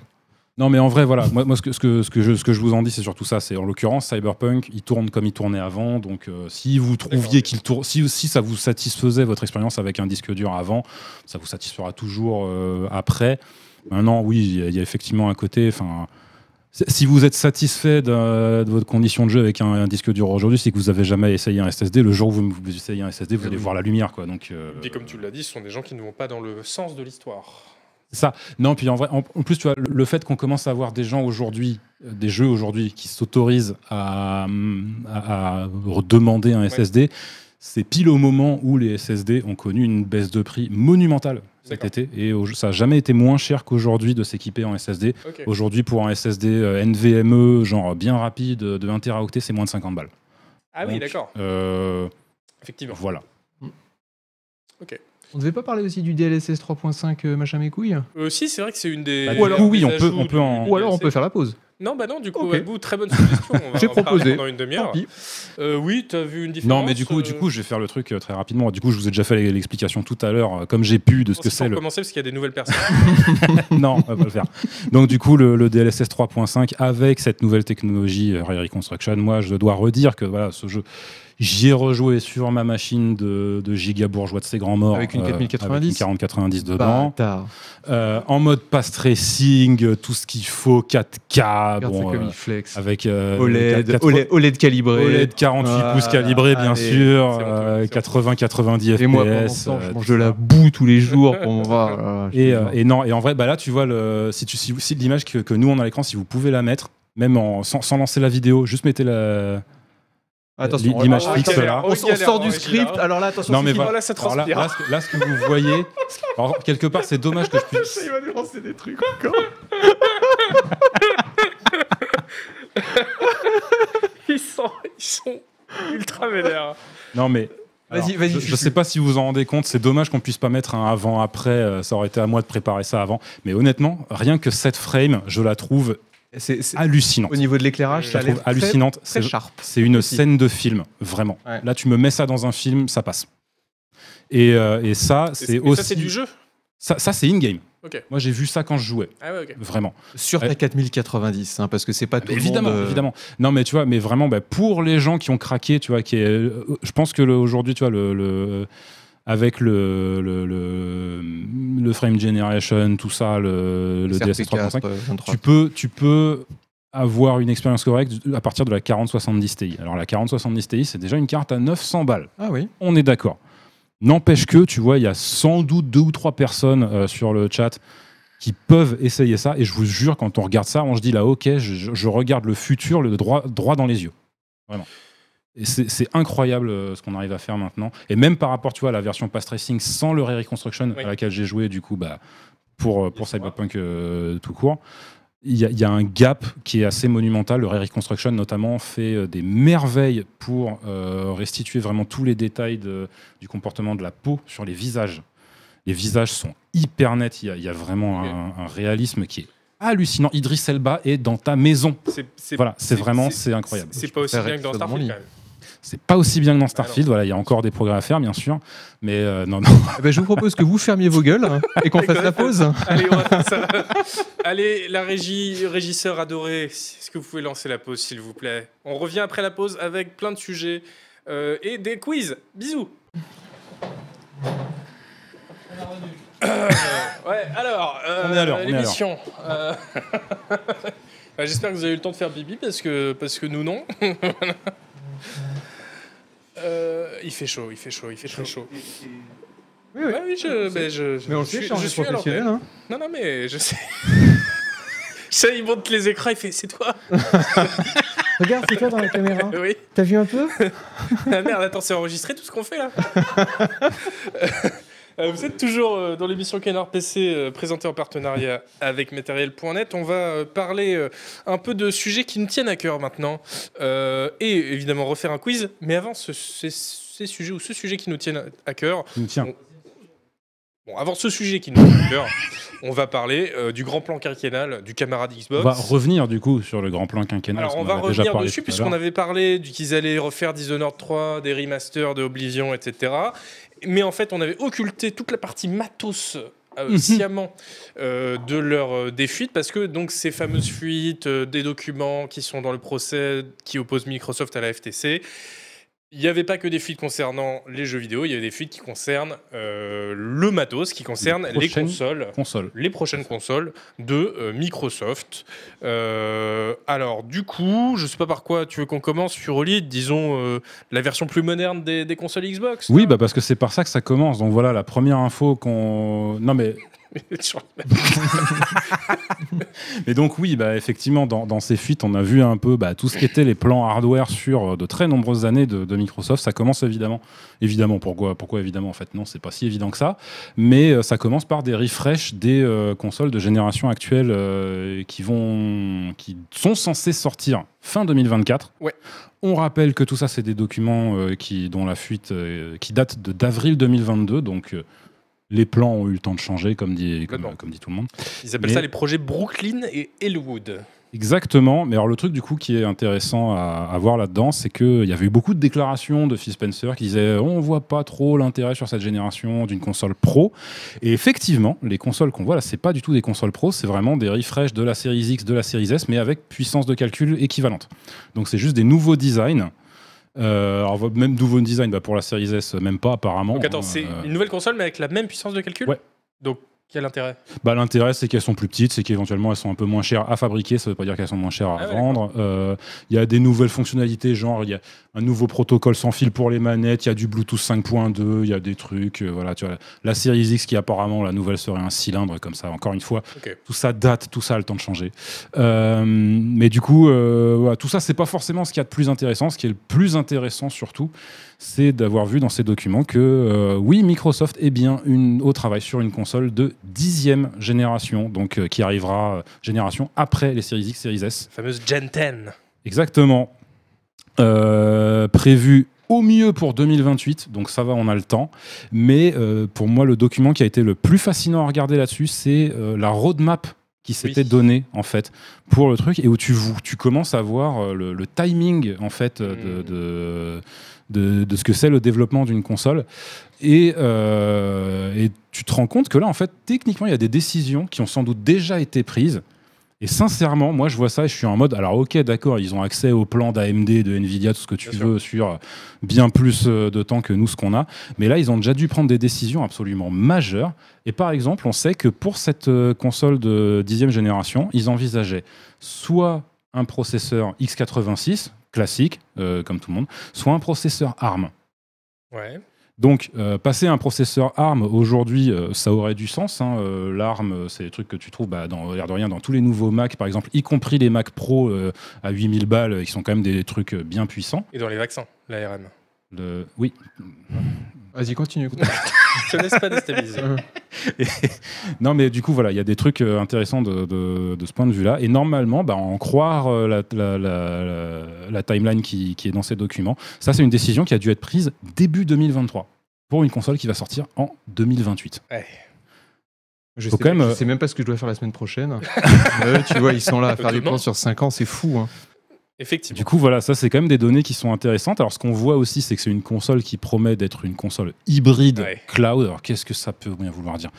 C: Non, mais en vrai, voilà. Moi, moi, ce, que, ce, que, ce, que je, ce que je vous en dis, c'est surtout ça. C'est en l'occurrence, Cyberpunk, il tourne comme il tournait avant. Donc, euh, si vous
A: D'accord.
C: trouviez qu'il tourne, si, si ça vous satisfaisait votre expérience avec un disque dur avant, ça vous satisfera toujours euh, après. Maintenant, oui, il y a- il y, a effectivement un côté. Enfin, c'est- si vous êtes satisfait d'un- de, votre condition de jeu avec un, un disque dur aujourd'hui, c'est que vous avez jamais essayé un SSD. Le jour où vous, vous essayez un SSD, vous
B: Eh
C: allez
B: oui.
C: voir la lumière, quoi. Donc, euh,
A: Et comme tu l'as dit, ce sont des gens qui ne vont pas dans le sens de l'histoire.
C: Non, puis en vrai, en, en plus, tu vois, le, le fait qu'on commence à avoir des gens aujourd'hui, euh, des jeux aujourd'hui, qui s'autorisent à, hum, à, à demander un SSD, c'est pile au moment où les SSD ont connu une baisse de prix monumentale cet
A: D'accord.
C: été. Et au- ça n'a jamais été moins cher qu'aujourd'hui de s'équiper en SSD.
A: Ok.
C: Aujourd'hui, pour un SSD euh, NVMe, genre bien rapide, euh, de 1 Teraoctet, c'est moins de 50 balles.
A: Ah oui,
C: donc,
A: d'accord.
C: Euh,
A: Effectivement.
C: voilà.
B: on devait pas parler aussi du DLSS 3.5 euh, machin mes couilles
A: Euh, si, c'est vrai que c'est une des.
C: Bah, du coup, oui,
A: des
C: on peut-
A: ajouts
C: on peut en-
A: du- du
B: Ou alors on
A: DLC.
B: peut faire la pause.
A: Non, bah non, du coup,
B: Ok.
A: Abou, très bonne suggestion. On va
B: J'ai
A: en parler
B: proposé.
A: Pendant une
B: Tant
A: demi-heure.
B: pis.
A: Euh, oui, t'as vu une différence
C: Non, mais du coup, du
A: euh,
C: coup, je vais faire le truc euh, très rapidement. Du coup, je vous ai déjà fait l'explication tout à l'heure, euh, comme j'ai pu, de ce
A: on
C: que
A: s'y
C: c'est
A: pour
C: le, Ah,
A: commencer parce qu'il y a des nouvelles personnes.
C: non, on va pas le faire. Donc du coup, le, le DLSS 3.5 avec cette nouvelle technologie euh, Ray Reconstruction, moi je dois redire que voilà, ce jeu, j'y ai rejoué sur ma machine de, de giga bourgeois de ses grands morts.
B: Avec une Bah.
C: euh,
B: 4090.
C: avec une 4090 dedans.
B: Bâtard.
C: Euh, en mode pass tracing, euh, tout ce qu'il faut, 4K,
B: Regarde ça
C: bon,
B: comme
C: euh,
B: il flex.
C: avec euh,
B: OLED,
C: 4-
B: OLED, OLED calibré.
C: OLED 48
B: E Voilà,
C: E pouces calibré, bien
B: allez,
C: sûr,
A: c'est bon,
C: euh,
A: c'est bon.
C: 80-90 FPS.
B: Et moi, pendant ce temps,
C: euh,
B: je mange
C: tout
B: de la
C: ça.
B: boue tous les jours pour voir. Ah,
C: Et, euh, et non, et en vrai, bah là, tu vois, le, si, tu, si, si l'image que, que nous on a à l'écran, si vous pouvez la mettre, même en, sans, sans lancer la vidéo, juste mettez la.
B: attention,
C: euh, l'image
B: on-
C: fixe,
B: on-
C: là. hein.
B: On, on sort du script. Alors là, attention.
C: Non, mais
B: c'est qui-
C: voilà.
A: Ah, Voilà, ça
C: Alors là,
A: transpire.
C: là, ce que- là, ce que vous voyez, alors, quelque part, c'est dommage que je puisse.
B: Il va nous lancer des trucs encore.
A: Ils sont, ils sont ultra vénères.
C: Non, mais.
B: Vas-y,
C: alors,
B: vas-y,
C: Je,
B: je
C: je
B: suis-
C: sais pas si vous vous en rendez compte, c'est dommage qu'on puisse pas mettre un avant-après, euh, ça aurait été à moi de préparer ça avant. Mais honnêtement, rien que cette frame, je la trouve
B: C'est c'est-
C: hallucinante.
B: au niveau de l'éclairage,
A: Je
C: Je
B: ça
C: la
B: a l'air
C: trouve
B: très-
C: hallucinante.
B: Très
C: C'est
B: sharp.
C: C'est une
B: Aussi.
C: scène de film, vraiment.
B: Ouais.
C: Là, tu me mets ça dans un film, ça passe. Et, euh, et ça, c'est
A: Mais
C: aussi.
A: Ça, c'est du jeu
C: Ça, ça, c'est in-game.
A: Ok.
C: Moi, j'ai vu ça quand je jouais,
A: Ah ouais, ok.
C: vraiment.
B: Sur ta
C: Ouais. Ah,
B: 4090, hein, parce que c'est pas tout le
C: évidemment,
B: monde, euh,
C: évidemment. Non, mais tu vois, mais vraiment, bah, pour les gens qui ont craqué, tu vois, qui est, euh, je pense que le- aujourd'hui, tu vois, le, le- avec le, le, le, le frame generation, tout ça, le, le DSS 3.5,
B: euh, 23.
C: tu peux, tu peux avoir une expérience correcte à partir de la 4070 Ti. Alors, la 4070 Ti, c'est déjà une carte à 900 balles.
B: Ah oui.
C: on est d'accord. N'empêche que, tu vois, il y a sans doute deux ou trois personnes euh, sur le chat qui peuvent essayer ça. Et je vous jure, quand on regarde ça, on se dit là, ok, je, je- je regarde le futur, le droit, droit dans les yeux. Vraiment. Et c'est c'est incroyable euh, ce qu'on arrive à faire maintenant. Et même par rapport, tu vois, à la version Pass Tracing sans le Ray Reconstruction
A: Oui.
C: à laquelle j'ai joué, du coup, bah, pour, euh, pour
A: Yes, moi.
C: Cyberpunk euh, tout court. Il y, a, il y a un gap qui est assez monumental. Le Ray Reconstruction, notamment, fait euh, des merveilles pour euh, restituer vraiment tous les détails de- du comportement de la peau sur les visages. Les visages sont hyper nets. Il y a, il y a vraiment
A: Ok.
C: un, un réalisme qui est hallucinant. Idris Elba est dans ta maison.
A: C'est- c'est-
C: Voilà, c'est vraiment, c'est
A: c'est-
C: incroyable.
A: C'est pas aussi
B: préfère
A: bien que dans
B: être dans mon
A: Starfield
B: lit.
A: quand même.
C: C'est pas aussi bien que dans
A: non.
C: Starfield. Voilà, il y a encore des progrès à faire, bien sûr. Mais euh, non, non.
B: Eh ben, je vous propose que vous fermiez vos gueules hein, et qu'on fasse la pause.
A: Allez, on va faire ça. Allez, la régie, régisseur adoré, est-ce que vous pouvez lancer la pause, s'il vous plaît On revient après la pause avec plein de sujets euh, et des quiz. Bisous. Euh, ouais, alors, euh,
C: On est à l'heure, on est à l'heure.
A: l'émission. euh, bah, J'espère que vous avez eu le temps de faire bibi parce que, parce que nous, non. Euh, il fait chaud, il fait chaud, il fait très chaud.
B: Oui, oui.
A: Ouais, oui, je, ben, je, je,
B: Mais on le
A: je
B: fait,
A: suis-
B: chargé
A: je suis à l'antenne.
B: professionnel. hein.
A: Non, non, mais je sais. Ça, il monte les écrans, il fait c'est toi
D: Regarde, c'est toi dans la caméra.
A: Oui.
D: T'as vu un peu
A: Ah merde, attends, c'est enregistré tout ce qu'on fait là Euh, Vous êtes toujours euh, dans l'émission Canard PC euh, présentée en partenariat avec Matériel.net. On va euh, parler euh, un peu de sujets qui nous tiennent à cœur maintenant Euh, et évidemment refaire un quiz. Mais avant, ce- ces, ces sujets ou ce sujet qui nous tiennent à cœur,
C: Tiens,
A: bon, avant ce sujet qui nous tient à cœur, on va parler euh, du grand plan quinquennal du camarade Xbox.
C: on va revenir du coup sur le grand plan quinquennal.
A: Alors
C: parce
A: on
C: qu'on
A: va
C: en a déjà
A: revenir
C: parlé
A: dessus
C: tout à
A: puisqu'on
C: l'heure.
A: avait parlé du- qu'ils allaient refaire Dishonored 3, des remasters de Oblivion, etc. Mais en fait, on avait occulté toute la partie matos. euh,
C: Mhm.
A: sciemment euh, de leur euh, des fuites parce que donc ces fameuses fuites euh, des documents qui sont dans le procès qui opposent Microsoft à la FTC il n'y avait pas que des fuites concernant les jeux vidéo il y avait des fuites qui concernent euh, le matos qui concernent les
C: prochaines-
A: consoles
C: console.
A: les prochaines consoles de euh, Microsoft. Euh, alors, du coup, je sais pas par quoi tu veux qu'on commence sur Olid, disons euh, la version plus moderne des, des consoles Xbox.
C: Oui, bah parce que c'est par ça que ça commence. Donc voilà, la première info qu'on. Non mais
A: Sur-
C: Et donc oui, bah, effectivement, dans, dans ces fuites, on a vu un peu bah, tout ce qu'étaient les plans hardware sur euh, de très nombreuses années de, de Microsoft. Ça commence évidemment, évidemment, pourquoi, pourquoi évidemment En fait, non, c'est pas si évident que ça. Mais euh, ça commence par des refresh des euh, consoles de génération actuelle euh, qui vont, qui sont censées sortir fin 2024.
A: Ouais.
C: On rappelle que tout ça, c'est des documents euh, qui, dont la fuite euh, qui date de d'avril 2022, donc. euh, les plans ont eu le temps de changer, comme dit, comme,
A: Complètement.
C: comme dit tout le monde.
A: Ils appellent
C: Mais-
A: ça les projets Brooklyn et Elwood.
C: Exactement. Mais alors, le truc, du coup, qui est intéressant à, à voir là-dedans, c'est qu'il y avait eu beaucoup de déclarations de Phil Spencer qui disaient on voit pas trop l'intérêt sur cette génération d'une console pro. Et effectivement, les consoles qu'on voit là, c'est pas du tout des consoles pro, c'est vraiment des refresh de la série X, de la série S, mais avec puissance de calcul équivalente. Donc, c'est juste des nouveaux designs. Euh, alors, même nouveau design bah, pour la série S, même pas apparemment.
A: Donc attends,
C: hein,
A: c'est
C: euh,
A: une nouvelle console mais avec la même puissance de calcul
C: Ouais.
A: Donc quel intérêt
C: bah, L'intérêt, c'est qu'elles sont plus petites, c'est qu'éventuellement elles sont un peu moins chères à fabriquer, ça veut pas dire qu'elles sont moins chères à
A: Ah ouais,
C: vendre. Euh, Il y a des nouvelles fonctionnalités, genre il y a un nouveau protocole sans fil pour les manettes, il y a du Bluetooth 5.2, il y a des trucs. euh, voilà, tu vois, la, la série X qui apparemment la nouvelle serait un cylindre comme ça, encore une fois.
A: Ok.
C: Tout ça date, tout ça a le temps de changer. Euh, mais du coup, euh, voilà, tout ça, c'est pas forcément ce qu'il y a de plus intéressant. Ce qui est le plus intéressant surtout, c'est d'avoir vu dans ces documents que euh, oui, Microsoft est bien une, au travail sur une console de dixième génération, donc euh, qui arrivera euh, génération après les séries X, séries S.
A: La fameuse Gen 10.
C: Exactement. Euh, prévu au mieux pour 2028, donc ça va, on a le temps. Mais euh, pour moi, le document qui a été le plus fascinant à regarder là-dessus, c'est euh, la roadmap qui s'était
A: Oui.
C: donnée en fait pour le truc et où tu, vou- tu commences à voir euh, le, le timing en fait euh, de, de, de, de ce que c'est le développement d'une console et, euh, et tu te rends compte que là en fait techniquement il y a des décisions qui ont sans doute déjà été prises et sincèrement, moi, je vois ça et je suis en mode, alors ok, d'accord, ils ont accès au plan d'AMD, de Nvidia, tout ce que tu
A: Bien
C: veux, sur bien plus euh, de temps que nous, ce qu'on a. Mais là, ils ont déjà dû prendre des décisions absolument majeures. Et par exemple, on sait que pour cette euh, console de dixième génération, ils envisageaient soit un processeur x86, classique, euh, comme tout le monde, soit un processeur ARM.
A: Ouais.
C: Donc, euh, passer à un processeur ARM aujourd'hui, euh, ça aurait du sens. hein. Euh, L'ARM, euh, c'est des trucs que tu trouves, bah, dans, l'air de rien, dans tous les nouveaux Mac, par exemple, y compris les Mac Pro euh, à 8000 balles, euh, qui sont quand même des trucs euh, bien puissants.
A: Et dans les vaccins, l'ARM.
C: Le- Oui.
B: Vas-y, continue.
A: Je te laisse pas déstabiliser.
C: Non, mais du coup, voilà, il y a des trucs euh, intéressants de, de- de ce point de vue-là. Et normalement, bah, en croire euh, la, la- la- la- la timeline qui, qui est dans ces documents, ça, c'est une décision qui a dû être prise début 2023. pour une console qui va sortir en 2028.
B: Je
C: Faut
B: sais,
C: quand même,
B: même,
C: euh,
B: je sais même pas ce que je dois faire la semaine prochaine. Ouais, tu vois, ils sont là à faire des
A: Demain.
B: plans sur 5 ans, c'est fou. hein.
A: Effectivement.
C: Du coup, voilà, ça c'est quand même des données qui sont intéressantes. Alors, ce qu'on voit aussi, c'est que c'est une console qui promet d'être une console hybride
A: Ouais.
C: cloud. Alors, qu'est-ce que ça peut bien vouloir dire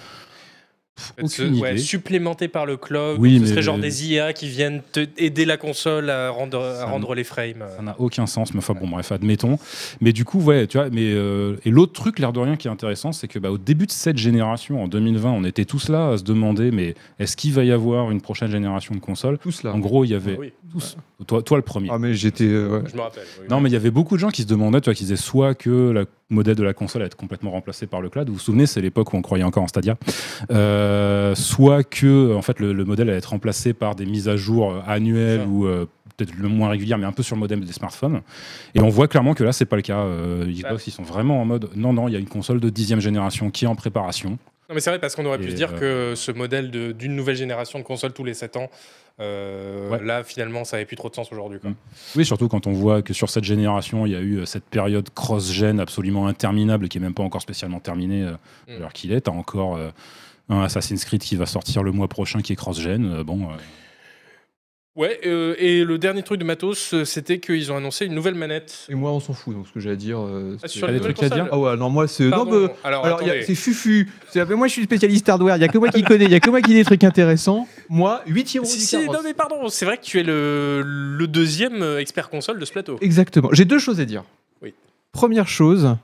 C: Pff, Aucune
A: Ouais,
C: idée.
A: supplémenté par le cloud.
C: Oui,
A: donc ce
C: mais-
A: serait genre des IA qui viennent te aider la console à rendre, à
C: Ça
A: rendre les frames. euh,
C: Ça n'a aucun sens, mais enfin bon, bref, admettons. Mais du coup, ouais, tu vois, mais euh, et l'autre truc, l'air de rien, qui est intéressant, c'est que bah, au début de cette génération, en 2020, on était tous là à se demander, mais est-ce qu'il va y avoir une prochaine génération de consoles
B: Tout cela.
C: En gros, il y avait
A: Oui, bah,
C: tous, toi, toi le premier.
B: Ah, mais j'étais. euh, ouais.
A: je me rappelle. oui,
C: Non,
A: oui.
C: mais il y avait beaucoup de gens qui se demandaient, tu vois, qui disaient soit que la- le modèle de la console allait être complètement remplacé par le cloud. Vous vous souvenez, c'est l'époque où on croyait encore en Stadia. Euh, soit que, en fait, le, le modèle allait être remplacé par des mises à jour euh, annuelles
A: Ça.
C: ou euh, peut-être le moins régulière, mais un peu sur le modem des smartphones. Et on voit clairement que là, c'est pas le cas. Euh, Xbox, ils sont vraiment en mode, non, non, il y a une console de dixième génération qui est en préparation.
A: Non, mais c'est vrai parce qu'on aurait pu
C: Et,
A: se dire
C: euh,
A: que ce modèle de- d'une nouvelle génération de consoles tous les 7 ans, euh,
C: Ouais.
A: là finalement ça n'avait plus trop de sens aujourd'hui. quoi.
C: Mm. Oui, surtout quand on voit que sur cette génération, il y a eu euh, cette période cross-gen absolument interminable qui est même pas encore spécialement terminée euh,
A: Mm.
C: à l'heure qu'il est. T'as encore euh, un Assassin's Creed qui va sortir le mois prochain qui est cross-gen. Euh, bon, euh,
A: Ouais, euh, et le dernier truc de Matos, euh, c'était qu'ils ont annoncé une nouvelle manette.
B: Et moi, on s'en fout, donc ce que j'ai à dire. euh,
A: Ah,
B: c'est-
A: sur
C: T'as
A: la
C: des
A: nouvelle
C: trucs à
A: console.
C: dire Oh,
B: Ah ouais, non, moi, c'est.
D: euh,
B: Non,
A: Pardon.
B: mais-
A: Alors,
B: Alors, il y a-
A: attendez.
B: c'est Fufu. C'est- mais Moi, je suis spécialiste hardware. Il y a que moi qui connais. Il y a que moi qui dis des trucs intéressants. Moi, 8 euros
A: Si,
B: du
A: si,
C: hein,
B: carrosse.
A: non mais pardon, c'est vrai que tu es le, le deuxième euh, expert console de ce plateau.
B: Exactement. J'ai deux choses à dire.
A: Oui.
B: Première chose,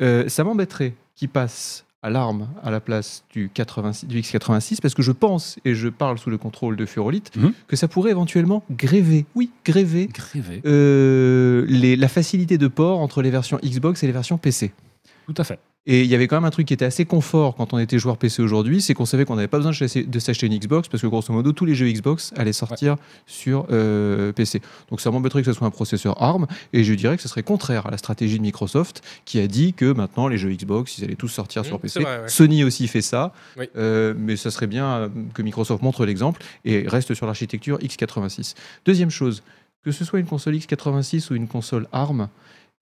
B: euh, ça m'embêterait qu'il passe à l'arme à la place du, 86 du X86 parce que je pense, et je parle sous le contrôle de Furolite,
C: Mhm.
B: que ça pourrait éventuellement gréver, oui, gréver
C: grévé.
B: euh, les- la facilité de port entre les versions Xbox et les versions PC.
C: Tout à fait.
B: Et il y avait quand même un truc qui était assez confort quand on était joueur PC aujourd'hui, c'est qu'on savait qu'on n'avait pas besoin de chasser- de s'acheter une Xbox parce que grosso modo tous les jeux Xbox allaient sortir sur euh, PC. Donc ça m'embêterait que ce soit un processeur ARM et je dirais que ce serait contraire à la stratégie de Microsoft qui a dit que maintenant les jeux Xbox ils allaient tous sortir
A: Mmh,
B: sur
A: c'est
B: PC.
A: vrai, ouais.
B: Sony aussi fait ça,
A: Oui.
B: Euh, mais ça serait bien euh, que Microsoft montre l'exemple et reste sur l'architecture x86. Deuxième chose, que ce soit une console x86 ou une console ARM,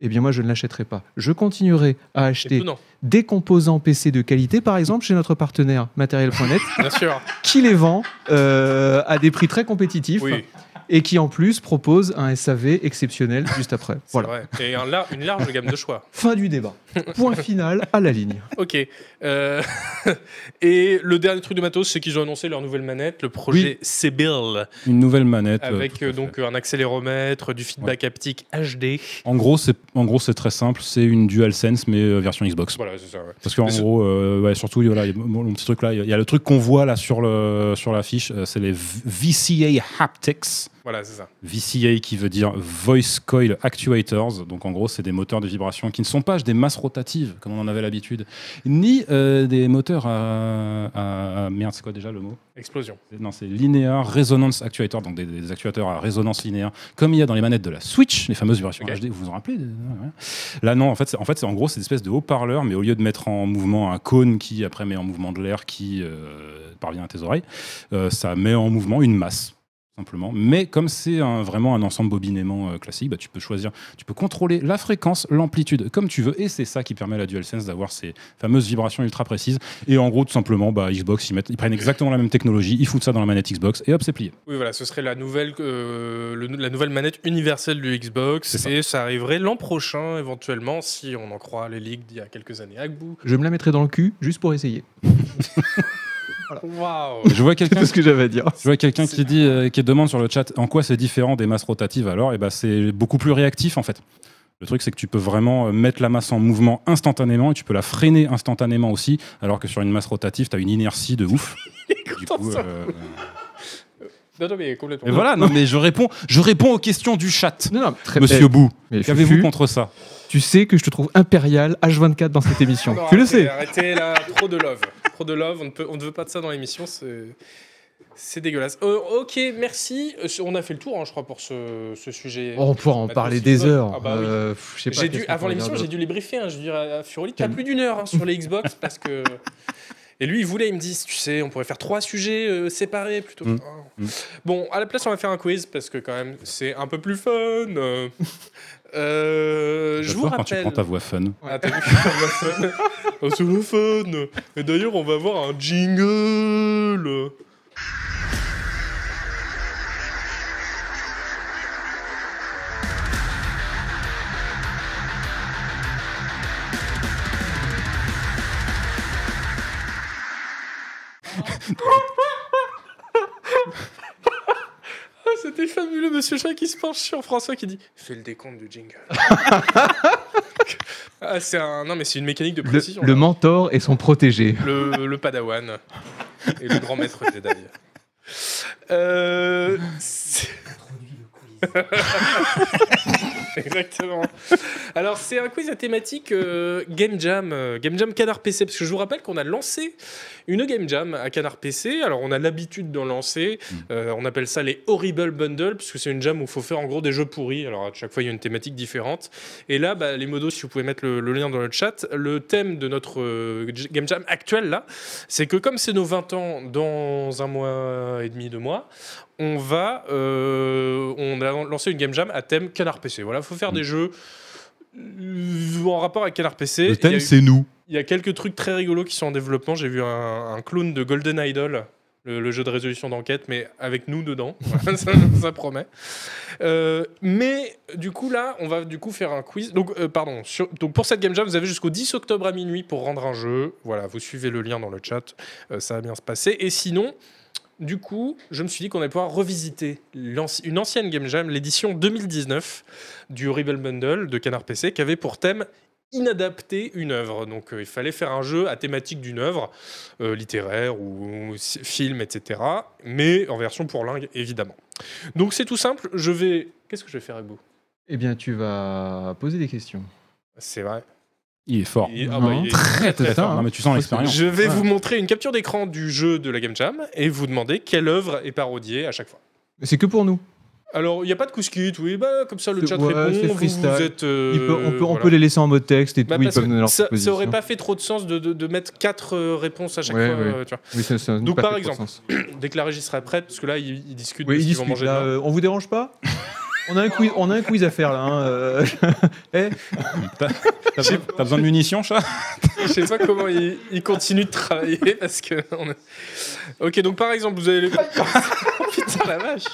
B: eh bien moi je ne l'achèterai pas. Je continuerai à acheter
A: Étonnant,
B: des composants PC de qualité, par exemple chez notre partenaire Matériel.net,
A: bien sûr.
B: qui les vend euh, à des prix très compétitifs
A: oui,
B: et qui en plus propose un SAV exceptionnel juste après.
A: c'est
B: Voilà.
A: vrai. Et un lar- une large gamme de choix.
B: Fin du débat. Point final à la ligne.
A: Ok. euh, et le dernier truc de Matos, c'est qu'ils ont annoncé leur nouvelle manette, le projet Sebel,
C: Une nouvelle manette. euh,
A: avec
C: tout à
A: euh,
C: fait.
A: donc un accéléromètre, du feedback haptique HD.
C: En gros, c'est en gros c'est très simple. C'est une DualSense mais euh, version Xbox.
A: Voilà, c'est ça. ouais.
C: Parce qu'en
A: Mais ce-
C: gros, euh, ouais, surtout, voilà, il y a bon, le petit truc là, il y a- il y a le truc qu'on voit là sur le sur l'affiche, euh, c'est les V- VCA haptics.
A: Voilà, c'est ça.
C: VCA qui veut dire Voice Coil Actuators. Donc en gros, c'est des moteurs de vibration qui ne sont pas des masses rotatives comme on en avait l'habitude, ni euh, des moteurs à, à- à- merde, c'est quoi déjà le mot
A: Explosion.
C: Non, c'est linéaire Resonance Actuator, donc des, des actuateurs à résonance linéaire, comme il y a dans les manettes de la Switch, les fameuses versions
A: Ok.
C: HD. Vous vous en rappelez euh, ouais. Là, non, en fait, c'est en, fait, c'est- en gros, c'est une espèce de haut-parleur, mais au lieu de mettre en mouvement un cône qui après met en mouvement de l'air qui euh, parvient à tes oreilles, euh, ça met en mouvement une masse simplement. Mais comme c'est un- vraiment un ensemble bobinément euh, classique, bah, tu peux choisir, tu peux contrôler la fréquence, l'amplitude, comme tu veux. Et c'est ça qui permet à la DualSense d'avoir ces fameuses vibrations ultra précises. Et en gros, tout simplement, bah, Xbox, ils, mettent, ils prennent exactement la même technologie, ils foutent ça dans la manette Xbox, et hop, c'est plié.
A: Oui, voilà, ce serait la nouvelle, euh, le- la nouvelle manette universelle du Xbox.
C: C'est ça.
A: Et ça arriverait l'an prochain, éventuellement, si on en croit les ligues d'il y a quelques années. Agbu.
B: Je me la mettrai dans le cul juste pour essayer.
A: Waouh!
C: Je vois
B: C'est
C: quelqu'un
B: tout ce que j'avais à dire.
C: Je vois quelqu'un qui dit, euh, qui demande sur le chat en quoi c'est différent des masses rotatives. Alors, et ben c'est beaucoup plus réactif en fait. Le truc, c'est que tu peux vraiment euh, mettre la masse en mouvement instantanément et tu peux la freiner instantanément aussi, alors que sur une masse rotative, tu as une inertie de ouf. Du
A: content de ça.
C: euh,
A: Non, non, mais complètement.
C: Mais voilà, non, mais je réponds, je réponds aux questions du chat.
B: Non, non, très
C: Monsieur Bou,
B: Mais
C: qu'avez-vous
B: Fufu,
C: contre ça
B: tu sais que je te trouve impérial H24 dans cette émission.
A: Non,
B: tu le
A: arrêtez,
B: sais.
A: Arrêtez là, trop de love. Trop de love, on ne, peut, on ne veut pas de ça dans l'émission, c'est. C'est dégueulasse. Euh, ok, merci. Euh, On a fait le tour, hein, je crois, pour ce, ce sujet.
B: Oh, on pourra en
A: Bah,
B: parler
A: si
B: des
A: tu veux.
B: heures.
A: Ah bah oui.
B: Euh, pff, je sais pas
A: J'ai
B: qu'est-ce
A: dû,
B: qu'on
A: avant
B: peut
A: l'émission,
B: dire
A: j'ai dû les briefer. hein. Je veux dire à à Furoli, t'as plus d'une heure hein, sur les Xbox parce que Et lui, il voulait, il me dit, tu sais, on pourrait faire trois sujets euh, séparés plutôt. que-
C: Mm.
A: Oh.
C: Mm.
A: Bon, à la place, on va faire un quiz parce que quand même, c'est un peu plus fun. euh. Euh, je vous
C: J'adore quand tu
A: rappelle.
C: prends ta voix fun.
A: Ah, t'as vu comme la fun. Oh, c'est le fun. Et d'ailleurs, on va avoir un jingle. Ah, C'était fabuleux, Monsieur Chat qui se penche sur François qui dit Fais le décompte du jingle. Ah, c'est un. Non, mais c'est une mécanique de précision.
B: Le, le mentor et son protégé.
A: le, le padawan et le grand maître Jedi. Euh, c'est- Exactement. Alors c'est un quiz à thématique euh, Game Jam, euh, Game Jam Canard PC, parce que je vous rappelle qu'on a lancé une Game Jam à Canard PC. Alors on a l'habitude d'en lancer,
C: Mm.
A: Euh, on appelle ça les Horrible Bundle, puisque c'est une jam où il faut faire en gros des jeux pourris. Alors à chaque fois il y a une thématique différente. Et là, bah, les modos, si vous pouvez mettre le, le lien dans le chat, le thème de notre euh, J- Game Jam actuel, là, c'est que comme c'est nos 20 ans dans un mois et demi, deux mois, on va euh, on a lancé une Game Jam à thème Canard PC. Voilà, il faut faire
C: Mm.
A: des jeux euh, en rapport avec Canard PC. Et
C: Le
A: il y a
C: thème,
A: eu-
C: c'est nous.
A: il y a quelques trucs très rigolos qui sont en développement. J'ai vu un, un clone de Golden Idol, le, le jeu de résolution d'enquête, mais avec nous dedans. Voilà, ça, ça promet. Euh, mais du coup, là, on va du coup faire un quiz. Donc, euh, pardon. sur- donc, pour cette game jam, vous avez jusqu'au 10 octobre à minuit pour rendre un jeu. Voilà, vous suivez le lien dans le chat. Euh, ça va bien se passer. Et sinon. Du coup, je me suis dit qu'on allait pouvoir revisiter l'anci- une ancienne Game Jam, l'édition 2019 du Horrible Bundle de Canard PC, qui avait pour thème inadapter une œuvre. Donc euh, il fallait faire un jeu à thématique d'une œuvre euh, littéraire ou, ou si- film, etc. Mais en version pour lingue, évidemment. Donc c'est tout simple. Je vais. Qu'est-ce que je vais faire, Agbo
B: Eh bien, tu vas poser des questions.
A: C'est vrai.
C: Il est fort.
A: Il-
B: Oh, Non.
A: il est-
B: très
C: fort.
B: fort,
C: Non,
B: hein.
C: mais tu sens l'expérience.
A: Je vais
B: Ouais.
A: vous montrer une capture d'écran du jeu de la Game Jam et vous demander quelle œuvre est parodiée à chaque fois.
B: Mais c'est que pour nous.
A: Alors, il n'y a pas de cousquit, oui, bah, comme ça le
B: C'est-
A: chat
B: ouais,
A: répond,
B: c'est
A: vous- vous,
B: freestyle.
A: êtes... euh,
B: Il peut- on, peut, on
A: voilà.
B: peut les laisser en mode texte et
A: Bah,
B: tout, ils
A: parce
B: peuvent
A: que
B: nous donner leur
A: ça, ça
B: proposition.
A: aurait pas fait trop de sens de, de- de mettre quatre euh, réponses à chaque
B: Ouais,
A: fois.
B: ouais.
A: euh, tu vois.
B: Oui, ça- ça n'a
A: Donc,
B: pas
A: par
B: fait trop de
A: exemple,
B: sens.
A: Dès que la régie sera prête, parce que là, ils, ils discutent
B: Oui,
A: de
B: ils
A: ce qu'ils vont
B: discutent,
A: manger
B: là,
A: demain.
B: euh, on vous dérange pas On a un quiz, on a un quiz à faire là. hein, euh, eh,
C: T'as besoin- t'as besoin de munitions, chat
A: Je sais pas comment il, il continue de travailler parce que. on a- Ok, donc par exemple, vous avez les. Putain la vache!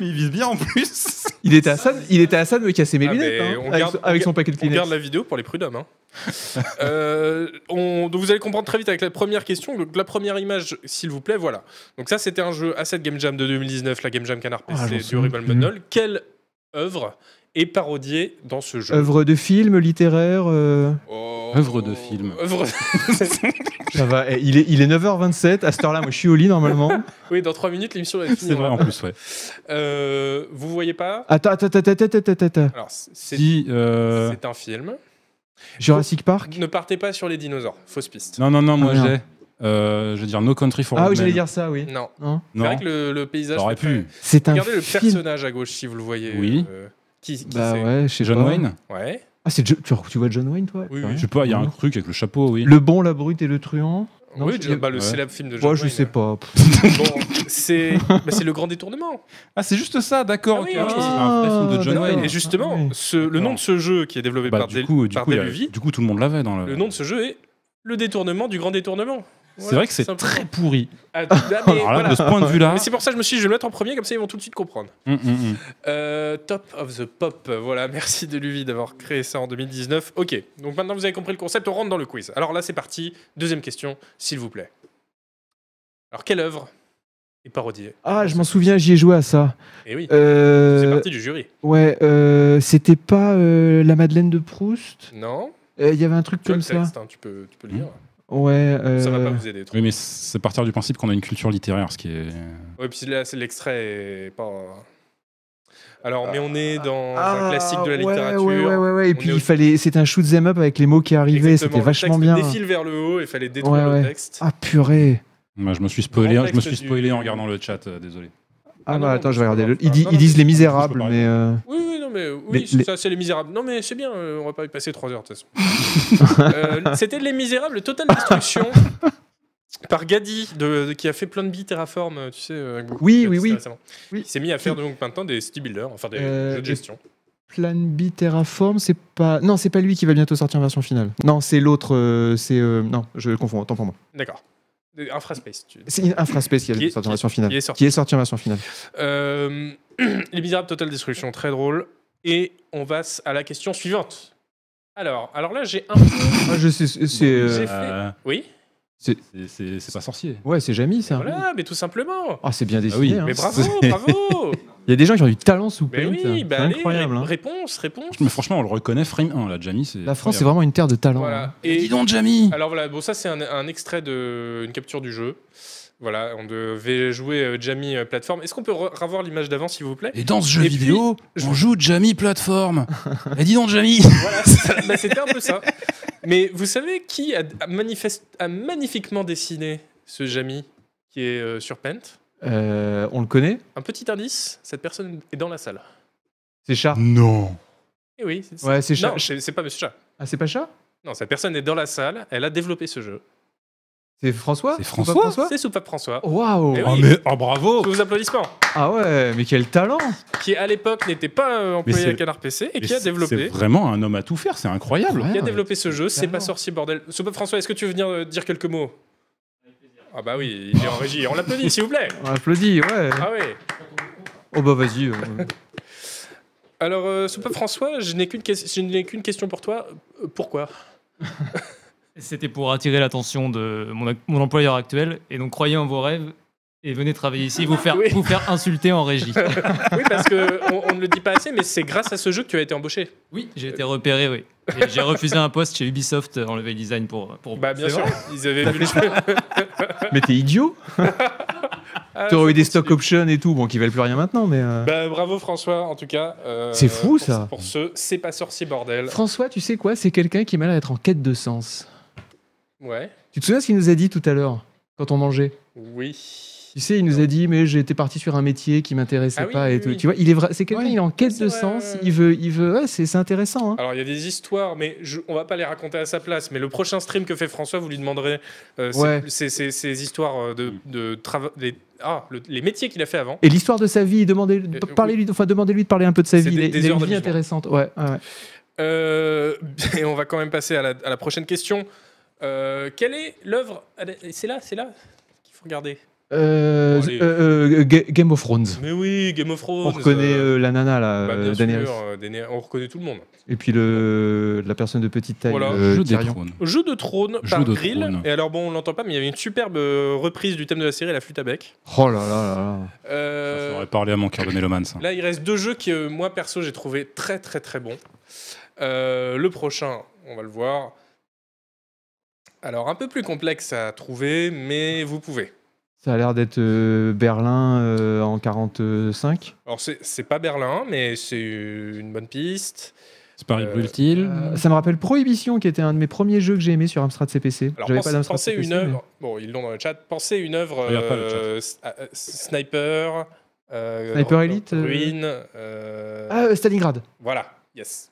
C: Il vise bien en plus.
B: il était à ça, de- il était à ça de me casser mes
A: Ah,
B: lunettes
A: mais
B: hein,
A: on
B: avec,
A: garde-
B: son- avec
A: on
B: son paquet de
A: On
B: Kleenex.
A: garde la vidéo pour les prud'hommes. hein. Euh, on- donc vous allez comprendre très vite avec la première question. Donc la première image, s'il vous plaît, voilà. Donc ça, c'était un jeu à cette Game Jam de 2019, la Game Jam Canard
B: Ah, j'en
A: PC du
B: sais
A: Horrible
B: plus.
A: Bundle. Quelle œuvre est parodiée dans ce jeu?
B: Œuvre de film, littéraire. euh,
A: Oh.
C: Œuvre de film.
A: Œuvre-
B: Ça va, eh, il est, il est 9h27, à cette heure-là, moi je suis au lit normalement.
A: Oui, dans 3 minutes, l'émission va être
C: C'est
A: finie.
C: vrai en plus, ouais.
A: Euh, vous voyez pas?
B: Attends, attends, attends, attends, attends, attends, attends.
A: Alors, c'est
C: Si. euh,
A: c'est un film.
B: Jurassic Park
A: Ne partez pas sur les dinosaures, fausse piste.
C: Non, non, non, moi
B: Ah, merde.
C: j'ai. euh, je veux dire, No Country for
B: Ah oui,
C: Old
B: j'allais
C: Men.
B: dire ça, oui.
A: Non.
B: Non.
A: C'est vrai
C: Non,
A: que le, le paysage.
C: t'aurais
A: fait très-
C: pu.
B: C'est un
A: Mm. Regardez le
B: film.
A: personnage à gauche si vous le voyez.
C: Oui.
A: euh, qui qui
B: Bah
A: c'est
B: ouais, je sais
C: C'est John
B: pas.
C: Wayne
A: Ouais.
B: Ah, c'est Jo- tu, tu vois John Wayne, toi
A: Oui,
B: Ouais.
A: oui.
C: Je sais pas, il y a un truc avec le chapeau, oui.
B: Le bon, la brute et le truand Non,
A: oui,
B: je-
A: John- bah, le
C: ouais.
A: célèbre film de John
B: Moi, je
A: Wayne.
B: sais pas. Pff.
A: Bon, c'est bah, c'est le grand détournement.
C: Ah, c'est juste ça, d'accord.
A: Ah oui,
C: ok,
A: oui.
C: je pense que c'est un vrai film de
B: Ah,
C: John
B: d'accord.
C: Wayne.
A: Et justement,
B: Ah, oui.
A: ce- le nom
C: D'accord.
A: de ce jeu qui est développé
C: Bah,
A: par,
C: du
A: Del-
C: coup, du
A: par
C: coup, il y a-
A: Deluvi,
C: du coup, tout le monde l'avait dans le.
A: le nom de ce jeu est Le détournement du grand détournement.
C: C'est vrai que c'est très pourri.
A: Ah, ah, mais
C: Alors là,
A: voilà.
C: de ce point de vue-là.
A: Mais c'est pour ça que je me suis dit, je vais le mettre en premier, comme ça ils vont tout de suite comprendre.
C: Hum, hum, hum.
A: Euh, top of the Pop, voilà, merci Deluvi d'avoir créé ça en 2019. Ok, donc maintenant vous avez compris le concept, on rentre dans le quiz. Alors là c'est parti, deuxième question, s'il vous plaît. Alors quelle œuvre est parodiée
B: Ah, je m'en souviens, j'y ai joué à ça.
A: Eh oui, c'est
B: Euh,
A: parti du jury.
B: ouais, euh, c'était pas euh, la Madeleine de Proust
A: Non
B: Euh, Il y avait un truc
A: Tu vois
B: comme
A: le
B: ça.
A: texte, hein, tu, peux, tu peux le lire.
B: Ouais. euh,
A: Ça va pas vous aider trop.
C: Oui, mais c'est partir du principe qu'on a une culture littéraire, ce qui est.
A: Ouais, puis là c'est l'extrait est pas... Alors mais on est dans un
B: ah,
A: classique de la
B: ouais,
A: littérature.
B: Ouais, ouais, ouais, ouais.
A: On
B: Et puis
A: est au-
B: il fallait, c'était un shoot 'em up avec les mots qui arrivaient,
A: Exactement,
B: c'était vachement
A: le texte
B: bien.
A: défile vers le haut et fallait détruire
B: Ouais,
A: le
B: ouais.
A: texte.
B: Ah purée.
C: Moi, je me suis spoilé,
A: Grand
C: je me suis
A: texte du-
C: spoilé en regardant le chat, euh, désolé.
B: Ah,
A: Ah non,
B: bah attends, je vais
A: c'est
B: regarder.
A: pas
B: Le...
A: grave.
B: Ils, di-
A: Non,
B: ils
A: non,
B: disent
A: mais-
B: les
C: je
B: Misérables,
C: peux pas
B: mais euh,
A: Oui, oui, non, mais oui,
B: Les-
A: c'est-
B: les-
A: ça, c'est Les Misérables. Non, mais c'est bien, euh, on va pas y passer trois heures, de toute façon. Euh, C'était Les Misérables, totale destruction. par Gadi de, de- qui a fait plein de billes Terraform, tu sais. euh, avec beaucoup
B: Oui,
A: de
B: oui, oui.
A: récemment.
B: Oui.
A: Il s'est mis à faire donc maintenant des city builders, enfin des
B: Euh,
A: jeux de
B: et-
A: gestion.
B: Plan B Terraform, c'est pas. Non, c'est pas lui qui va bientôt sortir en version finale. Non, c'est l'autre. euh, c'est. euh, Non, je confonds, autant pour moi.
A: D'accord. Des- Infraspace. Tu...
B: C'est Infraspace qui va
A: Qui est-
B: bientôt sortir en version finale.
A: qui est sorti.
B: Qui est sorti en version finale.
A: Euh, les Misérables Total Destruction, très drôle. Et on va s- à la question suivante. Alors, alors là, j'ai un peu.
B: Ah, je sais. C'est. euh,
A: J'ai fait-
C: Euh,
A: Oui,
C: c'est- c'est c'est pas sorcier.
B: Ouais, c'est Jamie, ça.
A: voilà, mais tout simplement.
B: Ah, c'est bien dessiné.
C: oui,
B: hein.
A: Mais bravo, bravo.
B: Il y a des gens qui ont du talent sous
A: Mais
B: Paint.
A: oui, bah
B: c'est
A: allez,
B: incroyable.
A: ré-
B: hein.
A: réponse, réponse.
C: Mais franchement, on le reconnaît, frame 1, là, Jamie.
B: La France, c'est vraiment une terre de talent. hein.
A: Voilà.
C: Et...
A: Et-
C: Dis donc, Jamie
A: Alors voilà, bon ça c'est un, un extrait de une capture du jeu. Voilà, on devait jouer euh, Jamie euh, Platform. Est-ce qu'on peut re- revoir l'image d'avant s'il vous plaît
C: Et dans ce jeu
A: Et puis,
C: vidéo,
A: je-
C: on joue Jamie Platform. Et dis donc, Jamie
A: Voilà, c'est- bah, c'était un peu ça. Mais vous savez qui a, a manifeste- a magnifiquement dessiné ce Jamie qui est euh, sur Paint
B: Euh, on le connaît
A: Un petit indice, cette personne est dans la salle.
B: C'est Chat.
C: Non
A: Et oui, c'est
B: Ouais, c'est Chat.
A: Non, c'est c'est pas Monsieur Chat.
B: Ah, c'est pas Chat
A: Non, cette personne est dans la salle, elle a développé ce jeu.
B: C'est François
C: C'est
B: Soupape
C: François
A: C'est Soupape François.
B: Waouh
A: Eh
C: Ah,
A: oui.
C: mais oh, bravo
A: Sous applaudissements.
B: Ah ouais, mais quel talent
A: Qui à l'époque n'était pas euh,
C: Mais
A: employé
C: c'est-
A: à Canard PC et
C: Mais
A: qui a
C: c'est- C'est
A: développé
C: vraiment un homme à tout faire, c'est incroyable.
B: Ouais.
A: qui a développé ce jeu, c'est pas
B: Carrément.
A: sorcier bordel. Sopa François, est-ce que tu veux venir euh, dire quelques mots Ah bah oui, il est en régie. On l'applaudit s'il vous plaît.
B: On applaudit, ouais.
A: Ah ouais.
B: Oh bah vas-y. euh,
A: Alors euh, Sopa François, je n'ai qu'une ques- je n'ai qu'une question pour toi. Euh, Pourquoi
E: C'était pour attirer l'attention de mon, mon employeur actuel. Et donc, croyez en vos rêves et venez travailler ici, vous faire,
A: Oui.
E: vous faire insulter en régie.
A: Oui, parce que on, on ne le dit pas assez, mais c'est grâce à ce jeu que tu as été embauché.
E: Oui, j'ai été repéré, oui. Et J'ai refusé un poste chez Ubisoft euh, en level design pour. pour
A: Bah bien
E: C'est
A: sûr,
E: vrai.
A: ils avaient vu le jeu.
B: mais t'es idiot
A: Ah,
B: T'aurais eu
A: c'est
B: des
A: possible.
B: stock options et tout, bon, qui valent plus rien maintenant, mais. euh,
A: Bah bravo François, en tout cas. euh,
B: C'est fou,
A: pour-
B: ça.
A: Pour ce, c'est pas sorcier bordel.
B: François, tu sais quoi C'est quelqu'un qui m'a l'air d'être en quête de sens.
A: Ouais.
B: Tu te souviens ce qu'il nous a dit tout à l'heure quand on mangeait
A: Oui.
B: Tu sais, il nous a dit mais j'étais parti sur un métier qui m'intéressait
A: Ah oui,
B: pas et
A: oui,
B: tout.
A: oui.
B: Tu vois, il est vrai, c'est quelqu'un
C: Ouais.
B: il est en quête
A: C'est
B: de
A: vrai,
B: sens.
A: ouais,
B: Il veut, il veut. Ouais, c'est c'est intéressant. hein.
A: Alors il y a des histoires, mais je- on va pas les raconter à sa place. Mais le prochain stream que fait François, vous lui demanderez euh, ces-
B: Ouais.
A: ces, ces- ces histoires euh, de, de trava- les, ah, le- les métiers qu'il a fait avant.
B: Et l'histoire de sa vie, demandez,
A: Euh, oui.
B: parlez lui, enfin demandez-lui de parler un peu de sa
A: C'est
B: vie.
A: des-
B: il est-
A: des
B: il a
A: heures
B: une vie
A: d'amusement.
B: intéressante. Ouais, ouais, ouais.
A: Euh, et on va quand même passer à la, à la prochaine question. Euh, quelle est l'œuvre Allez, C'est là, c'est là qu'il faut regarder.
B: Euh,
A: Bon, allez.
B: euh, euh, Ga- Game of Thrones.
A: Mais oui, Game of Thrones.
B: On reconnaît
A: euh,
B: euh, la nana là,
A: bah, bien
B: euh, Daenerys.
A: sûr, euh, Daenerys, on reconnaît tout le monde.
B: et puis le la personne de petite taille.
A: Voilà.
B: euh,
C: Jeu des
B: Tyrion.
C: trônes.
A: Jeu de trône
C: Jeu
A: par
C: de
A: Grill.
C: trône.
A: Et alors bon, on l'entend pas, mais il y avait une superbe euh, reprise du thème de la série, la flûte à bec.
B: Oh là là là là.
A: Euh,
C: Ça aurait parlé à mon cœur de mélomane, ça.
A: Là, il reste deux jeux que euh, moi perso j'ai trouvé très très très bons. Euh, le prochain, on va le voir. Alors un peu plus complexe à trouver, mais vous pouvez.
B: Ça a l'air d'être euh, Berlin euh, en 45.
A: Alors c'est c'est pas Berlin, mais c'est une bonne piste.
C: C'est Paris
A: Euh,
C: Brûle-t-il
B: Euh, ça me rappelle Prohibition, qui était un de mes premiers jeux que j'ai aimé sur Amstrad CPC.
A: Alors
B: J'avais
A: pensez,
B: pas d'Amstrad
A: pensez
B: CPC,
A: une
B: mais-
A: œuvre. Bon, ils l'ont dans le chat. Pensez une œuvre.
C: Regarde pas le
A: euh, s- ah, euh, sniper. euh,
B: Sniper
A: euh,
B: Elite, euh,
A: Ruin. euh,
B: Ah, euh, Stalingrad.
A: Voilà, yes.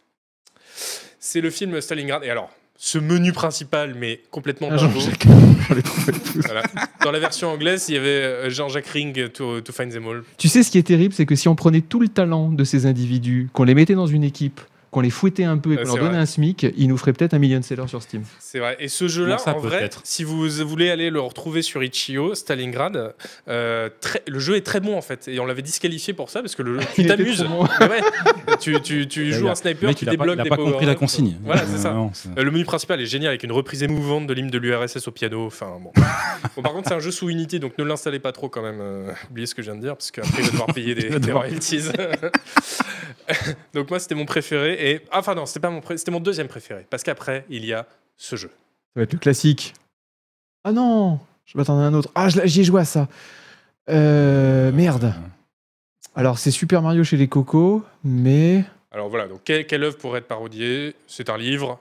A: C'est le film Stalingrad. Et alors, ce menu principal, mais complètement
B: Ah,
A: dingo.
B: Jean-Jacques. On les trouvait tous.
A: Voilà. Dans la version anglaise, il y avait euh, Jean-Jacques Ring to, to Find Them All.
B: Tu sais, ce qui est terrible, c'est que si on prenait tout le talent de ces individus, qu'on les mettait dans une équipe, qu'on les fouettait un peu et
A: Ah,
B: qu'on
A: c'est
B: leur donnait
A: vrai.
B: un SMIC, ils nous feraient peut-être un million de sellers sur Steam.
A: C'est vrai. Et ce jeu-là,
C: Non, ça
A: en
C: peut
A: vrai,
C: être.
A: si vous voulez aller le retrouver sur Itch.io, Stalingrad, euh, très- le jeu est très bon en fait. Et on l'avait disqualifié pour ça parce que le, tu
B: Il était
A: t'amuses.
B: trop bon.
A: Mais ouais, tu tu, tu joues un sniper,
C: Mec,
A: tu
C: il a pas,
A: débloques
C: il a
A: des
C: pas compris la
A: power-ups.
C: consigne.
A: Voilà, c'est ça.
C: Euh, non, c'est-
A: Euh, Le menu principal est génial avec une reprise émouvante de l'hymne de l'URSS au piano. Enfin, bon. Bon, par contre, c'est un jeu sous unité, donc ne l'installez pas trop quand même. Euh, oubliez ce que je viens de dire, parce qu'après, vous allez devoir payer des,
C: vas
A: des
C: devoir-
A: royalties. donc, moi, c'était mon préféré. Et... ah, Enfin, non, c'était pas mon, pré- c'était mon deuxième préféré, parce qu'après, il y a ce jeu.
B: Ça va être le classique. Ah non Je m'attendais à un autre. Ah, je l'ai- j'y ai joué à ça. Euh, merde. Alors, c'est Super Mario chez les cocos, mais
A: Alors voilà, donc que- quelle, œuvre pourrait être parodiée C'est un livre.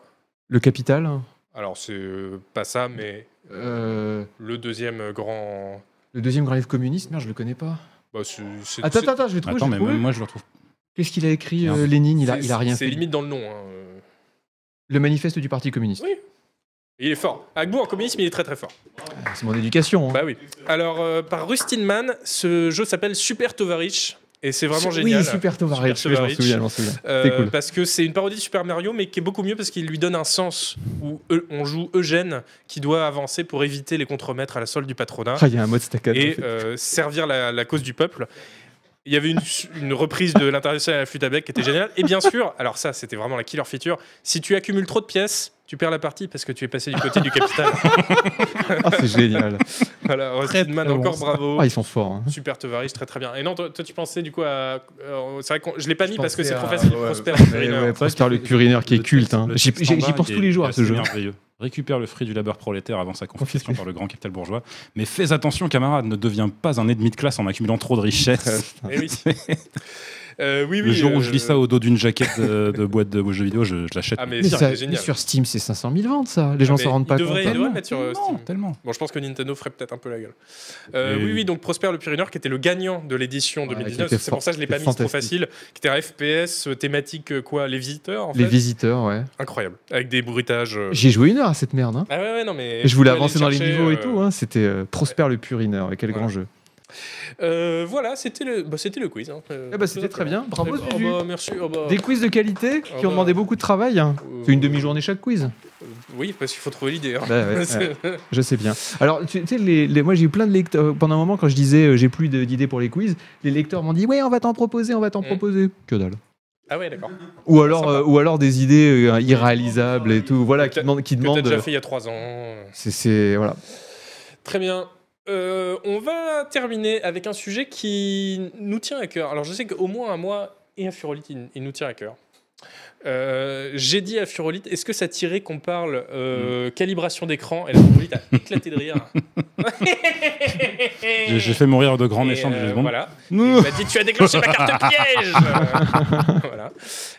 B: le capital. hein.
A: Alors, c'est euh, pas ça, mais
B: euh,
A: le deuxième grand.
B: le deuxième grand livre communiste, merde, je le connais pas.
A: bah, c'est- c'est-
B: Attends,
A: c'est-
B: attends, attends, je vais trouver.
C: Attends,
B: je
C: mais
B: vais trouver.
C: même moi, je le retrouve.
B: Qu'est-ce qu'il a écrit,
C: Merde.
B: euh, Lénine il a,
A: c'est-
B: il a rien
A: C'est
B: fait.
A: limite dans le nom. hein.
B: Le manifeste du Parti communiste.
A: Oui. Il est fort. Agbo en communisme, il est très très fort.
B: C'est mon éducation. hein.
A: Bah oui. Alors, euh, par Rustin Man, ce jeu s'appelle Super Tovarich. Et c'est vraiment
B: Su-
A: génial.
B: Oui, super
A: Super
B: Tovarich. Je m'en
A: Tovarich.
B: souviens, je m'en souviens.
A: Euh,
B: C'était cool.
A: Parce que c'est une parodie de Super Mario, mais qui est beaucoup mieux parce qu'il lui donne un sens où eu- on joue Eugène qui doit avancer pour éviter les contremaîtres à la solde du patronat
B: Ah, il y a un mode staccato. en
A: et
B: fait.
A: euh, servir la, la cause du peuple. Il y avait une, une reprise de l'international à la flûte à bec qui était géniale. Et bien sûr, alors ça, c'était vraiment la killer feature. Si tu accumules trop de pièces, tu perds la partie parce que tu es passé du côté du capital.
B: Ah, c'est génial.
A: Voilà,
D: Très,
A: Rustin Man,
D: très bon,
A: encore
D: ça.
A: bravo.
B: Ah, ils sont forts. hein.
A: Super Tovarich, très très bien. Et non, toi, toi, tu pensais du coup à. euh, c'est vrai que je l'ai pas mis
D: Je
A: parce que c'est
D: pensais
A: trop
D: à-
A: facile.
D: ouais,
A: Prosper
B: Ouais,
A: Turner.
B: ouais, Prosper le Curiner qui est culte. hein. J'y j'y- j'y pense tous les jours à ce jeu.
C: merveilleux. Récupère le fruit du labeur prolétaire avant sa confiscation par le grand capital bourgeois. Mais fais attention, camarade, ne deviens pas un ennemi de classe en accumulant trop de richesses.
A: Eh oui. Euh, oui, oui.
C: le jour où
A: euh,
C: je lis ça au dos d'une jaquette de, de boîte de jeux vidéo, je, je l'achète.
A: Ah, mais,
B: Mais
A: c'est
B: ça- mais
A: génial.
B: sur Steam, c'est 500 000 ventes, ça. Les gens
A: mais
B: s'en rendent pas
A: il devrait-
B: compte.
A: il devrait le mettre sur, euh,
C: tellement,
A: Steam.
C: tellement.
A: Bon, je pense que Nintendo ferait peut-être un peu la gueule. Euh,
C: Et-
A: Oui, oui, donc Prosper le Pyrénéen, qui était le gagnant de l'édition
B: Ouais,
A: 2019,
B: qui était
A: c'est pour ça que je l'ai pas mis,
B: fort-
A: c'est trop
B: fantastique.
A: facile, qui était un FPS euh, thématique euh, quoi, les visiteurs, en
B: Les
A: fait.
B: visiteurs, ouais.
A: Incroyable, avec des bruitages. euh,
B: J'ai joué une heure à cette merde. hein.
A: Ah ouais, ouais, non, mais.
B: Je voulais
A: vous pouvez
B: avancer dans
A: aller
B: les niveaux et
A: chercher,
B: tout.
A: euh,
B: hein. C'était euh, Prosper le Purineur. Quel
A: Ouais.
B: grand jeu.
A: euh, voilà, c'était le, bah, c'était le quiz. hein. Euh,
B: Eh bah, c'était très bien. Bravo,
A: Eh bah,
B: Zuzu.
A: oh bah, merci. oh bah,
B: Des quiz de qualité
A: Ah
B: qui
A: bah.
B: ont demandé beaucoup de travail. hein.
A: euh,
B: C'est une demi-journée chaque quiz.
A: Oui, parce qu'il faut trouver l'idée. hein.
B: Bah ouais,
A: C'est-
B: ouais, je sais bien. Alors, tu tu sais, les, les- moi j'ai eu plein de lecteurs. euh, Pendant un moment, quand je disais euh, j'ai plus de- d'idées pour les quiz, les lecteurs m'ont dit Ouais, on va t'en proposer, on va t'en
A: Mm.
B: proposer. Que dalle.
A: Ah ouais, d'accord.
B: Ou alors,
A: Sympa.
B: euh, ou alors des idées euh, irréalisables et tout. Voilà, qui
A: Peut-être-
B: demandent. Qui
A: Que t'as
B: demandent euh,
A: déjà fait il y a trois ans.
B: c'est, c'est- voilà.
A: Très bien. Euh, on va terminer avec un sujet qui nous tient à cœur. Alors, je sais qu'au moins à moi et à Furolite, il, il nous tient à cœur. Euh, J'ai dit à Furolite, est-ce que ça tirait qu'on parle
C: Mm.
A: euh, calibration d'écran Et la Furolite a éclaté de rire.
C: J'ai j'ai fait mourir de grands
A: Et,
C: méchants de
A: euh,
C: jeux de monde.
A: Voilà.
C: Nous.
A: Il m'a dit tu as déclenché ma carte piège. voilà.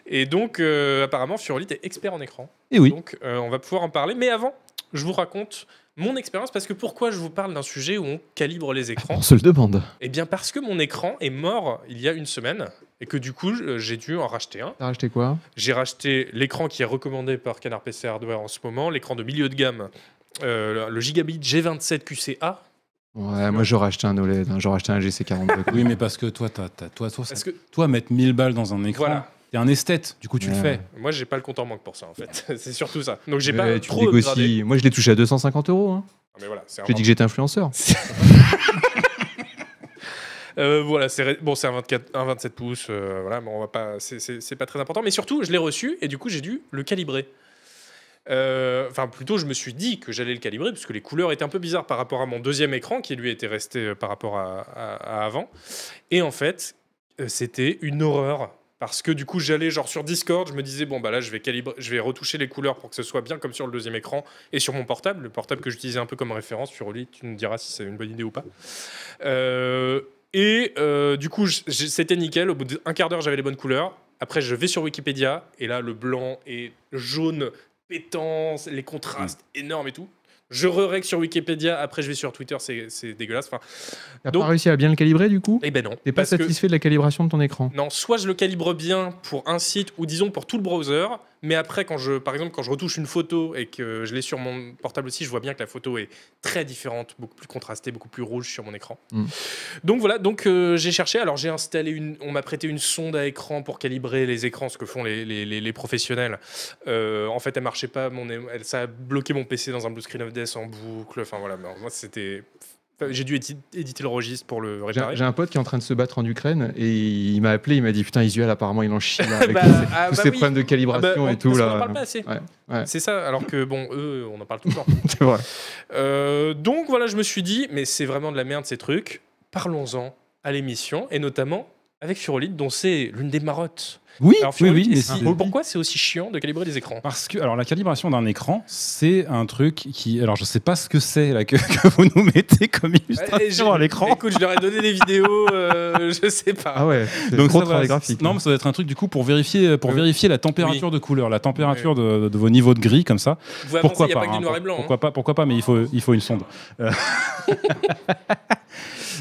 A: Et donc euh, apparemment Furolite est expert en écran.
B: Et oui.
A: Donc euh, on va pouvoir en parler. Mais avant, je vous raconte mon expérience parce que pourquoi je vous parle d'un sujet où on calibre les écrans
B: On se le demande.
A: Eh bien parce que mon écran est mort il y a une semaine et que du coup je- euh, j'ai dû en racheter un.
B: T'as racheté quoi
A: J'ai racheté l'écran qui est recommandé par Canard PC Hardware en ce moment, l'écran de milieu de gamme, euh, le Gigabit G27 QCA.
B: Ouais, moi j'aurais acheté un OLED, hein, j'aurais acheté un GC42.
C: Oui, mais parce que toi, t'as- t'as- toi, toi, ça-
A: Parce que
C: toi, mettre 1000 balles dans un écran,
A: Voilà.
C: t'es un esthète, du coup, tu le
B: Ouais.
C: fais.
A: moi j'ai pas le compte en banque pour ça en fait. C'est surtout ça. Donc j'ai
B: Ouais,
A: pas
B: Euh, tu
A: trop
B: négocies.
A: upgradé.
B: Moi je l'ai touché à 250 euros. hein.
A: Ah, mais voilà, c'est un
B: J'ai dit que j'étais influenceur.
A: Euh, voilà, c'est ré- bon, c'est un 24, un 27 pouces, euh, voilà, mais on va pas, c'est- c'est c'est pas très important. Mais surtout, je l'ai reçu et du coup, j'ai dû le calibrer. Euh, Enfin, plutôt, je me suis dit que j'allais le calibrer parce que les couleurs étaient un peu bizarres par rapport à mon deuxième écran qui lui était resté euh, par rapport à, à- à avant. Et en fait, euh, c'était une horreur. Parce que du coup, j'allais genre sur Discord, je me disais bon bah là, je vais calibrer, je vais retoucher les couleurs pour que ce soit bien comme sur le deuxième écran et sur mon portable, le portable que j'utilisais un peu comme référence sur Oli, tu nous diras si c'est une bonne idée ou pas. Euh, et euh, du coup, je- je- c'était nickel. Au bout d'un quart d'heure, j'avais les bonnes couleurs. Après, je vais sur Wikipédia et là, le blanc et le jaune pétant, les contrastes
B: Mm.
A: énormes et tout. Je re-règle sur Wikipédia. Après, je vais sur Twitter. C'est c'est dégueulasse. Enfin,
B: T'as
A: Donc-
B: pas réussi à bien le calibrer du coup
A: eh ben non.
B: T'es pas
A: parce que-
B: satisfait de la calibration de ton écran
A: non, soit je le calibre bien pour un site ou disons pour tout le browser, mais après quand je, par exemple, quand je retouche une photo et que je l'ai sur mon portable aussi, je vois bien que la photo est très différente, beaucoup plus contrastée, beaucoup plus rouge sur mon écran.
B: Mm.
A: Donc voilà, donc euh, j'ai cherché. Alors j'ai installé une, on m'a prêté une sonde à écran pour calibrer les écrans, ce que font les, les- les- les professionnels. Euh, en fait, elle marchait pas, mon, elle, ça a bloqué mon PC dans un blue screen of death en boucle. Enfin voilà, mais moi c'était, enfin, j'ai dû édi- éditer le registre pour le
B: J'ai
A: réparer.
B: j'ai un pote qui est en train de se battre en Ukraine et il m'a appelé, il m'a dit putain Isuel apparemment il en chie là, avec
A: Bah,
B: tous ces-
A: ah,
B: tous
A: bah
B: ces
A: oui.
B: problèmes de
A: Ah bah,
B: calibration
A: on-
B: et tout
A: parce qu'on en
B: là.
A: parle pas assez.
B: Ouais, ouais.
A: C'est ça, alors que bon, eux, on en parle tout le temps.
B: C'est vrai.
A: Euh, donc voilà, je me suis dit, mais c'est vraiment de la merde ces trucs. Parlons-en à l'émission, et notamment avec Furolite, dont c'est l'une des marottes.
C: Oui,
A: Alors,
C: oui,
A: Furolite,
C: oui. mais
A: est-ce-
C: c'est-
A: pourquoi c'est aussi chiant de calibrer les écrans
C: Parce que, alors, la calibration d'un écran, c'est un truc qui. Alors, je sais pas ce que c'est, là, que, que vous nous mettez comme
A: Et j'ai-
C: illustration à l'écran.
A: Écoute, Eh, je leur ai donné des vidéos, euh, je sais pas.
B: Ah ouais.
C: Donc,
B: trop
C: ça, voilà,
B: travail graphique. hein.
C: Non, mais ça doit être un truc, du coup, pour vérifier, pour
A: Euh,
C: vérifier la température de couleur, la température de, de vos niveaux de gris, comme ça.
A: Vous avancez,
C: pourquoi
A: il n'y a
C: pas,
A: pas que
C: hein,
A: du noir et blanc.
C: Pourquoi
A: hein.
C: pas, pourquoi pas, mais il faut, il faut une sonde. Euh,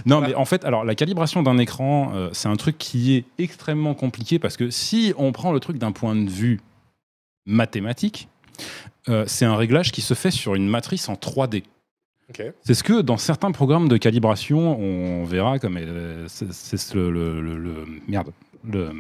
C: non, mais en fait, alors la calibration d'un écran, euh, c'est un truc qui est extrêmement compliqué parce que si on prend le truc d'un point de vue mathématique, euh, c'est un réglage qui se fait sur une matrice en 3D.
A: Ok.
C: C'est ce que dans certains programmes de calibration, on verra comme euh, c'est- c'est le, le- le- le- merde le-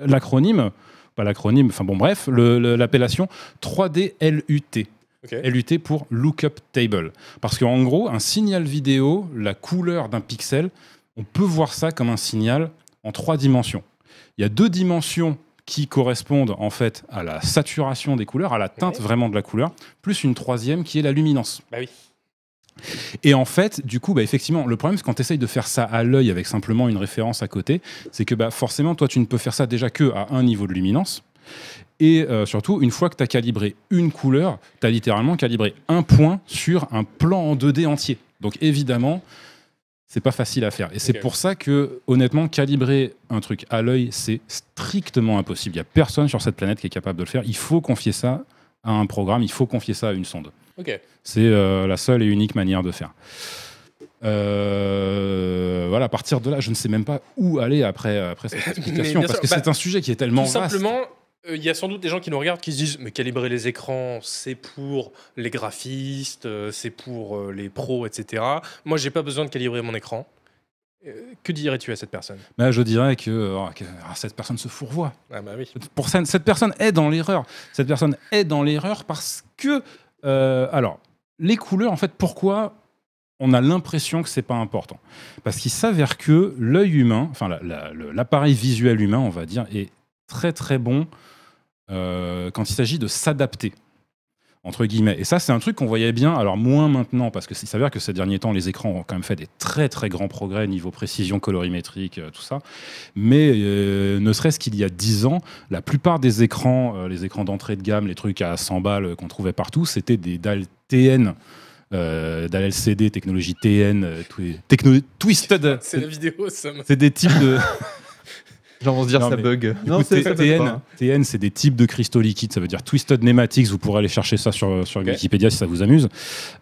C: l'acronyme, pas l'acronyme, enfin bon bref, le- le- l'appellation 3DLUT.
A: Ok.
C: LUT pour Lookup Table. Parce qu'en gros, un signal vidéo, la couleur d'un pixel, on peut voir ça comme un signal en trois dimensions. Il y a deux dimensions qui correspondent en fait à la saturation des couleurs, à la teinte
A: Ouais.
C: vraiment de la couleur, plus une troisième qui est la luminance.
A: Bah oui.
C: Et en fait, du coup, bah, effectivement, le problème, c'est quand tu essayes de faire ça à l'œil avec simplement une référence à côté, c'est que bah, forcément, toi, tu ne peux faire ça déjà que à un niveau de luminance. Et euh, surtout, une fois que tu as calibré une couleur, tu as littéralement calibré un point sur un plan en 2D entier. Donc évidemment, c'est pas facile à faire. Et c'est
A: Ok.
C: pour ça que, honnêtement, calibrer un truc à l'œil, c'est strictement impossible. Il n'y a personne sur cette planète qui est capable de le faire. Il faut confier ça à un programme, il faut confier ça à une sonde.
A: Ok.
C: C'est euh, la seule et unique manière de faire. Euh, voilà, à partir de là, je ne sais même pas où aller après, après cette explication,
A: bien sûr,
C: parce que
A: bah,
C: c'est un sujet qui est tellement
A: Tout
C: vaste.
A: simplement, euh, il y a sans doute des gens qui nous regardent qui se disent Mais calibrer les écrans, c'est pour les graphistes, euh, c'est pour euh, les pros, etc. Moi, j'ai pas besoin de calibrer mon écran. Euh, que dirais-tu à cette personne
C: Bah, je dirais que, oh, que- ah, cette personne se fourvoie.
A: Ah, bah oui.
C: Pour ça, cette personne est dans l'erreur. Cette personne est dans l'erreur parce que, euh, alors, les couleurs, en fait, pourquoi on a l'impression que c'est pas important Parce qu'il s'avère que l'œil humain, enfin la- la- le- l'appareil visuel humain, on va dire, est très très bon euh, quand il s'agit de s'adapter. Entre guillemets. Et ça, c'est un truc qu'on voyait bien, alors moins maintenant, parce que il s'avère que ces derniers temps, les écrans ont quand même fait des très très grands progrès niveau précision colorimétrique, euh, tout ça. Mais euh, ne serait-ce qu'il y a 10 ans, la plupart des écrans, euh, les écrans d'entrée de gamme, les trucs à 100 balles euh, qu'on trouvait partout, c'était des dalles TN, euh, dalles LCD, technologie TN, euh, twi- techno- Twisted.
A: C'est la vidéo, ça me-
C: C'est des types de.
B: Genre, on se dire,
C: Non,
B: ça
C: mais-
B: bug.
C: Du coup, T- TN, TN, c'est des types de cristaux liquides, ça veut dire Twisted Nematics, vous pourrez aller chercher ça sur, sur
A: Ok.
C: Wikipédia si ça vous amuse.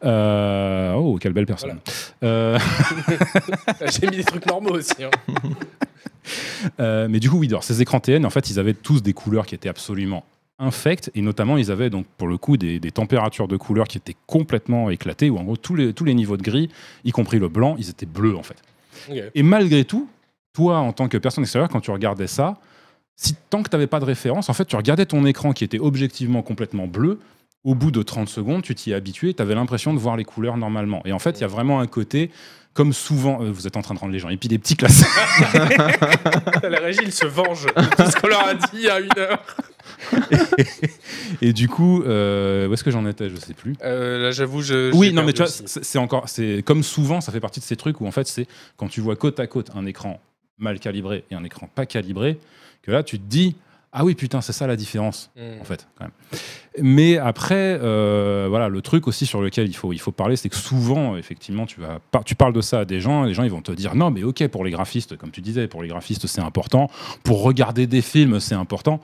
C: Euh, oh, quelle belle personne. Euh,
A: J'ai mis des trucs normaux aussi. hein.
C: Euh, mais du coup, oui, alors, ces écrans TN, en fait, ils avaient tous des couleurs qui étaient absolument infectes, et notamment, ils avaient donc pour le coup des, des températures de couleurs qui étaient complètement éclatées, où en gros, tous les, tous les niveaux de gris, y compris le blanc, ils étaient bleus, en fait.
A: Ok.
C: Et malgré tout, toi, en tant que personne extérieure, quand tu regardais ça, si tant que tu n'avais pas de référence, en fait, tu regardais ton écran qui était objectivement complètement bleu. Au bout de 30 secondes, tu t'y habituais, tu avais l'impression de voir les couleurs normalement. Et en fait, il y a vraiment un côté, comme souvent, euh, vous êtes en train de rendre les gens épileptiques là,
A: La régie, il se venge de tout ce qu'on leur a dit à une heure.
C: Et du coup, euh, où est-ce que j'en étais Je sais plus.
A: Euh, là, j'avoue, je.
C: Oui,
A: j'ai
C: non, mais
A: perdu
C: tu
A: aussi.
C: vois, c'est c'est encore, c'est comme souvent, ça fait partie de ces trucs où en fait, c'est quand tu vois côte à côte un écran mal calibré et un écran pas calibré, que là, tu te dis, ah oui, putain, c'est ça la différence
A: Hmm.
C: en fait. Quand même. Mais après, euh, voilà, le truc aussi sur lequel il faut, il faut parler, c'est que souvent, effectivement, tu, vas par- tu parles de ça à des gens, et les gens ils vont te dire non, mais ok, pour les graphistes, comme tu disais, pour les graphistes c'est important, pour regarder des films c'est important.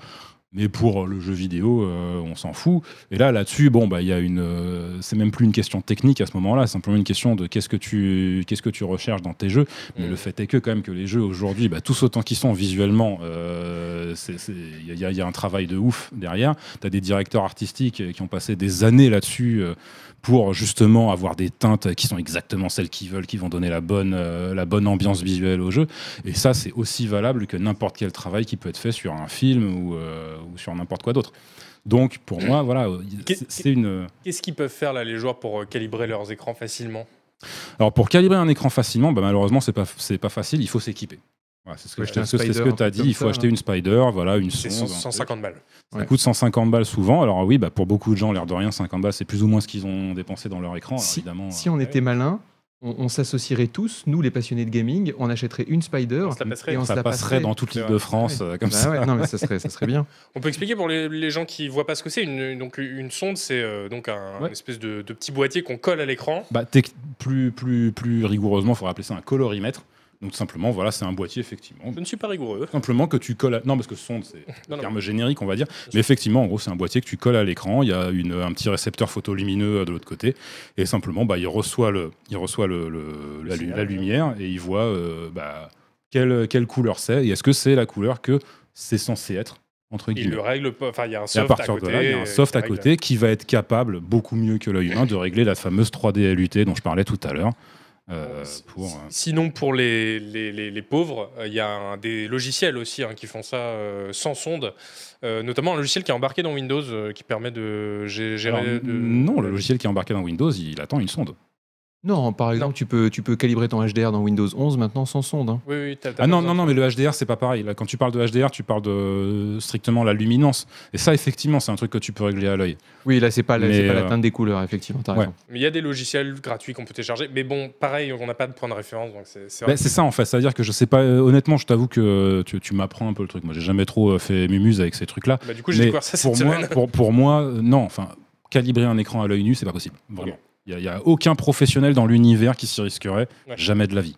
C: Mais pour le jeu vidéo, euh, on s'en fout. Et là, là-dessus, bon, bah, il y a une, euh, c'est même plus une question technique à ce moment-là, c'est simplement une question de qu'est-ce que tu, qu'est-ce que tu recherches dans tes jeux. Mais
A: Mm.
C: le fait est que quand même que les jeux aujourd'hui, bah, tous autant qu'ils sont visuellement, euh, c'est- c'est- il y, a- il y a un travail de ouf derrière. Tu as des directeurs artistiques euh, qui ont passé des années là-dessus euh, pour justement avoir des teintes qui sont exactement celles qu'ils veulent, qui vont donner la bonne, euh, la bonne ambiance visuelle au jeu. Et ça, c'est aussi valable que n'importe quel travail qui peut être fait sur un film ou, euh, ou sur n'importe quoi d'autre. Donc pour moi, voilà, euh,
A: Qu'est-
C: c'est- c'est une...
A: Qu'est-ce qu'ils peuvent faire là, les joueurs, pour euh, calibrer leurs écrans facilement
C: Alors pour calibrer un écran facilement, bah malheureusement c'est pas c'est pas facile, il faut s'équiper. Voilà, c'est ce que,
B: Faut
C: je-
B: acheter un
C: c'est ce que
B: Spider,
C: tu as dit,
B: comme
C: il faut
B: ça,
C: acheter
B: hein.
C: une Spider, voilà, une
A: C'est
C: sonde.
A: cent-
C: un truc.
A: 150 balles.
C: Ça coûte 150 balles souvent. Alors oui, bah pour beaucoup de gens, l'air de rien, 50 balles, c'est plus ou moins ce qu'ils ont dépensé dans leur écran. Alors,
B: Si-
C: évidemment,
B: Si on était malin, on, on s'associerait tous, nous les passionnés de gaming, on achèterait une Spider
A: On se la passerait.
B: et on
C: ça
B: se la
C: passerait dans toute l'île de France euh, comme
B: Bah
C: ça.
B: ouais, non, mais ça serait, ça serait bien.
A: On peut expliquer pour les, les gens qui voient pas ce que c'est. Une, donc une sonde, c'est euh, donc un
C: Ouais.
A: espèce de, de petit boîtier qu'on colle à l'écran.
C: Bah, tec- plus plus plus rigoureusement, il faudrait appeler ça un colorimètre. Donc tout simplement, voilà, c'est un boîtier effectivement.
A: Je ne suis pas rigoureux.
C: Tout simplement que tu colles. à- Non, parce que sonde, c'est
A: Ah Non, non.
C: terme générique, on va dire. Mais effectivement, en gros, c'est un boîtier que tu colles à l'écran. Il y a une, un petit récepteur photolumineux euh, de l'autre côté. Et simplement, bah, il reçoit, le, il reçoit le, le- la, lu-
A: signal,
C: la
A: ouais.
C: lumière et il voit euh, bah, quelle, quelle couleur c'est et est-ce que c'est la couleur que c'est censé être entre
A: Il
C: guillemets.
A: le règle pas. Enfin, il y a un
C: Et à
A: soft à,
C: partir
A: côté.
C: de là, il y a un
A: euh,
C: soft
A: qui
C: à
A: règle.
C: côté qui va être capable, beaucoup mieux que l'œil humain, de régler la fameuse 3D LUT dont je parlais tout à l'heure.
A: Oh,
C: euh, pour, euh,
A: Sinon, pour les, les, les- les pauvres, euh, il y a un- des logiciels aussi hein, qui font ça euh, sans sonde, Euh, notamment un logiciel qui est embarqué dans Windows euh, qui permet de gé- gérer.
C: Alors,
A: de-
C: Non, le logiciel qui est embarqué dans Windows, il attend une sonde.
B: Non, par exemple, Tu, peux, tu peux calibrer ton HDR dans Windows 11 maintenant sans sonde. hein.
A: Oui, oui, t'as- t'as
C: Ah
A: pas
C: non,
A: besoin
C: non,
A: de-
C: non, mais le HDR, c'est pas pareil. Là, quand tu parles de HDR, tu parles de euh, strictement la luminance. Et ça, effectivement, c'est un truc que tu peux régler à l'œil.
B: Oui, là, c'est pas, la-
C: Mais,
B: c'est pas
C: euh,
B: la teinte des couleurs, effectivement. t'as
C: ouais.
B: raison.
A: Mais il y a des logiciels gratuits qu'on peut télécharger. Mais bon, pareil, on n'a pas de point de référence, donc c'est c'est vrai.
C: Bah, c'est ça, en fait. C'est-à-dire que je sais pas, euh, honnêtement, je t'avoue que euh, tu, tu m'apprends un peu le truc. Moi, j'ai jamais trop euh, fait mumuse avec ces trucs-là.
A: Bah, du coup, j'ai
C: Mais
A: découvert ça cette
C: pour moi,
A: semaine.
C: pour, pour moi, euh, non. Enfin, calibrer un écran à l'œil nu, c'est pas possible. Vraiment.
A: Ok.
C: Il n'y a, aucun professionnel dans l'univers qui s'y risquerait.
A: Ouais.
C: Jamais de la vie.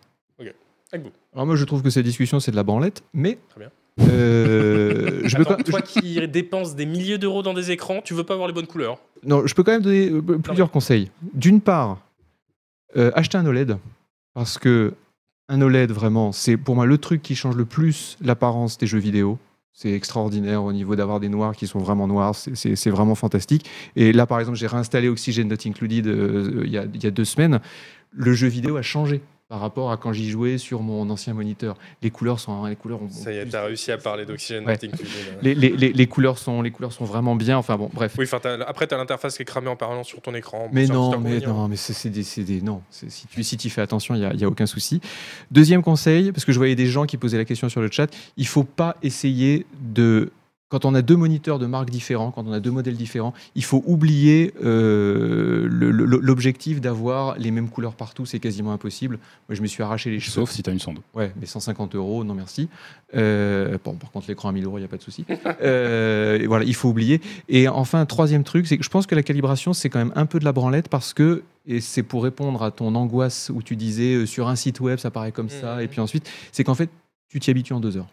B: Alors, moi, je trouve que cette discussion, c'est de la branlette, mais.
A: Très bien.
B: euh, je, peux
A: Attends,
B: quand,
A: toi qui dépenses des milliers d'euros dans des écrans, tu veux pas avoir les bonnes couleurs
B: non, je peux quand même donner euh, plusieurs conseils. D'une part, euh, acheter un OLED, parce que un OLED, vraiment, c'est pour moi le truc qui change le plus l'apparence des jeux vidéo. C'est extraordinaire au niveau d'avoir des noirs qui sont vraiment noirs, c'est- c'est c'est vraiment fantastique. Et là, par exemple, j'ai réinstallé Oxygen Not Included euh, il y, a, il y a deux semaines. Le jeu vidéo a changé par rapport à quand j'y jouais sur mon ancien moniteur. Les couleurs sont, hein, les couleurs ont
A: Ça y est,
B: plus-
A: t'as réussi à parler d'oxygène.
B: Ouais.
A: Nothing to do, là.
B: les, les- les- les couleurs sont, les couleurs sont vraiment bien. Enfin bon, bref.
A: Oui, enfin, t'as- après, t'as l'interface qui est cramée en permanence sur ton écran. Bon,
B: Mais
A: c'est un
B: non,
A: petit
B: mais
A: inconvénient.
B: non, mais c'est c'est des, c'est des- non. C'est- Si tu si t'y fais attention, il y a, il y a aucun souci. Deuxième conseil, parce que je voyais des gens qui posaient la question sur le chat, il faut pas essayer de quand on a deux moniteurs de marques différents, quand on a deux modèles différents, il faut oublier euh, le- le- le- l'objectif d'avoir les mêmes couleurs partout, c'est quasiment impossible. Moi, je me suis arraché les cheveux.
C: Sauf si tu as une sonde.
B: Ouais, mais 150 euros, non merci. Euh, bon, par contre, l'écran à 1000 euros, il n'y a pas de souci. Euh, et voilà, il faut oublier. Et enfin, troisième truc, c'est que je pense que la calibration, c'est quand même un peu de la branlette parce que, et c'est pour répondre à ton angoisse où tu disais euh, sur un site web, ça paraît comme ça,
A: Mhm.
B: et puis ensuite, c'est qu'en fait, tu t'y habitues en deux heures.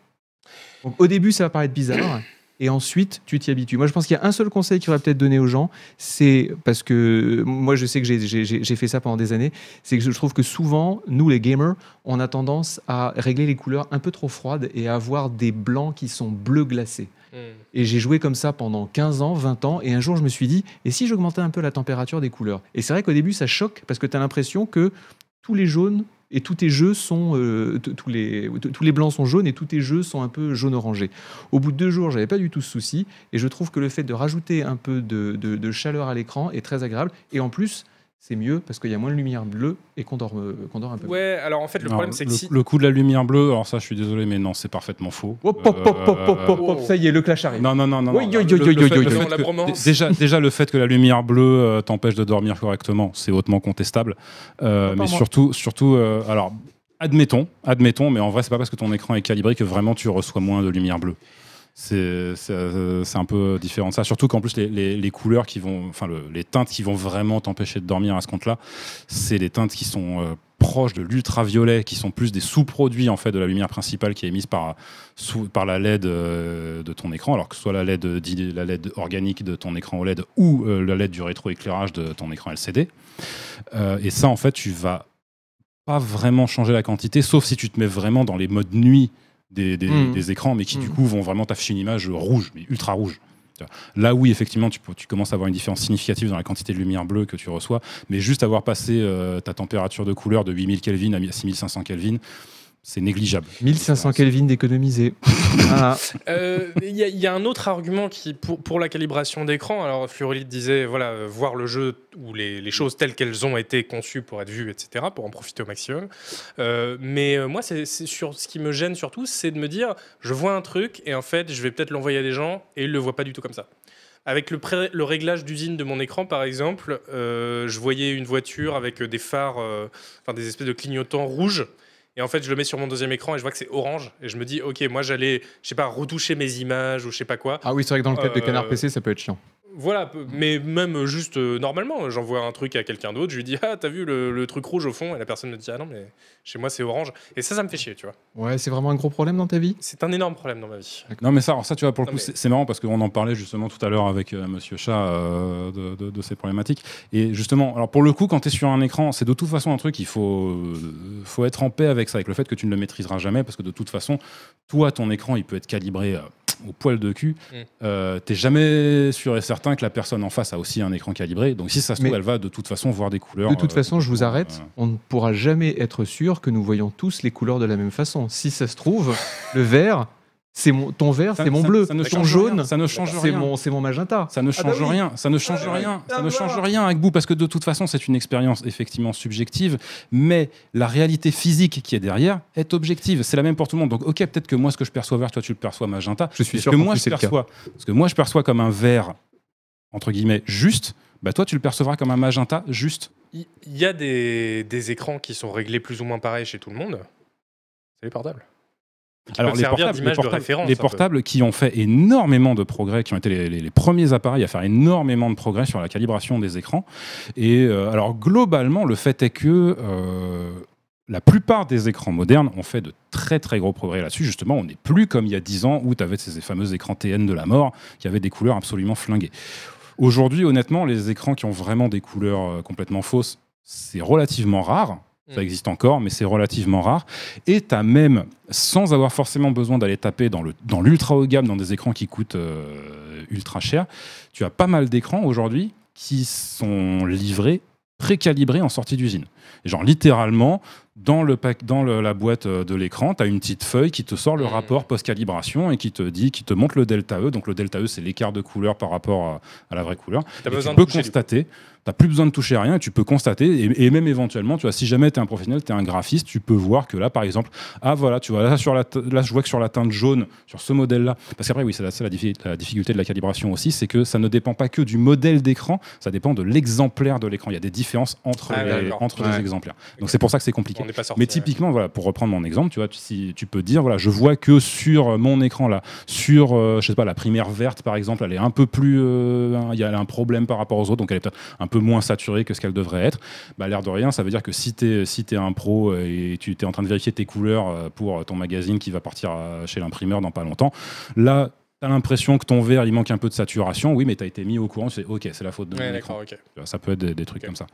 B: Donc, au début, ça va paraître bizarre. Et ensuite, tu t'y habitues. Moi, je pense qu'il y a un seul conseil qu'il faudrait peut-être donner aux gens, c'est parce que moi, je sais que j'ai- j'ai j'ai- j'ai fait ça pendant des années, c'est que je trouve que souvent, nous, les gamers, on a tendance à régler les couleurs un peu trop froides et à avoir des blancs qui sont bleus glacés.
A: Hmm.
B: Et j'ai joué comme ça pendant 15 ans, 20 ans, et un jour je me suis dit, et si j'augmentais un peu la température des couleurs Et c'est vrai qu'au début ça choque, parce que tu as l'impression que tous les jaunes et tous tes jeux sont... euh, t- tous, les, t- tous les blancs sont jaunes et tous tes jeux sont un peu jaune-orangé. Au bout de deux jours, j'avais pas du tout ce souci, et je trouve que le fait de rajouter un peu de, de- de chaleur à l'écran est très agréable, et en plus... C'est mieux parce qu'il y a moins de lumière bleue et qu'on dort, euh, qu'on dort un peu. mieux.
A: Ouais, alors en fait, le
C: Alors,
A: problème, c'est que si.
C: le coup de la lumière bleue, alors ça, je suis désolé, mais non, c'est parfaitement faux.
B: Hop, hop, hop, hop, hop,
C: Euh,
B: hop, hop, ça y est, le clash arrive.
C: Non, non, non, non.
B: Oui,
C: non.
B: oui,
C: Le-
B: oui, oui,
C: le fait-
B: oui,
C: le
B: oui.
C: fait
A: La
C: que-
A: bromance.
C: dé- Déjà, déjà, le fait que la lumière bleue euh, t'empêche de dormir correctement, c'est hautement contestable. Euh,
B: Pas
C: mais
B: moi.
C: surtout, surtout, euh, alors. Admettons, admettons, mais en vrai, c'est pas parce que ton écran est calibré que vraiment tu reçois moins de lumière bleue. C'est c'est, euh, c'est un peu différent de ça. Surtout qu'en plus, les, les- les couleurs qui vont, enfin, le- les teintes qui vont vraiment t'empêcher de dormir à ce compte-là, c'est les teintes qui sont euh, proches de l'ultraviolet, qui sont plus des sous-produits en fait de la lumière principale qui est émise par, sous- par la LED euh, de ton écran, alors que ce soit la LED, euh, dit- la LED organique de ton écran OLED ou euh, la LED du rétroéclairage de ton écran LCD. Euh, et ça, en fait, tu vas pas vraiment changer la quantité, sauf si tu te mets vraiment dans les modes nuit des, des-
B: Mhm.
C: des écrans, mais qui du
B: Mhm.
C: coup vont vraiment t'afficher une image rouge, mais ultra rouge. Tu vois. Là, oui, effectivement, tu, peux- tu commences à avoir une différence significative dans la quantité de lumière bleue que tu reçois, mais juste avoir passé euh, ta température de couleur de 8000 Kelvin à 6500 Kelvin, c'est négligeable.
B: 1500 Kelvin d'économiser. Ah,
A: Euh, Il y, a- il y a un autre argument qui, pour, pour la calibration d'écran. Alors, Fluoride disait voilà, euh, voir le jeu ou les, les choses telles qu'elles ont été conçues pour être vues, etc., pour en profiter au maximum. Euh, mais euh, moi, c'est c'est sur ce qui me gêne surtout, c'est de me dire je vois un truc et en fait, je vais peut-être l'envoyer à des gens et ils le voient pas du tout comme ça. Avec le, pré- le réglage d'usine de mon écran, par exemple, euh, je voyais une voiture avec des phares, euh, enfin des espèces de clignotants rouges. Et en fait, je le mets sur mon deuxième écran et je vois que c'est orange. Et je me dis, ok, moi j'allais, je sais pas, retoucher mes images ou je sais pas quoi.
B: Ah oui, c'est vrai que dans le cadre de
A: Euh,
B: Canard PC, ça peut être chiant.
A: Voilà,
C: Mm.
A: peu- mais même euh, juste euh, normalement, j'envoie un truc à quelqu'un d'autre, je lui dis, ah, t'as vu le, le truc rouge au fond Et la personne me dit, ah non, mais chez moi c'est orange. Et ça, ça me fait chier, tu vois.
B: Ouais, c'est vraiment un gros problème dans ta vie
A: C'est un énorme problème dans ma vie.
C: Non, mais ça, alors ça, tu vois, pour le
A: Non,
C: coup,
A: mais-
C: c'est c'est marrant parce qu'on en parlait justement tout à l'heure avec euh, Monsieur Chat euh, de, de- de ces problématiques. Et justement, alors pour le coup, quand tu es sur un écran, c'est de toute façon un truc, il faut, euh, faut être en paix avec ça, avec le fait que tu ne le maîtriseras jamais parce que de toute façon, toi, ton écran, il peut être calibré. euh, au poil de cul,
A: Mm.
C: euh, t'es jamais sûr et certain que la personne en face a aussi un écran calibré. Donc si ça se trouve,
B: Mais-
C: elle va de toute façon voir des couleurs.
B: De toute
C: euh,
B: façon, je vous
C: complètement,
B: arrête.
C: euh,
B: On ne pourra jamais être sûr que nous voyons tous les couleurs de la même façon. Si ça se trouve, le vert, c'est mon ton vert,
C: ça-
B: c'est mon
C: ça-
B: bleu.
C: ça ne
B: ton
C: change rien,
B: jaune,
C: ça ne change
B: c'est
C: rien.
B: mon c'est mon magenta.
C: Ça ne
B: bah
C: change
B: oui.
C: rien, ça ne change
B: Ah bah
C: rien,
B: oui.
C: ça
B: Ah
C: ne
B: bah
C: change
B: voilà.
C: rien avec vous, parce que de toute façon, c'est une expérience effectivement subjective, mais la réalité physique qui est derrière est objective. C'est la même pour tout le monde. Donc, ok, peut-être que moi, ce que je perçois vert, toi, tu le perçois magenta.
B: Je suis
C: Est-ce
B: sûr
C: que
B: qu'en
C: moi,
B: plus,
C: je
B: c'est le cas.
C: perçois, parce que moi, je perçois comme un vert, entre guillemets, juste, bah toi, tu le percevras comme un magenta juste.
A: Il y a des, des écrans qui sont réglés plus ou moins pareil chez tout le monde. C'est les portables.
C: Alors
A: peuvent
C: les
A: servir
C: portables, les
A: d'image de
C: portables-
A: référence,
C: les
A: un peu.
C: portables qui ont fait énormément de progrès, qui ont été les, les- les premiers appareils à faire énormément de progrès sur la calibration des écrans. Et euh, alors globalement, le fait est que euh, la plupart des écrans modernes ont fait de très très gros progrès là-dessus. Justement, on n'est plus comme il y a 10 ans où tu avais ces fameux écrans TN de la mort qui avaient des couleurs absolument flinguées. Aujourd'hui, honnêtement, les écrans qui ont vraiment des couleurs euh, complètement fausses, c'est relativement rare.
A: Mm.
C: Ça existe encore, mais c'est relativement rare. Et tu as même, sans avoir forcément besoin d'aller taper dans le- dans l'ultra haut de gamme, dans des écrans qui coûtent euh, ultra cher, tu as pas mal d'écrans aujourd'hui qui sont livrés, précalibrés en sortie d'usine. Genre littéralement, dans, le pack, dans le- la boîte euh, de l'écran, tu as une petite feuille qui te sort le
A: Mhm.
C: rapport post-calibration et qui te dit, qui te montre le delta E. Donc le delta E, c'est l'écart de couleur par rapport à, à la vraie couleur.
A: T'as
C: Et
A: pas besoin
C: tu
A: de
C: peux
A: toucher, du coup.
C: constater, tu n'as plus besoin de toucher à rien, et tu peux constater, et, et même éventuellement, tu vois, si jamais tu es un professionnel, tu es un graphiste, tu peux voir que là, par exemple, ah voilà, tu vois, là, sur la te- là je vois que sur la teinte jaune, sur ce modèle-là, parce qu'après, oui, c'est la, c'est la diffi- la difficulté de la calibration aussi, c'est que ça ne dépend pas que du modèle d'écran, ça dépend de l'exemplaire de l'écran. Il y a des différences entre,
A: Ah,
C: les,
A: d'accord.
C: entre
B: Ouais.
C: les exemplaires. Donc c'est pour ça que c'est compliqué.
A: On n'est pas sorti.
C: Mais typiquement, voilà, pour reprendre mon exemple, tu vois, tu- si tu peux dire, voilà, je vois que sur euh, mon écran là, sur, euh, je sais pas, la primaire verte par exemple, elle est un peu plus, euh, il y a un problème par rapport aux autres, donc elle est peut-être un peu moins saturée que ce qu'elle devrait être. Bah, l'air de rien, ça veut dire que si t'es si t'es un pro euh, et tu es en train de vérifier tes couleurs euh, pour ton magazine qui va partir euh, chez l'imprimeur dans pas longtemps, là. T'as l'impression que ton verre, il manque un peu de saturation, oui, mais t'as été mis au courant, c'est ok, c'est la faute de
A: euh. Ouais,
C: mon
A: d'accord,
C: écran.
A: ok.
C: Tu vois, Ça peut être des, des trucs
A: Ok.
C: comme ça.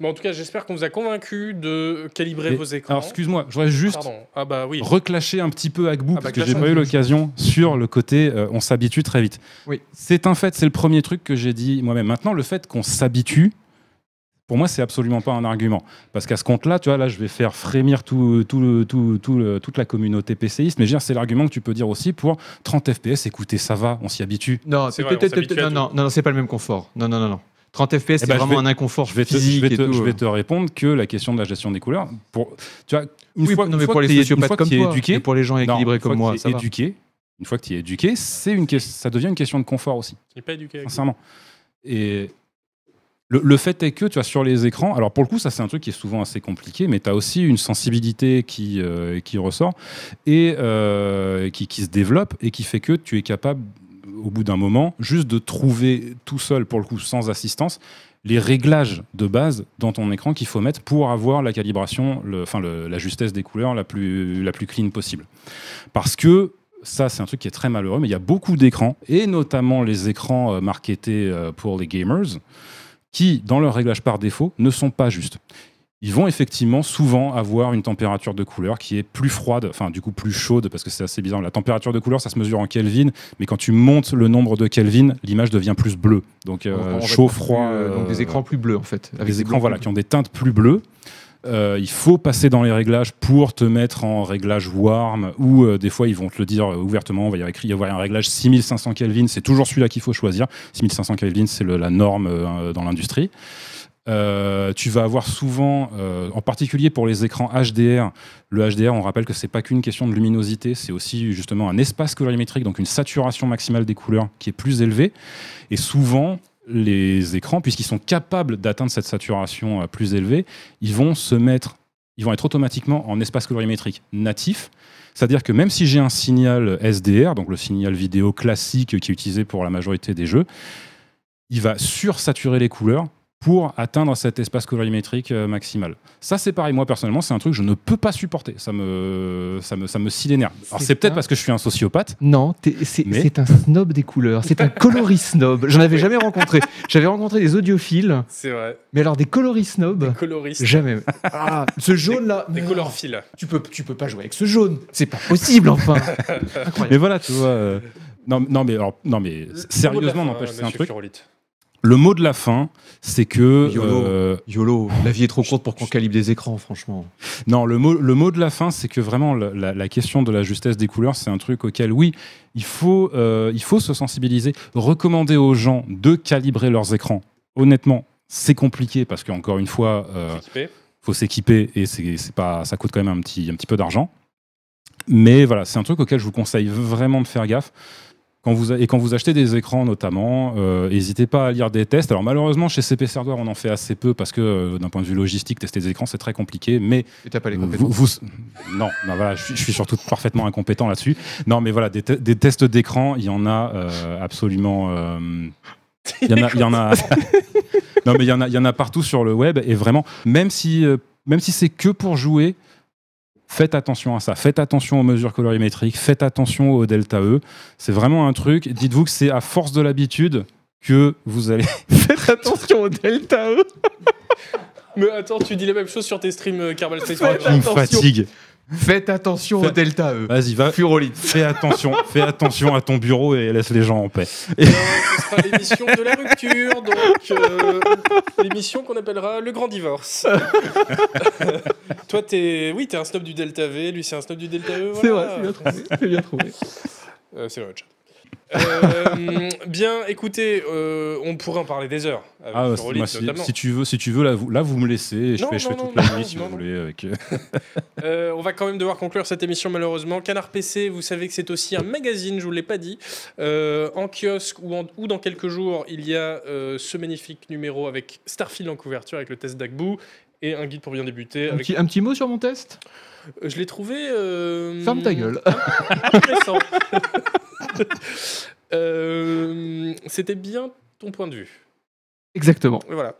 A: Bon, en tout cas, j'espère qu'on vous a convaincu de calibrer
C: Et-
A: vos écrans.
C: Alors, excuse-moi, je voudrais juste
A: Pardon. Ah bah oui.
C: reclasher un petit peu
A: Ah
C: Agbou
A: bah,
C: parce que j'ai
A: clash
C: pas eu l'occasion sur le côté euh, on s'habitue très vite.
B: Oui.
C: C'est un fait, c'est le premier truc que j'ai dit moi-même. Maintenant, le fait qu'on s'habitue, pour moi, c'est absolument pas un argument. Parce qu'à ce compte-là, tu vois, là, je vais faire frémir tout, tout le- tout- tout le- toute la communauté PCiste, mais je veux dire, c'est l'argument que tu peux dire aussi pour 30 FPS, écoutez, ça va, on s'y habitue.
B: Non,
A: C'est
B: peut-
A: vrai, on
B: peut- peut-
A: s'habitue à
B: non,
A: tout.
B: non, non, non, c'est pas le même confort. Non, non, non, non. 30 FPS, c'est
C: ben, je
B: vraiment
C: vais-
B: un inconfort
C: Je vais, te,
B: physique
C: je vais
B: et
C: te-
B: tout. hein.
C: je vais te répondre que la question de la gestion des couleurs, pour, tu vois, une
B: Oui,
C: fois,
B: non,
C: une
B: mais
C: fois
B: pour
C: que
B: les
C: t'es- une
B: sociopathes
C: fois que
B: comme
C: t'es
B: toi,
C: éduqué,
B: mais pour les gens
C: Non,
B: équilibrés
C: une fois
B: comme
C: que
B: moi,
C: t'es
B: ça va.
C: éduqué, une fois que tu es éduqué, c'est une question, ça devient une question de confort aussi,
A: Il n'est pas éduqué. avec-
C: sincèrement. Et le, le fait est que tu vois sur les écrans, alors pour le coup, ça c'est un truc qui est souvent assez compliqué, mais tu as aussi une sensibilité qui euh, qui ressort et euh, qui, qui se développe et qui fait que tu es capable au bout d'un moment juste de trouver tout seul pour le coup sans assistance les réglages de base dans ton écran qu'il faut mettre pour avoir la calibration, le- enfin le- la justesse des couleurs la plus, la plus clean possible. Parce que ça, c'est un truc qui est très malheureux, mais il y a beaucoup d'écrans, et notamment les écrans euh, marketés euh, pour les gamers, qui, dans leur réglage par défaut, ne sont pas justes. Ils vont effectivement souvent avoir une température de couleur qui est plus froide, enfin du coup plus chaude, parce que c'est assez bizarre. La température de couleur, ça se mesure en Kelvin, mais quand tu montes le nombre de Kelvin, l'image devient plus bleue. Donc euh,
B: On va- on va
C: chaud,
B: être plus,
C: froid.
B: euh, donc des
C: euh,
B: écrans plus bleus, en fait. avec
C: des écrans
B: blancs
C: voilà,
B: plus
C: qui ont des teintes plus bleues. Euh, il faut passer dans les réglages pour te mettre en réglage warm ou euh, des fois ils vont te le dire euh, ouvertement, il va y avoir écrit il va y avoir un réglage 6500 Kelvin, c'est toujours celui-là qu'il faut choisir. 6500 Kelvin, c'est le- la norme euh, dans l'industrie. Euh, tu vas avoir souvent, euh, en particulier pour les écrans HDR, le HDR, on rappelle que c'est pas qu'une question de luminosité, c'est aussi justement un espace colorimétrique, donc une saturation maximale des couleurs qui est plus élevée. Et souvent, les écrans, puisqu'ils sont capables d'atteindre cette saturation euh, plus élevée, ils vont se mettre, ils vont être automatiquement en espace colorimétrique natif. C'est-à-dire que même si j'ai un signal SDR, donc le signal vidéo classique qui est utilisé pour la majorité des jeux, il va sursaturer les couleurs pour atteindre cet espace colorimétrique euh, maximal. Ça, c'est pareil. Moi, personnellement, c'est un truc que je ne peux pas supporter. Ça me, ça me, ça me scie les nerfs. Alors,
B: C'est
C: c'est peut-être
B: ça.
C: parce que je suis un sociopathe.
B: Non, t'es- c'est
C: Mais-
B: c'est un snob des couleurs, c'est un coloris snob. J'en avais jamais rencontré. J'avais rencontré des audiophiles,
A: C'est vrai.
B: mais alors des coloris
C: Bah.
B: snobs,
A: Coloriste.
B: jamais. Ah, ce jaune là,
A: Des colorphiles.
B: tu peux, tu peux pas jouer avec ce jaune, c'est pas possible enfin.
C: Mais voilà, tu vois. euh, Non, non, mais, alors, non, mais sérieusement,
A: bah,
C: n'empêche, c'est un truc. Le mot de la fin, c'est que.
B: YOLO.
C: euh,
B: Yolo, la vie est trop courte pour qu'on calibre des écrans, franchement.
C: Non, le mot, le mot de la fin, c'est que vraiment la, la- la question de la justesse des couleurs, c'est un truc auquel, oui, il faut, euh, il faut se sensibiliser, recommander aux gens de calibrer leurs écrans. Honnêtement, c'est compliqué parce qu'encore une fois, euh, faut s'équiper et c'est c'est pas, ça coûte quand même un petit, un petit peu d'argent. Mais voilà, c'est un truc auquel je vous conseille vraiment de faire gaffe. Quand vous, a- et quand vous achetez des écrans notamment, euh, n'hésitez pas à lire des tests. Alors malheureusement, chez CP Serdoir, on en fait assez peu parce que euh, d'un point de vue logistique, tester des écrans, c'est très compliqué. Mais
B: Et t'as pas les
C: vous-
B: compétences.
C: vous- non, non, voilà, je, suis, je suis surtout parfaitement incompétent là-dessus. Non, mais voilà, des, te- des tests d'écran, il y en a euh, absolument. euh, il y en a, il y en a. non, mais il y en a, il y en a partout sur le web et vraiment, même si, euh, même si c'est que pour jouer. Faites attention à ça, faites attention aux mesures colorimétriques, faites attention au delta E. C'est vraiment un truc. Dites-vous que c'est à force de l'habitude que vous allez.
B: Faites attention au Delta E.
A: Mais attends, tu dis la même chose sur tes streams euh, Kerbal Space
B: Faites
A: Program.
C: me
B: attention.
C: fatigue.
B: Faites attention au
C: Faites-
B: Delta E.
C: Vas-y, va,
B: Furolite.
C: fais attention, fais attention à ton bureau et laisse les gens en paix.
A: Euh, Ce sera l'émission de la rupture, donc euh, l'émission qu'on appellera Le Grand Divorce. Toi, t'es oui, t'es un snob du Delta V, lui c'est un snob du Delta E.
B: C'est vrai,
A: voilà.
B: c'est bien trouvé. C'est bien trouvé.
A: Euh, c'est vrai, chat. Euh, bien, écoutez, euh, on pourrait en parler des heures. Avec
C: Ah,
A: Furolite,
C: moi, si,
A: notamment.
C: si tu veux, si tu veux, là vous, là, vous me laissez. et je
A: Non,
C: fais, je
A: non,
C: fais
A: non,
C: toute la
A: non,
C: nuit si
A: non,
C: vous
A: non.
C: voulez. Avec...
A: Euh, on va quand même devoir conclure cette émission malheureusement. Canard PC, vous savez que c'est aussi un magazine, je vous l'ai pas dit. Euh, en kiosque ou, en- ou dans quelques jours, il y a euh, ce magnifique numéro avec Starfield en couverture, avec le test d'Agbou et un guide pour bien débuter.
B: Un
A: avec-
B: petit, un petit mot sur mon test
A: Euh, Je l'ai trouvé... euh,
B: Ferme ta gueule.
A: Intéressant. Euh, C'était bien ton point de vue.
B: Exactement.
A: Voilà.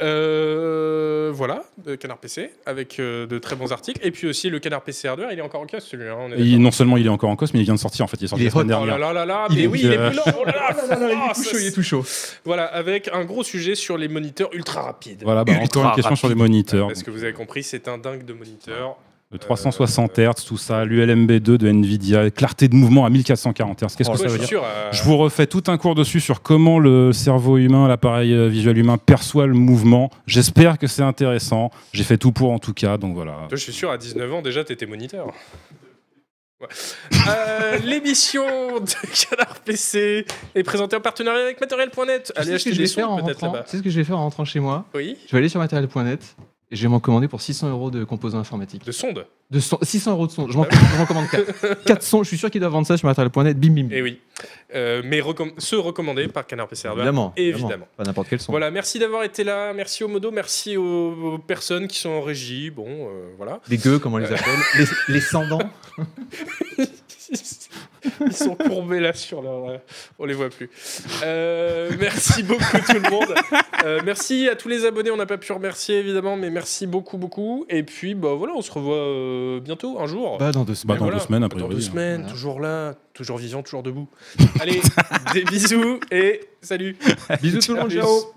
A: Euh, voilà, euh, Canard PC, avec euh, de très bons articles. Et puis aussi le Canard PC Hardware, il est encore en kiosque celui-là. hein, on est
C: Il-
A: d'accord.
C: non seulement il est encore en cos, mais il vient de sortir en fait. Il est sorti
B: Il
C: la
B: est
C: semaine
B: hot.
A: Oh là
C: dernière.
A: là là là,
C: Il
A: mais
C: est-
A: oui,
C: il
A: il
C: est-
A: est brûlant. Oh là là,
B: il
A: ah,
B: est tout
A: ça,
B: chaud, il est
A: c'est-
B: tout chaud.
A: Voilà, avec un gros sujet sur les moniteurs ultra rapides.
C: Voilà, bah, encore une question sur les moniteurs.
A: Parce que vous avez compris, c'est un dingue de moniteur.
C: Le 360
A: euh,
C: Hz, tout ça, l'ULMB2 de Nvidia, clarté de mouvement à 1440 Hz. Qu'est-ce
A: Moi,
C: que
A: je
C: ça veut
A: suis
C: dire
A: sûr. euh,
C: Je vous refais tout un cours dessus sur comment le cerveau humain, l'appareil euh, visuel humain perçoit le mouvement. J'espère que c'est intéressant. J'ai fait tout pour en tout cas, donc voilà.
A: Toi, je suis sûr, à 19 ans, déjà, t'étais moniteur. Ouais. Euh, L'émission de Canard PC est présentée en partenariat avec Matériel.net.
B: Tu sais
A: Allez
B: ce que
A: acheter
B: je vais
A: des
B: faire en
A: sons, peut-être,
B: rentrant
A: là-bas.
B: Tu sais ce que je vais faire en rentrant chez moi
A: Oui
B: Je vais aller sur matériel.net et je vais m'en commander pour 600 euros de composants informatiques.
A: De sonde
B: De son- 600 euros de son. Je m'en je m'en commande 4. 4 sons, je suis sûr qu'ils doivent vendre ça sur matériel.net. Bim, bim, bim.
A: Eh oui. Euh, mais recomm- ceux recommandés par Canard PC Hardware.
B: Évidemment.
A: Évidemment.
B: Pas n'importe quel son.
A: Voilà, merci d'avoir été là, merci aux modos, merci aux, aux personnes qui sont en régie, bon, euh, voilà.
B: Les gueux, comment on les appelle Les, les sans-dents
A: Ils sont courbés là sur leur... euh, on les voit plus. Euh, merci beaucoup tout le monde. Euh, merci à tous les abonnés, on n'a pas pu remercier évidemment, mais merci beaucoup, beaucoup. Et puis, bah voilà, on se revoit euh, bientôt, un jour.
B: Bah, dans deux semaines.
C: Bah,
A: Et
C: dans
A: voilà.
C: deux semaines, a
A: Dans
C: priori.
A: deux semaines,
B: Voilà.
A: toujours là, toujours vivant, toujours debout. Allez, des bisous et salut
B: Bisous tout le monde, ciao